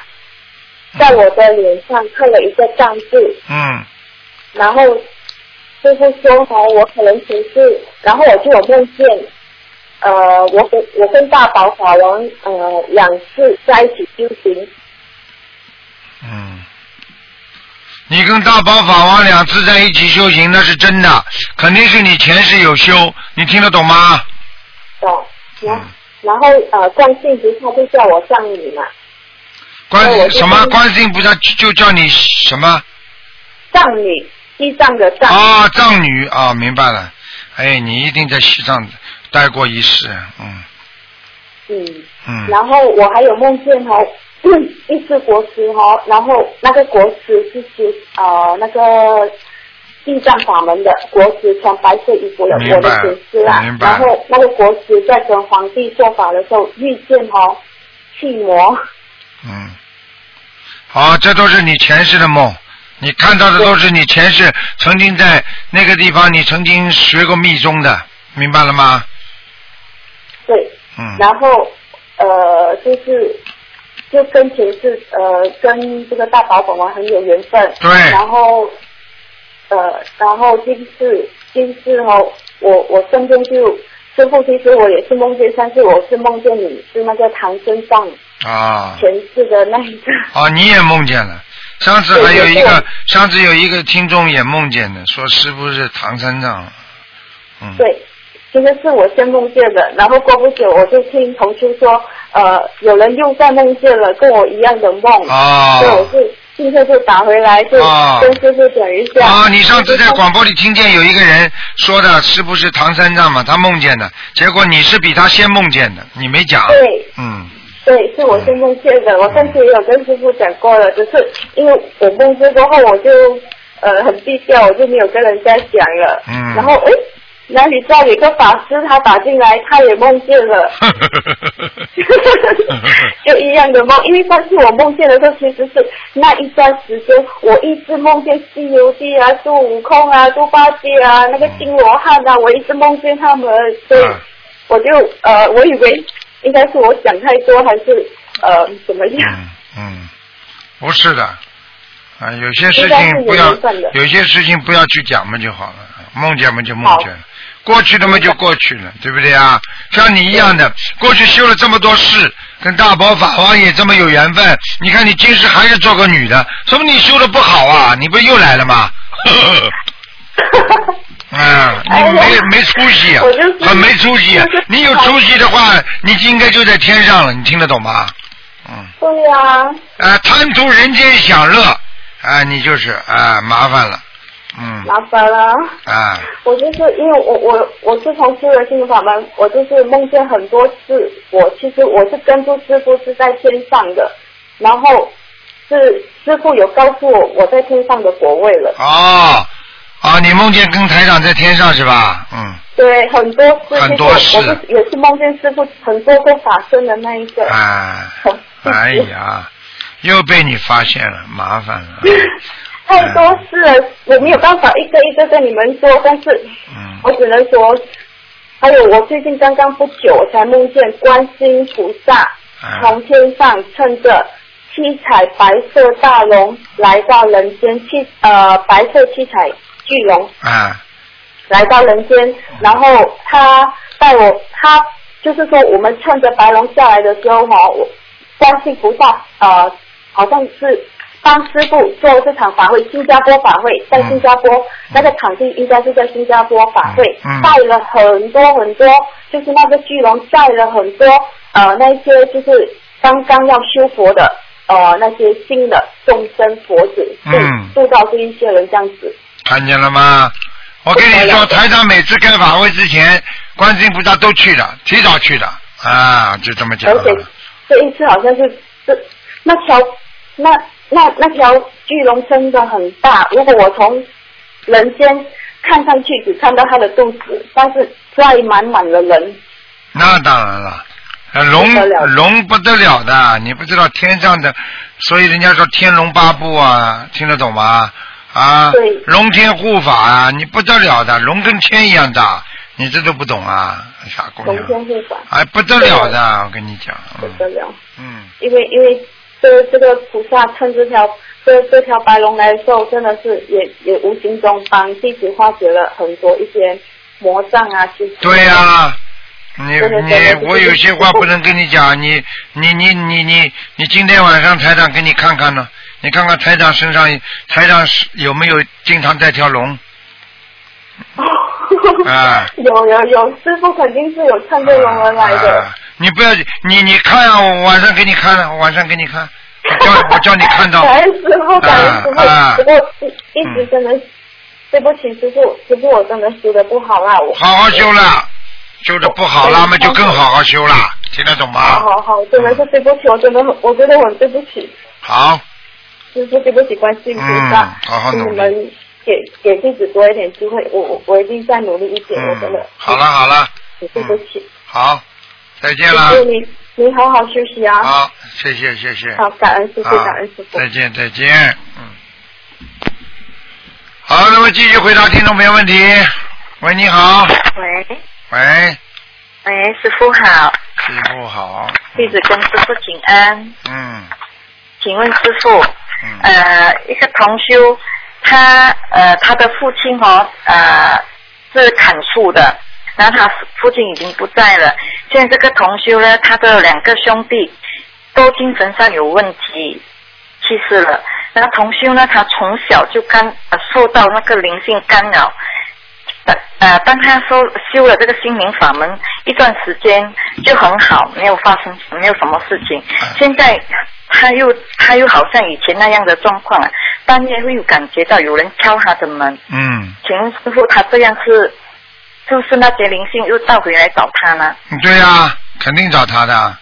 Speaker 10: 在我的脸上刻了一个障字，
Speaker 3: 嗯
Speaker 10: 然后师傅说哦，我可能前世，然后我就有梦见，呃，我跟我跟大宝法王呃两次在一起修行，
Speaker 3: 嗯。你跟大宝法王两次在一起修行，那是真的，肯定是你前世有修，你听得懂吗？
Speaker 10: 哦，然然后呃，观世音菩萨就叫我上你嘛，
Speaker 3: 观
Speaker 10: 哦对我就
Speaker 3: 什么
Speaker 10: 跟
Speaker 3: 观世音菩萨就就叫你什么？
Speaker 10: 上你西藏的藏，
Speaker 3: 啊，藏女啊，明白了。哎，你一定在西藏待过一世，嗯
Speaker 10: 嗯，
Speaker 3: 嗯
Speaker 10: 然后我还有梦见哦， 一只国师哦，然后那个国师是修呃那个地藏法门的国师，穿白色衣服的
Speaker 3: 明白
Speaker 10: 我的前世啊
Speaker 3: 明，白
Speaker 10: 然后那个国师在跟皇帝做法的时候遇见哦气魔，
Speaker 3: 嗯。好，这都是你前世的梦，你看到的都是你前世曾经在那个地方，你曾经学过密宗的，明白了吗？
Speaker 10: 对，
Speaker 3: 嗯
Speaker 10: 然后呃就是就跟前世呃跟这个大宝宝嘛很有缘分，
Speaker 3: 对
Speaker 10: 然后呃然后今世今世哦，我我中间就师傅其实我也是梦见，但是我是梦见你是那个唐僧藏
Speaker 3: 啊
Speaker 10: 前世的那一个，
Speaker 3: 啊，你也梦见了。上次还有一
Speaker 10: 对对
Speaker 3: 个
Speaker 10: 对，
Speaker 3: 上次有一个听众也梦见的，说是不是唐三藏？嗯，
Speaker 10: 对。其实是我先梦见的，然后过不久我就听同事说，呃，有人又在梦见了跟我一样的梦，
Speaker 3: 哦
Speaker 10: 所以我是立刻就打回来，就
Speaker 3: 哦
Speaker 10: 跟师傅讲一下。
Speaker 3: 啊，你上次在广播里听见有一个人说的，是不是唐三藏嘛？他梦见的，结果你是比他先梦见的，你没讲。
Speaker 10: 对
Speaker 3: 嗯，
Speaker 10: 对，是我先梦见的，我上次也有跟师傅讲过了，只是因为我梦见过后，我就呃很低调，我就没有跟人家讲了。
Speaker 3: 嗯
Speaker 10: 然后诶，哪里知道有一个法师他打进来，他也梦见了，就一样的梦。因为上次我梦见的时候，其实是那一段时间，我一直梦见《西游记》啊、孙悟空啊、猪八戒啊、那个金罗汉啊，我一直梦见他们，所以我就呃，我以为应该是我想太多，还是呃怎么样？
Speaker 3: 嗯不是的，啊，有些事
Speaker 10: 应该是
Speaker 3: 情
Speaker 10: 有
Speaker 3: 不要
Speaker 10: 缘分的，
Speaker 3: 有些事情不要去讲嘛就好了，梦见嘛就梦见了。
Speaker 10: 嗯
Speaker 3: 过去的嘛就过去了，对不对啊？像你一样的，过去修了这么多事，跟大宝法王也这么有缘分。你看你今世还是做个女的，说明你修的不好啊，你不是又来了吗？ 嗯，
Speaker 10: 哎
Speaker 3: 你没没出息啊，很没出息啊！你有出息的话，你应该就在天上了，你听得懂吗？嗯
Speaker 10: 对呀、
Speaker 3: 啊，贪图人间享乐，啊，你就是啊，麻烦了，嗯，
Speaker 10: 麻烦了。
Speaker 3: 啊，
Speaker 10: 我就是因为我我我自从修了心灵法门，我就是梦见很多次，我其实我是跟住师傅是在天上的，然后是师傅有告诉我我在天上的果位了。
Speaker 3: 哦，啊，你梦见跟台长在天上是吧？嗯，
Speaker 10: 对，很多事，
Speaker 3: 很多事
Speaker 10: 我不是也是梦见师傅很多个法身的那一个。
Speaker 3: 啊，哎呀，又被你发现了，麻烦了。
Speaker 10: 太多事了，我没有办法一个一个跟你们说，但是我只能说，还有我最近刚刚不久我才梦见观世音菩萨
Speaker 3: 啊
Speaker 10: 从天上乘着七彩白色大龙来到人间，七呃白色七彩巨龙
Speaker 3: 啊，
Speaker 10: 来到人间，然后他带我，他就是说我们乘着白龙下来的时候哈、我观世音菩萨呃好像是帮师傅做这场法会，新加坡法会在新加坡、那个场地应该是在新加坡法会，
Speaker 8: 嗯嗯
Speaker 10: 带了很多很多，就是那个巨龙带了很多呃那些就是刚刚要修佛的呃那些新的众生佛子，
Speaker 3: 嗯
Speaker 10: 渡到这一些人这样子。
Speaker 3: 看见了吗？我跟你说，台长每次开法会之前，观世音菩萨都去的，提早去的啊，就这么讲
Speaker 10: 而。且这一次好像是这那条那那那条巨龙真的很大，如果我从人间看上去只看到它的肚子，但是载满满的人。
Speaker 3: 那当然了，呃龙
Speaker 10: 不得了
Speaker 3: 龙不得了的，你不知道天上的，所以人家说天龙八部啊，听得懂吗？啊，龙天护法啊，你不得了的，龙跟天一样大，你这都不懂啊，傻姑
Speaker 10: 龙
Speaker 3: 娘，
Speaker 10: 天护法，
Speaker 3: 哎，不得了的，我跟你讲，
Speaker 10: 不得了。
Speaker 3: 嗯，
Speaker 10: 因为因为这这个菩萨趁这条这这条白龙来的时候，真的是也也无形中帮弟子化解了很多一些魔障啊，其实
Speaker 3: 对呀、你
Speaker 10: 对对对对
Speaker 3: 你，我有些话不能跟你讲，你你你你你你今天晚上台长给你看看呢，你看看台长身上台长是有没有经常带条 龙？啊，
Speaker 10: 有有有，师傅肯定是有趁这龙而来的。
Speaker 3: 啊你不要你你看啊，我晚上给你看啊，我晚上给你看，我叫我叫你看到。
Speaker 10: 感恩师傅，感恩师傅。
Speaker 3: 啊啊
Speaker 10: 不过一一直真的，对不起师傅，师傅我真的修的不好啦，我
Speaker 3: 好好修了，修的不好了嘛，就更好好修了，听得懂
Speaker 10: 好
Speaker 3: 吗？
Speaker 10: 好好，真的是对不起，我真的很，我觉得我很对不起，
Speaker 3: 好，
Speaker 10: 师傅对不起观世音菩
Speaker 3: 嗯，
Speaker 10: 萨，
Speaker 3: 好好
Speaker 10: 请
Speaker 3: 努
Speaker 10: 你
Speaker 3: 力。
Speaker 10: 们给给弟子多一点机会，我我我一定再努力一点，
Speaker 3: 嗯
Speaker 10: 我真的
Speaker 3: 好了好了，
Speaker 10: 对不起，
Speaker 3: 好，再见了
Speaker 10: 师。傅你你好好休息啊，
Speaker 3: 嗯好，谢谢谢谢。
Speaker 10: 好，感恩师傅，
Speaker 3: 啊
Speaker 10: 感恩师傅。
Speaker 3: 再见再见，嗯。好，那么继续回答听众朋友问题。喂，你好，
Speaker 16: 喂
Speaker 3: 喂，
Speaker 16: 喂，师傅好，
Speaker 3: 师傅好，
Speaker 16: 弟子跟师傅请安。
Speaker 3: 嗯，
Speaker 16: 请问师傅，呃，一个同修，他呃他的父亲哦，呃是砍树的，然后他父亲已经不在了。现在这个同修呢，他的两个兄弟都精神上有问题，去世了。那同修呢，他从小就干、呃受到那个灵性干扰。呃，当他修修了这个心灵法门一段时间就很好，没有发生没有什么事情。现在他又他又好像以前那样的状况啊，半夜会有感觉到有人敲他的门。
Speaker 3: 嗯，
Speaker 16: 请问师傅，他这样是是不是那些灵性又倒回来找他呢？
Speaker 3: 对呀、肯定找他的，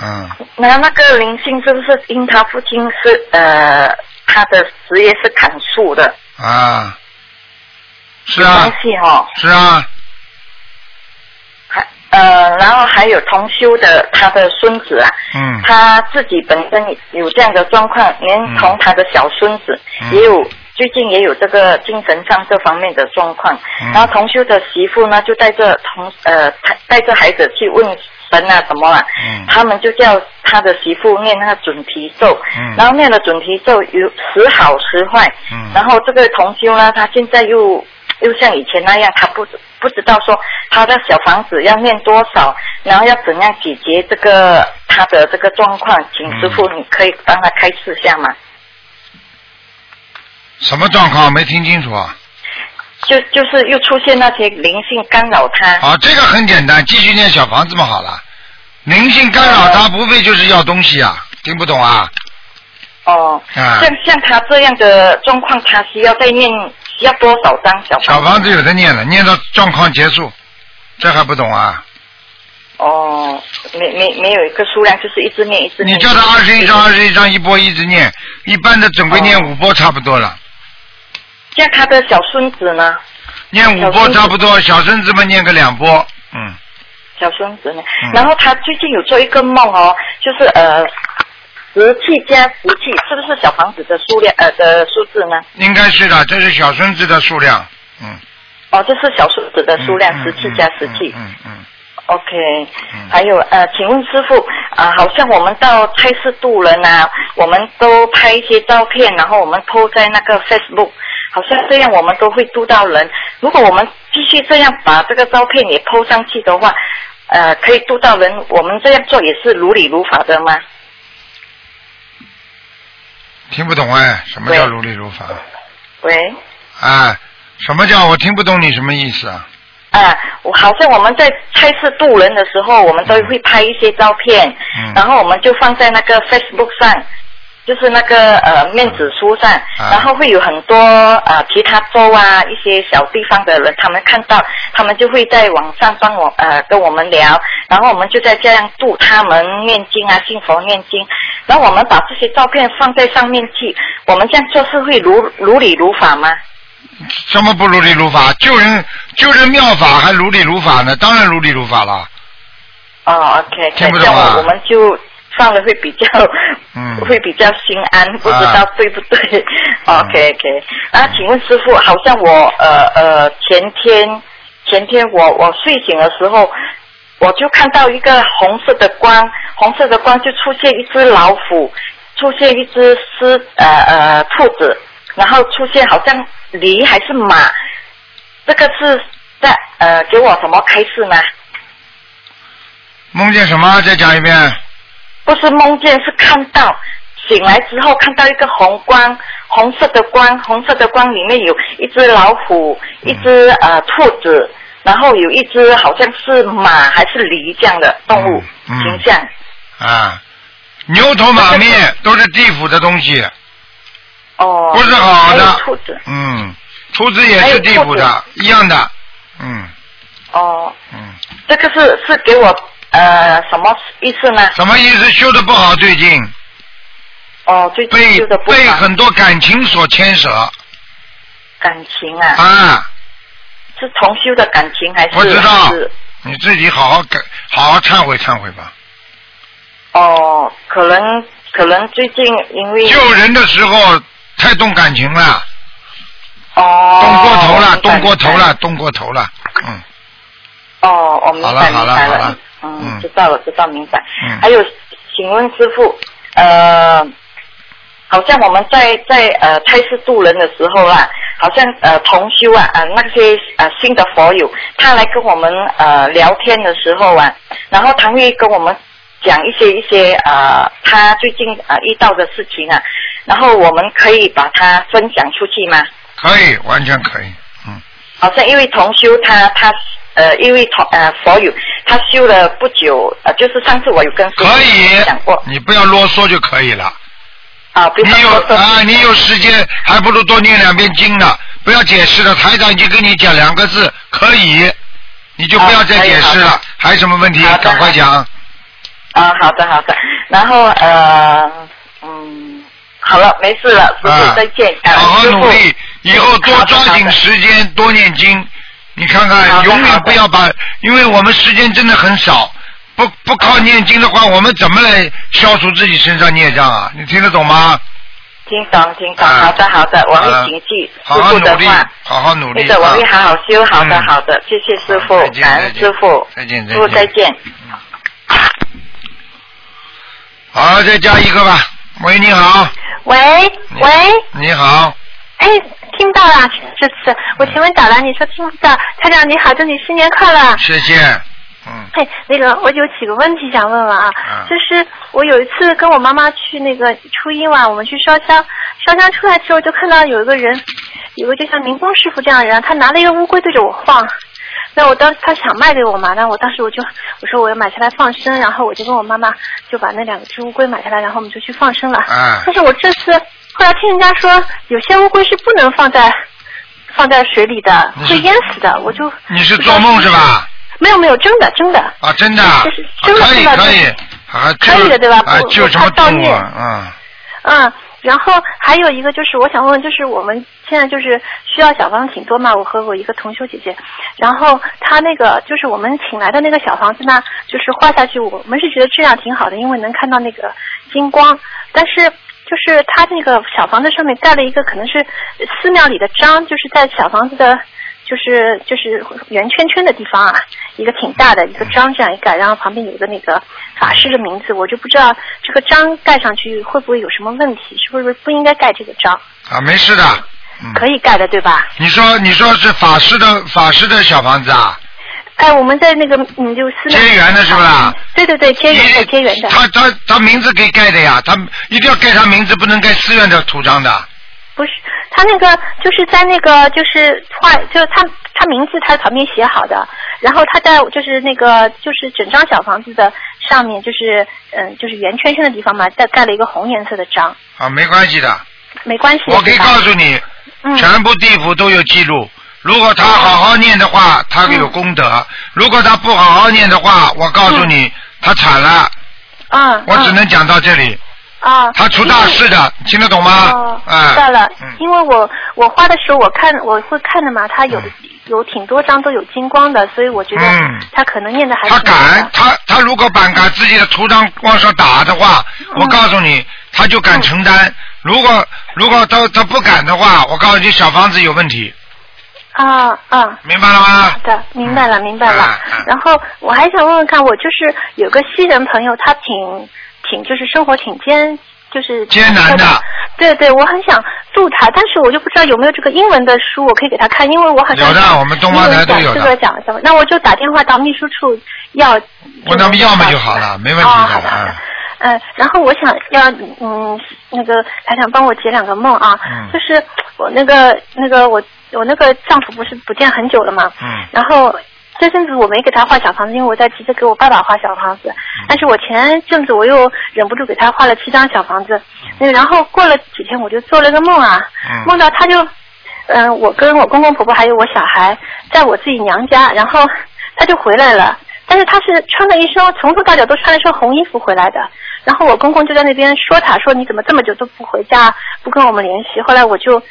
Speaker 3: 嗯，
Speaker 16: 那那个灵性是不是因他父亲是呃他的职业是砍树的？
Speaker 3: 啊，是
Speaker 16: 有
Speaker 3: 啊
Speaker 16: 关，系哦。
Speaker 3: 是啊，
Speaker 16: 呃，然后还有同修的他的孙子啊，
Speaker 3: 嗯
Speaker 16: 他自己本身有这样的状况，连同他的小孙子
Speaker 8: 嗯
Speaker 16: 也有、最近也有这个精神上这方面的状况。
Speaker 8: 嗯
Speaker 16: 然后同修的媳妇呢，就带着同呃她带着孩子去问神啊什么啊，
Speaker 8: 嗯
Speaker 16: 他们就叫他的媳妇念那个准提咒，
Speaker 8: 嗯
Speaker 16: 然后念了准提咒有时好时坏，
Speaker 8: 嗯
Speaker 16: 然后这个同修呢，他现在又又像以前那样，他不不知道说他的小房子要念多少，然后要怎样解决这个他的这个状况，请师傅你可以帮他开示一下吗？
Speaker 3: 嗯什么状况？没听清楚啊！
Speaker 16: 就就是又出现那些灵性干扰他。
Speaker 3: 啊，这个很简单，继续念小房子嘛好了。灵性干
Speaker 10: 嗯
Speaker 3: 扰他，不非就是要东西啊？听不懂啊？
Speaker 16: 哦，
Speaker 3: 啊
Speaker 16: 像像他这样的状况，他需要再念需要多少张小
Speaker 3: 小
Speaker 16: 房？
Speaker 3: 房子有的念了，念到状况结束，这还不懂啊？
Speaker 16: 哦，没没没有一个数量，就是一直念一直
Speaker 3: 你
Speaker 16: 念。
Speaker 3: 叫他二十一张，二十一张一波一直念，一般的总归念五波差不多了，
Speaker 16: 像他的小孙子呢？
Speaker 3: 念五波差不多，小孙子们念个两波，
Speaker 16: 小孙子呢？
Speaker 3: 嗯
Speaker 16: 然后他最近有做一个梦哦，就是呃，十气加十气，是不是小房子的数量呃的数字呢？
Speaker 3: 应该是的，这是小孙子的数量，
Speaker 16: 哦，这是小孙子的数量，十气加十气。
Speaker 3: 嗯嗯。
Speaker 16: OK，还有呃，请问师傅啊、好像我们到菜市渡人啊，我们都拍一些照片，然后我们 po 在那个 Facebook，好像这样我们都会渡到人。如果我们继续这样把这个照片也 po 上去的话，呃，可以渡到人。我们这样做也是如理如法的吗？
Speaker 3: 听不懂哎，什么叫如理如法？
Speaker 16: 喂，
Speaker 3: 啊，什么叫我听不懂你什么意思啊？
Speaker 16: 啊，我好像我们在菜市渡人的时候，我们都会拍一些照片，
Speaker 3: 嗯
Speaker 16: 然后我们就放在那个 Facebook 上，就是那个呃面子书上，
Speaker 3: 嗯啊
Speaker 16: 然后会有很多呃其他州啊一些小地方的人，他们看到，他们就会在网上帮我呃跟我们聊，然后我们就在这样度他们念经啊，信佛念经，然后我们把这些照片放在上面去，我们这样做是会如如理如法吗？
Speaker 3: 什么不如理如法？救人救人妙法还如理如法呢？当然如理如法了。
Speaker 16: 哦，OK，
Speaker 3: 听不懂
Speaker 16: 这样
Speaker 3: 啊
Speaker 16: 我我们就放了会比较，
Speaker 3: 嗯
Speaker 16: 会比较心安，不知道对不对、o k OK。啊，请问师傅，好像我呃呃前天前天我我睡醒的时候，我就看到一个红色的光，红色的光就出现一只老虎，出现一只狮呃呃兔子，然后出现好像驴还是马，这个是在呃给我什么开示呢？
Speaker 3: 梦见什么？再讲一遍。
Speaker 16: 不是梦见，是看到。醒来之后看到一个红光，红色的光，红色的光里面有一只老虎，
Speaker 3: 嗯
Speaker 16: 一只呃兔子，然后有一只好像是马还是驴这样的动物形
Speaker 3: 嗯
Speaker 16: 象。
Speaker 3: 啊，牛头马面都是地府的东西。
Speaker 16: 哦。
Speaker 3: 不是好
Speaker 16: 还有
Speaker 3: 的。
Speaker 16: 兔子。
Speaker 3: 嗯，兔子也是地府
Speaker 16: 还有
Speaker 3: 的
Speaker 16: 兔，
Speaker 3: 一样的。嗯，
Speaker 16: 哦。
Speaker 3: 嗯。
Speaker 16: 这个是是给我呃什么意思呢？
Speaker 3: 什么意思？修的不好，最近。
Speaker 16: 哦，最
Speaker 3: 近修的不好。被很多感情所牵扯
Speaker 16: 感情啊。
Speaker 3: 啊。
Speaker 16: 是重修的感情还是？
Speaker 3: 我知道
Speaker 16: 还是
Speaker 3: 你自己好好改，好好忏悔忏悔吧。
Speaker 16: 哦，可能可能最近因为
Speaker 3: 救人的时候太动感情了。
Speaker 16: 哦。
Speaker 3: 动过头了，
Speaker 16: 明白
Speaker 3: 动过头了，动过头了。嗯，
Speaker 16: 哦，我明
Speaker 3: 好了
Speaker 16: 白
Speaker 3: 好
Speaker 16: 明
Speaker 3: 了
Speaker 16: 白
Speaker 3: 好了，
Speaker 16: 嗯，知道了知道明白。
Speaker 3: 嗯
Speaker 16: 还有，请问师傅，呃，好像我们在在呃开始渡人的时候啦，好像呃同修啊啊、呃、那些呃新的佛友，他来跟我们呃聊天的时候啊，然后他会跟我们讲一些一些呃他最近呃遇到的事情啊，然后我们可以把它分享出去吗？
Speaker 3: 可以，完全可以。
Speaker 16: 好像因为同修他他呃，因为同呃佛友他修了不久，呃，就是上次我有跟师傅讲过
Speaker 3: 你不要啰嗦就可以了。
Speaker 16: 啊，不
Speaker 3: 你有啊，你有时间还不如多念两遍经呢，不要解释了。台长已经跟你讲两个字，可以，你就不要再解释了。还有什么问题？赶快讲。
Speaker 16: 啊，好的好的，然后呃嗯，好了，没事了，师
Speaker 3: 啊
Speaker 16: 傅再见，啊，
Speaker 3: 好好
Speaker 16: 师
Speaker 3: 努
Speaker 16: 傅
Speaker 3: 力，以后多抓紧时间，多念经。你看看，永远不要把，因为我们时间真的很少，不不靠念经的话，我们怎么来消除自己身上孽障啊？你听得懂吗？
Speaker 16: 听懂听懂，好的好的，我
Speaker 3: 好
Speaker 16: 会
Speaker 3: 了
Speaker 16: 谨记师
Speaker 3: 啊好好
Speaker 16: 傅
Speaker 3: 努
Speaker 16: 的
Speaker 3: 力
Speaker 16: 话，，
Speaker 3: 好好努力。啊
Speaker 16: 那个我会好好修，好的
Speaker 3: 嗯
Speaker 16: 好的，谢谢师傅
Speaker 3: 好再，见
Speaker 16: 感
Speaker 3: 再
Speaker 16: 恩
Speaker 3: 见
Speaker 16: 师傅，
Speaker 3: 再见再
Speaker 16: 师傅
Speaker 3: 见
Speaker 16: 再见。
Speaker 3: 好，再加一个吧。喂，你好，
Speaker 8: 喂喂，
Speaker 3: 你好，
Speaker 8: 哎，听到了，这次我请问打来，你说听不到，台长你好，祝你新年快乐。
Speaker 3: 谢谢。
Speaker 8: 嘿，那个我有几个问题想问问啊，
Speaker 3: 嗯
Speaker 8: 就是我有一次跟我妈妈去那个初一晚，我们去烧香，烧香出来之后就看到有一个人，有个就像民工师傅这样的人，他拿了一个乌龟对着我放，那我当时他想卖给我嘛，那我当时我就我说我要买下来放生，然后我就跟我妈妈就把那两只乌龟买下来，然后我们就去放生了。
Speaker 3: 嗯
Speaker 8: 但是我这次后来听人家说，有些乌龟是不能放在放在水里的，
Speaker 3: 你是
Speaker 8: 会淹死的，我就
Speaker 3: 你是做梦是吧？
Speaker 8: 没有没有，真的真的。
Speaker 3: 啊，真的啊，
Speaker 8: 嗯就是
Speaker 3: 啊
Speaker 8: 真的
Speaker 3: 可以
Speaker 8: 真的
Speaker 3: 可以
Speaker 8: 真，
Speaker 3: 啊，
Speaker 8: 可以
Speaker 3: 就
Speaker 8: 的对吧
Speaker 3: 啊
Speaker 8: 不，
Speaker 3: 就什么
Speaker 8: 不怕造
Speaker 3: 动物
Speaker 8: 孽
Speaker 3: 啊？嗯
Speaker 8: 嗯，然后还有一个就是我想问问，就是我们现在就是需要小房子挺多嘛，我和我一个同修姐姐，然后她那个就是我们请来的那个小房子呢，就是画下去，我们是觉得质量挺好的，因为能看到那个金光，但是就是它那个小房子上面盖了一个可能是寺庙里的章，就是在小房子的。就是就是圆圈圈的地方啊，一个挺大的一个章这样一盖，然后旁边有一个那个法师的名字，我就不知道这个章盖上去会不会有什么问题，是不是不应该盖这个章？
Speaker 3: 啊，没事的。
Speaker 8: 可以盖的对吧？
Speaker 3: 你说你说是法师的法师的小房子啊？
Speaker 8: 哎，我们在那个嗯，就是寺庙
Speaker 3: 接缘的是啊不啦？
Speaker 8: 对对对，接缘的接缘的。
Speaker 3: 他他他名字可以盖的呀，他一定要盖他名字，不能盖寺院的图章的。
Speaker 8: 不是，他那个就是在那个就是画，就是他他名字他旁边写好的，然后他在就是那个就是整张小房子的上面，就是嗯就是圆圈圈的地方嘛，盖盖了一个红颜色的章，
Speaker 3: 啊，没关系的，
Speaker 8: 没关系。
Speaker 3: 我可以
Speaker 8: 对吧
Speaker 3: 告诉你，
Speaker 8: 嗯哦
Speaker 3: 全部地府都有记录。如果他好好念的话，他有
Speaker 8: 嗯
Speaker 3: 功德；如果他不好好念的话，我告诉你，他惨了。
Speaker 8: 嗯，
Speaker 3: 我只
Speaker 8: 嗯
Speaker 3: 能讲到这里。
Speaker 8: 啊，
Speaker 3: 他出大事的，听得懂吗
Speaker 8: 哦？，
Speaker 3: 哎
Speaker 8: 知道了，因为我我画的时候我看我会看的嘛，他有的、有挺多张都有金光的，所以我觉得
Speaker 3: 嗯
Speaker 8: 他可能念的还是
Speaker 3: 他敢，
Speaker 8: 嗯
Speaker 3: 他他如果敢敢自己的图章往上打的话，
Speaker 8: 嗯
Speaker 3: 我告诉你，他就敢承担。如果如果他他不敢的话，我告诉你，小房子有问题。
Speaker 8: 啊啊，
Speaker 3: 明白了吗？嗯啊
Speaker 8: 好的，明白了，明白了。然后我还想问问看，我就是有个西人朋友，他挺挺就是生活挺艰。就是
Speaker 3: 艰难的，
Speaker 8: 对对，我很想助他，但是我就不知道有没有这个英文的书，我可以给他看，因为我好像
Speaker 3: 有的我们东方台都有的
Speaker 8: 这个讲什么？那我就打电话到秘书处要。
Speaker 3: 我那么要么就好了，没问题的
Speaker 8: 哦好的好
Speaker 3: 啊
Speaker 8: 的。呃，然后我想要嗯，那个台长帮我解两个梦啊，
Speaker 3: 嗯
Speaker 8: 就是我那个那个我我那个丈夫不是不见很久了嘛，
Speaker 3: 嗯
Speaker 8: 然后这阵子我没给他画小房子，因为我在急着给我爸爸画小房子，但是我前阵子我又忍不住给他画了七张小房子，那个然后过了几天我就做了个梦啊，
Speaker 3: 嗯
Speaker 8: 梦到他就嗯、呃我跟我公公婆婆还有我小孩在我自己娘家，然后他就回来了。但是他是穿了一身，从头到脚都穿了一身红衣服回来的。然后我公公就在那边说他，说你怎么这么久都不回家，不跟我们联系。后来我就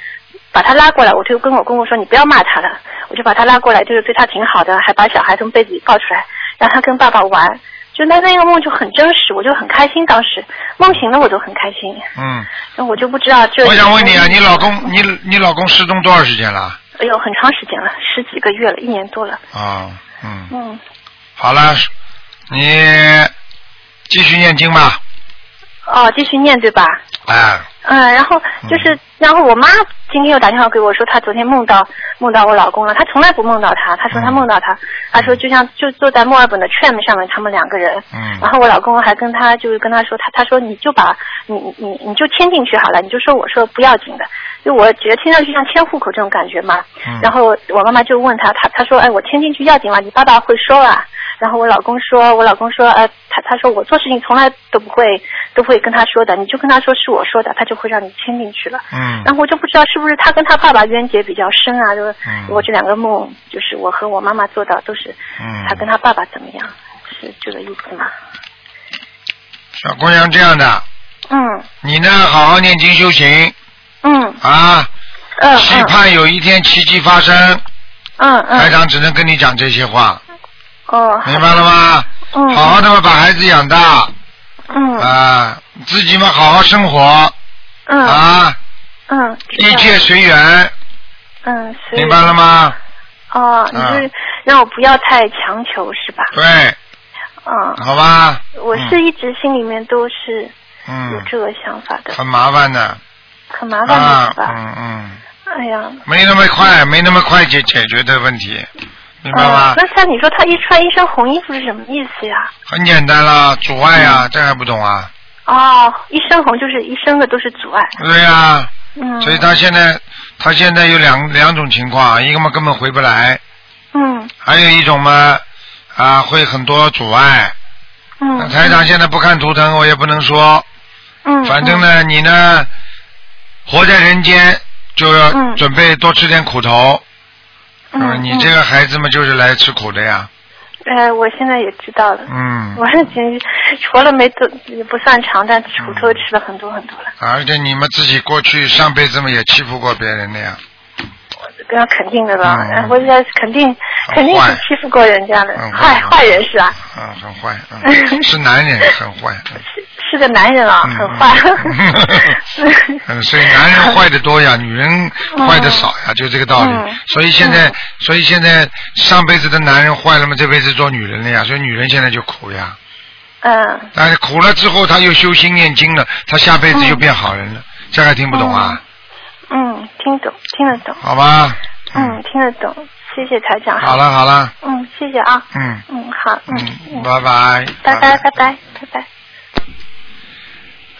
Speaker 8: 把他拉过来，我就跟我公公说，你不要骂他了。我就把他拉过来，就是对他挺好的，还把小孩从被子里抱出来，让他跟爸爸玩。就那那个梦就很真实，我就很开心。当时梦醒了，我都很开心。
Speaker 3: 嗯，
Speaker 8: 那我就嗯不知道这。
Speaker 3: 我想问你啊，你老公你你老公失踪多少时间了？
Speaker 8: 哎呦，很长时间了，十几个月了，一年多了。
Speaker 3: 啊，嗯，
Speaker 8: 嗯，
Speaker 3: 好了，你继续念经吧，
Speaker 8: 哦，继续念对吧？
Speaker 3: 哎，
Speaker 8: 嗯，然后就是，然后我妈今天又打电话给我说，她昨天梦到梦到我老公了。她从来不梦到他，她
Speaker 3: 嗯
Speaker 8: 说她梦到他，她说就像就坐在墨尔本的 tram 上面，他们两个人。
Speaker 3: 嗯
Speaker 8: 然后我老公还跟她就是跟她说，她她说你就把你你你就签进去好了，你就说我说不要紧的，就我觉得听上去像迁户口这种感觉嘛。
Speaker 3: 嗯
Speaker 8: 然后我妈妈就问她，她她说哎我签进去要紧吗？你爸爸会说啊。然后我老公说，我老公说，呃，他他说我做事情从来都不会都不会跟他说的，你就跟他说是我说的，他就会让你签进去了。
Speaker 3: 嗯
Speaker 8: 然后我就不知道是不是他跟他爸爸冤结比较深啊，就是
Speaker 3: 嗯
Speaker 8: 我这两个梦，就是我和我妈妈做到都是
Speaker 3: 嗯
Speaker 8: 他，跟他爸爸怎么样，是这个意思吗？
Speaker 3: 小姑娘这样的，
Speaker 8: 嗯
Speaker 3: 你呢好好念经修行
Speaker 8: 嗯
Speaker 3: 啊，
Speaker 8: 嗯
Speaker 3: 期盼有一天奇迹发生。
Speaker 8: 嗯
Speaker 3: 台
Speaker 8: 嗯，
Speaker 3: 长只能跟你讲这些话，
Speaker 8: 哦，
Speaker 3: 明白了吗？
Speaker 8: 嗯，
Speaker 3: 好好的把孩子养大
Speaker 8: 嗯
Speaker 3: 啊，自己们好好生活
Speaker 8: 嗯
Speaker 3: 啊，
Speaker 8: 嗯，
Speaker 3: 一切随缘，
Speaker 8: 嗯，所以
Speaker 3: 明白了？吗？嗯
Speaker 8: 哦，你就是让我不要太强求是吧？
Speaker 3: 对，
Speaker 8: 嗯，
Speaker 3: 好吧。
Speaker 8: 我是一直心里面都是有
Speaker 3: 嗯，
Speaker 8: 这个想法的，
Speaker 3: 很麻烦的
Speaker 8: 很麻烦的
Speaker 3: 啊
Speaker 8: 是，吧？
Speaker 3: 嗯嗯，
Speaker 8: 哎哎呀，
Speaker 3: 没那么快，没那么快解解决的问题，明白吗
Speaker 8: 嗯？那像你说他一穿一身红衣服是什么意思呀？
Speaker 3: 很简单啦，阻碍呀、
Speaker 8: 嗯
Speaker 3: 这还不懂啊？
Speaker 8: 哦，一身红就是一身的都是阻碍。
Speaker 3: 对呀、
Speaker 8: 嗯。
Speaker 3: 所以他现在他现在有两两种情况，一个嘛根本回不来，
Speaker 8: 嗯
Speaker 3: 还有一种嘛啊会很多阻碍。
Speaker 8: 嗯。
Speaker 3: 台长现在不看图腾，我也不能说。
Speaker 8: 嗯。
Speaker 3: 反正呢，你呢活在人间，就要
Speaker 8: 嗯
Speaker 3: 准备多吃点苦头。
Speaker 8: 嗯
Speaker 3: 嗯，你这
Speaker 8: 嗯
Speaker 3: 个孩子嘛，就是来吃苦的呀。
Speaker 8: 哎，我现在也知道了。
Speaker 3: 嗯，
Speaker 8: 我是觉活了没多也不算长，但
Speaker 3: 嗯
Speaker 8: 苦头吃了很多很多了，
Speaker 3: 而且你们自己过去上辈子嘛也欺负过别人的呀。
Speaker 8: 那肯定的吧？
Speaker 3: 嗯
Speaker 8: 哎我现在肯定肯定是欺负过人家的，坏坏人是吧？
Speaker 3: 嗯，很坏， 嗯，是男人很坏，
Speaker 8: 是个男人啊，很坏。
Speaker 3: 嗯，所以男人坏的多呀，女人坏的少呀，就这个道理
Speaker 8: 嗯。
Speaker 3: 所以现在，所以现在上辈子的男人坏了嘛，这辈子做女人了呀，所以女人现在就苦呀。
Speaker 8: 嗯，
Speaker 3: 但是苦了之后，她又修心念经了，她下辈子就变好人了，这还听不懂啊？
Speaker 8: 嗯，听懂，听得懂，
Speaker 3: 好吧，
Speaker 8: 嗯，听得懂，谢谢台长。
Speaker 3: 好了好了，
Speaker 8: 嗯，谢谢啊。
Speaker 3: 嗯，
Speaker 8: 嗯，好，嗯，嗯
Speaker 3: 拜拜，
Speaker 8: 拜拜，拜拜，拜拜。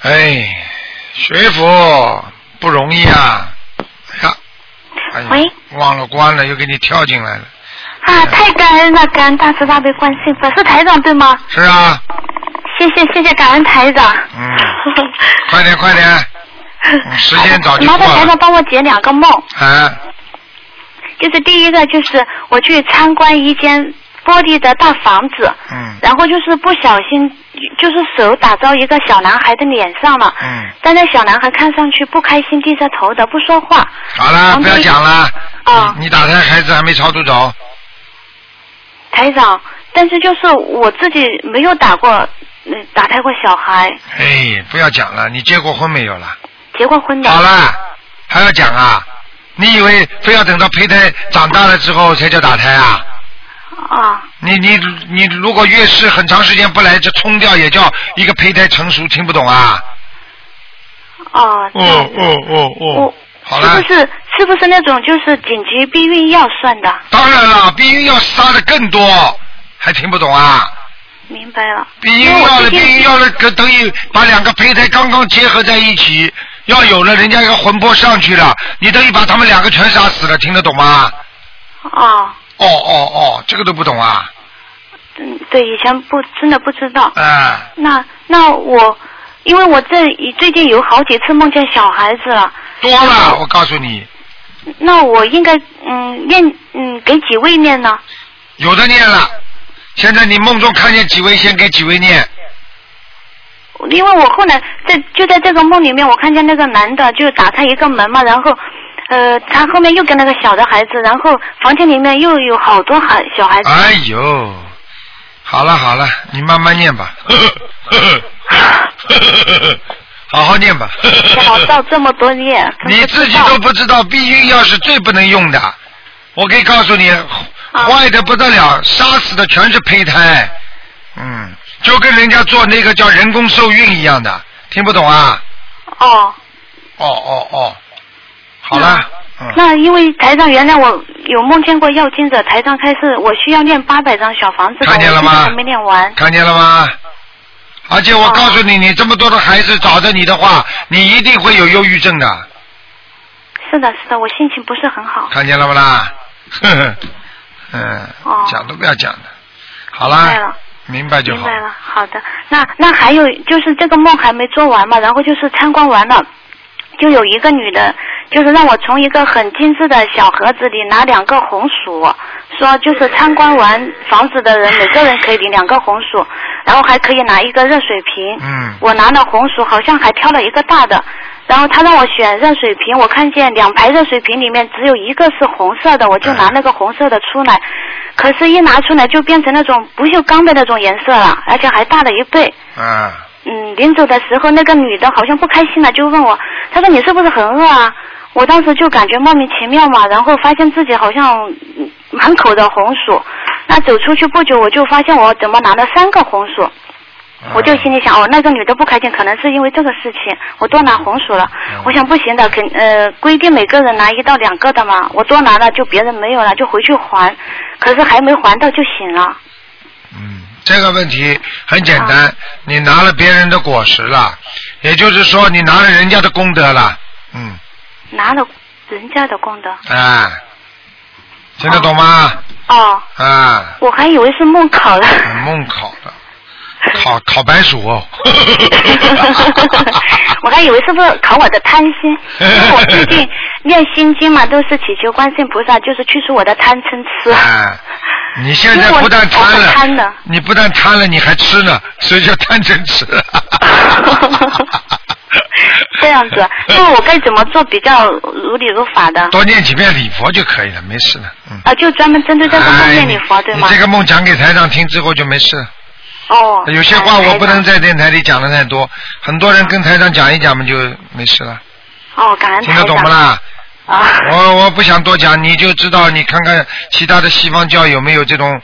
Speaker 3: 哎，学佛不容易啊！哎呀，哎呀，忘了关了，又给你跳进来了。
Speaker 12: 啊，太感恩了，感恩大慈大悲观世音菩萨，是台长对吗？
Speaker 3: 是啊，
Speaker 12: 谢谢谢谢，感恩台长。
Speaker 3: 嗯，快点快 点，嗯时间早就
Speaker 12: 麻
Speaker 3: 过
Speaker 12: 烦台
Speaker 3: 了
Speaker 12: 长。帮我解两个梦，
Speaker 3: 啊，
Speaker 12: 就是第一个就是我去参观一间玻璃的大房子，
Speaker 3: 嗯
Speaker 12: 然后就是不小心就是手打到一个小男孩的脸上了，
Speaker 3: 嗯，
Speaker 12: 但那小男孩看上去不开心，低着头的不说话，
Speaker 3: 好了，不要讲了。
Speaker 12: 哦
Speaker 3: 你你打胎孩子还没超度走，
Speaker 12: 台长，但是就是我自己没有打过，嗯，打胎过小孩，
Speaker 3: 哎，不要讲了。你结过婚没有了？
Speaker 12: 结过婚的。
Speaker 3: 好了，还要讲啊？你以为非要等到胚胎长大了之后才叫打胎啊？
Speaker 12: 啊，
Speaker 3: 你你你如果月事很长时间不来，这冲掉也叫一个胚胎成熟，听不懂啊？
Speaker 12: 哦，这样
Speaker 3: 哦哦哦哦，好了
Speaker 12: 是不，是是不是那种就是紧急避孕药算的？
Speaker 3: 当然了，避孕药杀的更多，还听不懂啊？
Speaker 12: 明白了。
Speaker 3: 避孕药了，避孕药了，可等于把两个胚胎刚刚结合在一起，要有了人家一个魂魄上去了，你等于把他们两个全杀死了，听得懂吗？
Speaker 12: 哦，
Speaker 3: 哦哦哦，这个都不懂啊？
Speaker 12: 嗯，对，以前不真的不知道。
Speaker 3: 哎、
Speaker 12: 那那我，因为我这一最近有好几次梦见小孩子了，
Speaker 3: 多了，我告诉你，
Speaker 12: 那我应该嗯念嗯给几位念呢？
Speaker 3: 有的念了。现在你梦中看见几位，先给几位念。
Speaker 12: 因为我后来在就在这个梦里面，我看见那个男的就打开一个门嘛，然后，呃，他后面又跟那个小的孩子，然后房间里面又有好多孩小孩子。
Speaker 3: 哎呦，好了好了，你慢慢念吧，好好念吧。
Speaker 12: 我造这么多孽，
Speaker 3: 你自己都不知道，避孕药是最不能用的。我可以告诉
Speaker 12: 啊
Speaker 3: 你，坏的不得了，杀死的全是胚胎。嗯，就跟人家做那个叫人工受孕一样的，听不懂啊？
Speaker 12: 哦，
Speaker 3: 哦哦哦，好了，嗯
Speaker 12: 那因为台上原来我有梦见过要经者，台上开始我需要念八百张小房子的，
Speaker 3: 看见了吗
Speaker 12: 我现在还没念完。
Speaker 3: 看见了吗？而且我告诉你，你这么多的孩子找着你的话，你一定会有忧郁症的。
Speaker 12: 是的，是的，我心情不是很好。
Speaker 3: 看见了不啦？ 呵呵，嗯，讲都不要讲了，好
Speaker 12: 哦明白
Speaker 3: 啦
Speaker 12: 了，
Speaker 3: 明白就
Speaker 12: 明
Speaker 3: 好。
Speaker 12: 白了，好的。那那还有就是这个梦还没做完嘛，然后就是参观完了，就有一个女的，就是让我从一个很精致的小盒子里拿两个红薯，说就是参观完房子的人每个人可以领两个红薯，然后还可以拿一个热水瓶。
Speaker 3: 嗯。
Speaker 12: 我拿了红薯，好像还挑了一个大的。然后他让我选热水瓶，我看见两排热水瓶里面只有一个是红色的，我就拿那个红色的出来，可是，一拿出来就变成那种不锈钢的那种颜色了，而且还大了一倍。
Speaker 3: 啊，
Speaker 12: 嗯，临走的时候，那个女的好像不开心了，就问我，她说你是不是很饿啊？我当时就感觉莫名其妙嘛，然后发现自己好像嗯满口的红薯。那走出去不久，我就发现我怎么拿了三个红薯。我就心里想，哦，那个女的不开心，可能是因为这个事情，我多拿红薯了。我想不行的，肯呃规定每个人拿一到两个的嘛，我多拿了就别人没有了，就回去还。可是还没还到就醒了，
Speaker 3: 这个问题很简单，你拿了别人的果实了，也就是说你拿了人家的功德了，
Speaker 12: 拿了人家的功德。
Speaker 3: 啊，听得懂吗？
Speaker 12: 哦，
Speaker 3: 啊，
Speaker 12: 我还以为是梦考了。
Speaker 3: 梦考的，烤烤白薯哦，
Speaker 12: 我还以为是不是考我的贪心，因为我最近念心经嘛，都是祈求观世音菩萨，就是去除我的贪嗔痴。
Speaker 3: 啊，你现在不但
Speaker 12: 因为
Speaker 3: 贪
Speaker 12: 我我很
Speaker 3: 了，
Speaker 12: 贪的
Speaker 3: 你不但贪了，你还吃呢，所以叫贪嗔痴。
Speaker 12: 这样子，啊那我该怎么做比较如理如法的？
Speaker 3: 多念几遍礼佛就可以了，没事的。嗯，
Speaker 12: 啊，就专门针对这个梦
Speaker 3: 哎
Speaker 12: 念礼佛，对
Speaker 3: 你
Speaker 12: 吗？
Speaker 3: 这个梦讲给台上听之后就没事了。
Speaker 12: 哦，
Speaker 3: 啊有些话我不能
Speaker 12: 再
Speaker 3: 在电台里讲的太多，很多人跟台上讲一讲嘛就没事了，
Speaker 12: 哦，感恩
Speaker 3: 听
Speaker 12: 台
Speaker 3: 得
Speaker 12: 长。
Speaker 3: 懂不啦？
Speaker 12: 啊。
Speaker 3: 我我不想多讲，你就知道，你看看其他的西方教有没有这种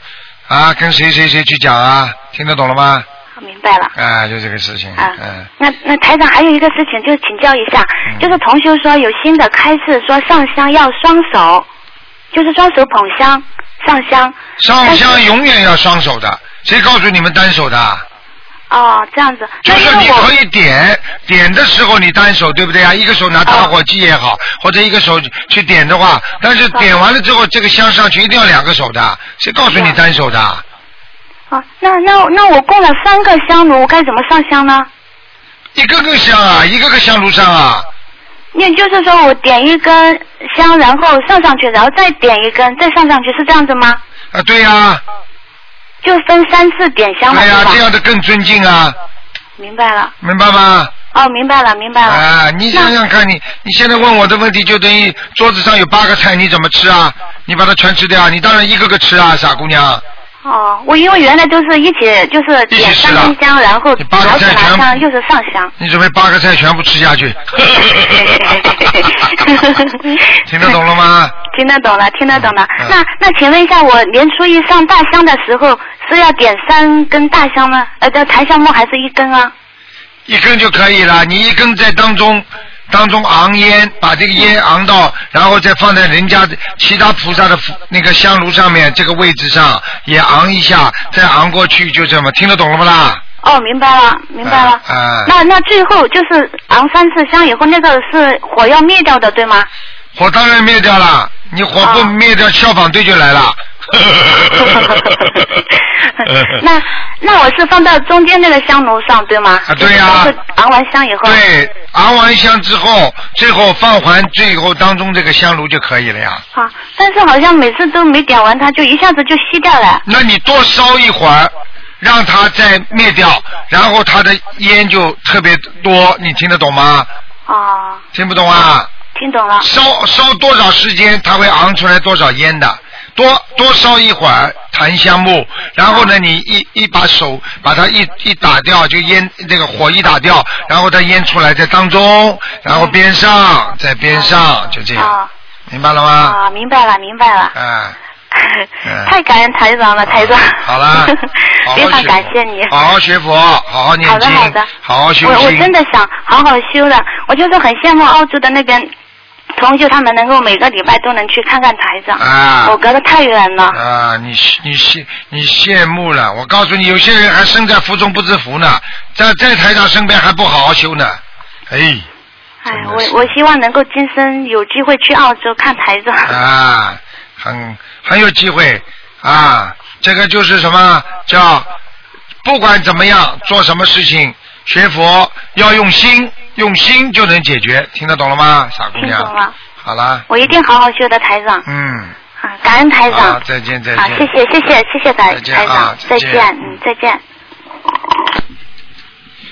Speaker 3: 啊，跟谁谁谁去讲啊，听得懂了吗？
Speaker 12: 明白了。
Speaker 3: 啊，就这个事情，
Speaker 12: 啊
Speaker 3: 嗯，
Speaker 12: 那那台长还有一个事情，就请教一下，就是同学说有新的开示，说上香要双手，就是双手捧香上香。
Speaker 3: 上香永远要双手的，谁告诉你们单手的啊？
Speaker 12: 哦，这样子。
Speaker 3: 就是你可以点点的时候你单手对不对啊？一个手拿打火机也
Speaker 12: 啊
Speaker 3: 好，或者一个手去点的话，但是点完了之后，这个香上去一定要两个手的。谁告
Speaker 12: 啊
Speaker 3: 诉你单手的？
Speaker 12: 哦，那那那我供了三个香炉，我该怎么上香呢？
Speaker 3: 一个个香啊，一个个香炉上啊。
Speaker 12: 也就是说，我点一根香，然后上上去，然后再点一根，再上上去，是这样子吗？
Speaker 3: 啊，对呀、
Speaker 12: 就分三次点香嘛，
Speaker 3: 对呀、
Speaker 12: 对吧
Speaker 3: 这样的更尊敬啊，
Speaker 12: 明白了。
Speaker 3: 明白吗？
Speaker 12: 哦，明白了，明白了。
Speaker 3: 啊，你想想看你，你现在问我的问题，就等于桌子上有八个菜，你怎么吃啊？你把它全吃掉，你当然一个个吃啊，傻姑娘。
Speaker 12: 哦，我因为原来都是一起就是点三根香，然后左手拿香，右手上香。
Speaker 3: 你准备八个菜全部吃下去，听得懂了吗？ 嗯
Speaker 12: 听得懂了，听得懂了。那那请问一下，我年初一上大香的时候是要点三根大香呢？呃，这檀香木还是一根啊？
Speaker 3: 一根就可以了，你一根在当中当中昂烟，把这个烟昂到，然后再放在人家的其他菩萨的福那个香炉上面这个位置上也昂一下，再昂过去，就这么听得懂了不啦？
Speaker 12: 哦，明白了，明白了。
Speaker 3: 啊、
Speaker 12: 那那最后就是昂三次香以后，那个是火要灭掉的，对 吗？
Speaker 3: 火当然灭掉了，你火不灭掉，消防队就来了。
Speaker 12: 那那我是放到中间那个香炉上，对吗？
Speaker 3: 啊对呀
Speaker 12: 就是昂完香以后。
Speaker 3: 对，昂完香之后，最后放还最后当中这个香炉就可以了呀。
Speaker 12: 啊，但是好像每次都没点完，它就一下子就熄掉了。
Speaker 3: 那你多烧一会儿，让它再灭掉，然后它的烟就特别多，你听得懂吗？
Speaker 12: 啊，
Speaker 3: 听不懂啊？
Speaker 12: 听懂了。
Speaker 3: 烧烧多少时间，它会昂出来多少烟的。多多烧一会儿檀香木，然后呢，你一一把手把它一一打掉，就烟这个火一打掉，然后它烟出来在当中，然后边上在边上，就这样，明白了吗？
Speaker 12: 啊，明白了，明白了。
Speaker 3: 哎，嗯
Speaker 12: 太感恩台长了，台长。
Speaker 3: 好 啦，好
Speaker 12: 非
Speaker 3: 哎好
Speaker 12: 常
Speaker 3: 学
Speaker 12: 感
Speaker 3: 佛，
Speaker 12: 谢你。
Speaker 3: 好好学佛，好好念
Speaker 12: 好的
Speaker 3: 经，
Speaker 12: 好的
Speaker 3: 好好修
Speaker 12: 我我
Speaker 3: 心。
Speaker 12: 真的想好好修的，我就是很羡慕澳洲的那边同学，他们能够每个礼拜都能去看看台长。
Speaker 3: 啊
Speaker 12: 我隔得太远了。
Speaker 3: 啊，你你羡你羡慕了，我告诉你，有些人还身在福中不知福呢，在在台长身边还不好好修呢，哎，
Speaker 12: 哎，我我希望能够今生有机会去澳洲看台长。
Speaker 3: 啊，很很有机会啊，这个就是什么叫，不管怎么样做什么事情，学佛要用心，用心就能解决，听得懂了吗，傻姑
Speaker 12: 听懂
Speaker 3: 娘？
Speaker 12: 了，
Speaker 3: 好啦，
Speaker 12: 我一定好好修的台长。
Speaker 3: 嗯，
Speaker 12: 啊，感恩台
Speaker 3: 好
Speaker 12: 长。，
Speaker 3: 再见再
Speaker 12: 啊，
Speaker 3: 见，
Speaker 12: 谢谢谢谢谢谢台
Speaker 3: 再见
Speaker 12: 台
Speaker 3: 啊
Speaker 12: 长，再
Speaker 3: 再见
Speaker 12: 见，嗯，再见。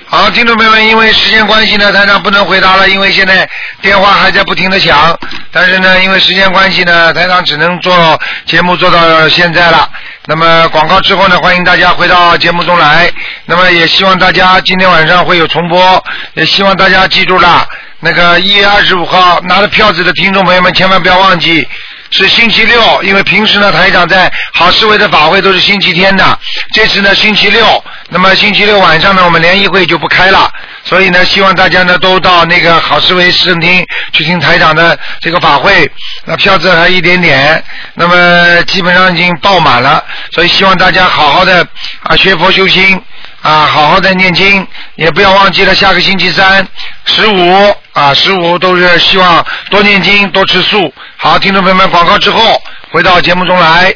Speaker 3: 好，听众朋友们，因为时间关系呢，台长不能回答了，因为现在电话还在不停的响。但是呢，因为时间关系呢，台长只能做节目做到现在了。那么广告之后呢，欢迎大家回到节目中来。那么也希望大家今天晚上会有重播，也希望大家记住了，那个一月二十五号拿了票子的听众朋友们，千万不要忘记。是星期六，因为平时呢台长在好思维的法会都是星期天的，这次呢星期六，那么星期六晚上呢我们联谊会就不开了，所以呢希望大家呢都到那个好思维市政厅去听台长的这个法会，那票子还一点点，那么基本上已经爆满了，所以希望大家好好的啊学佛修心。啊，好好的念经，也不要忘记了下个星期三十五啊，十五都是希望多念经，多吃素。好，听众朋友们，广告之后回到节目中来。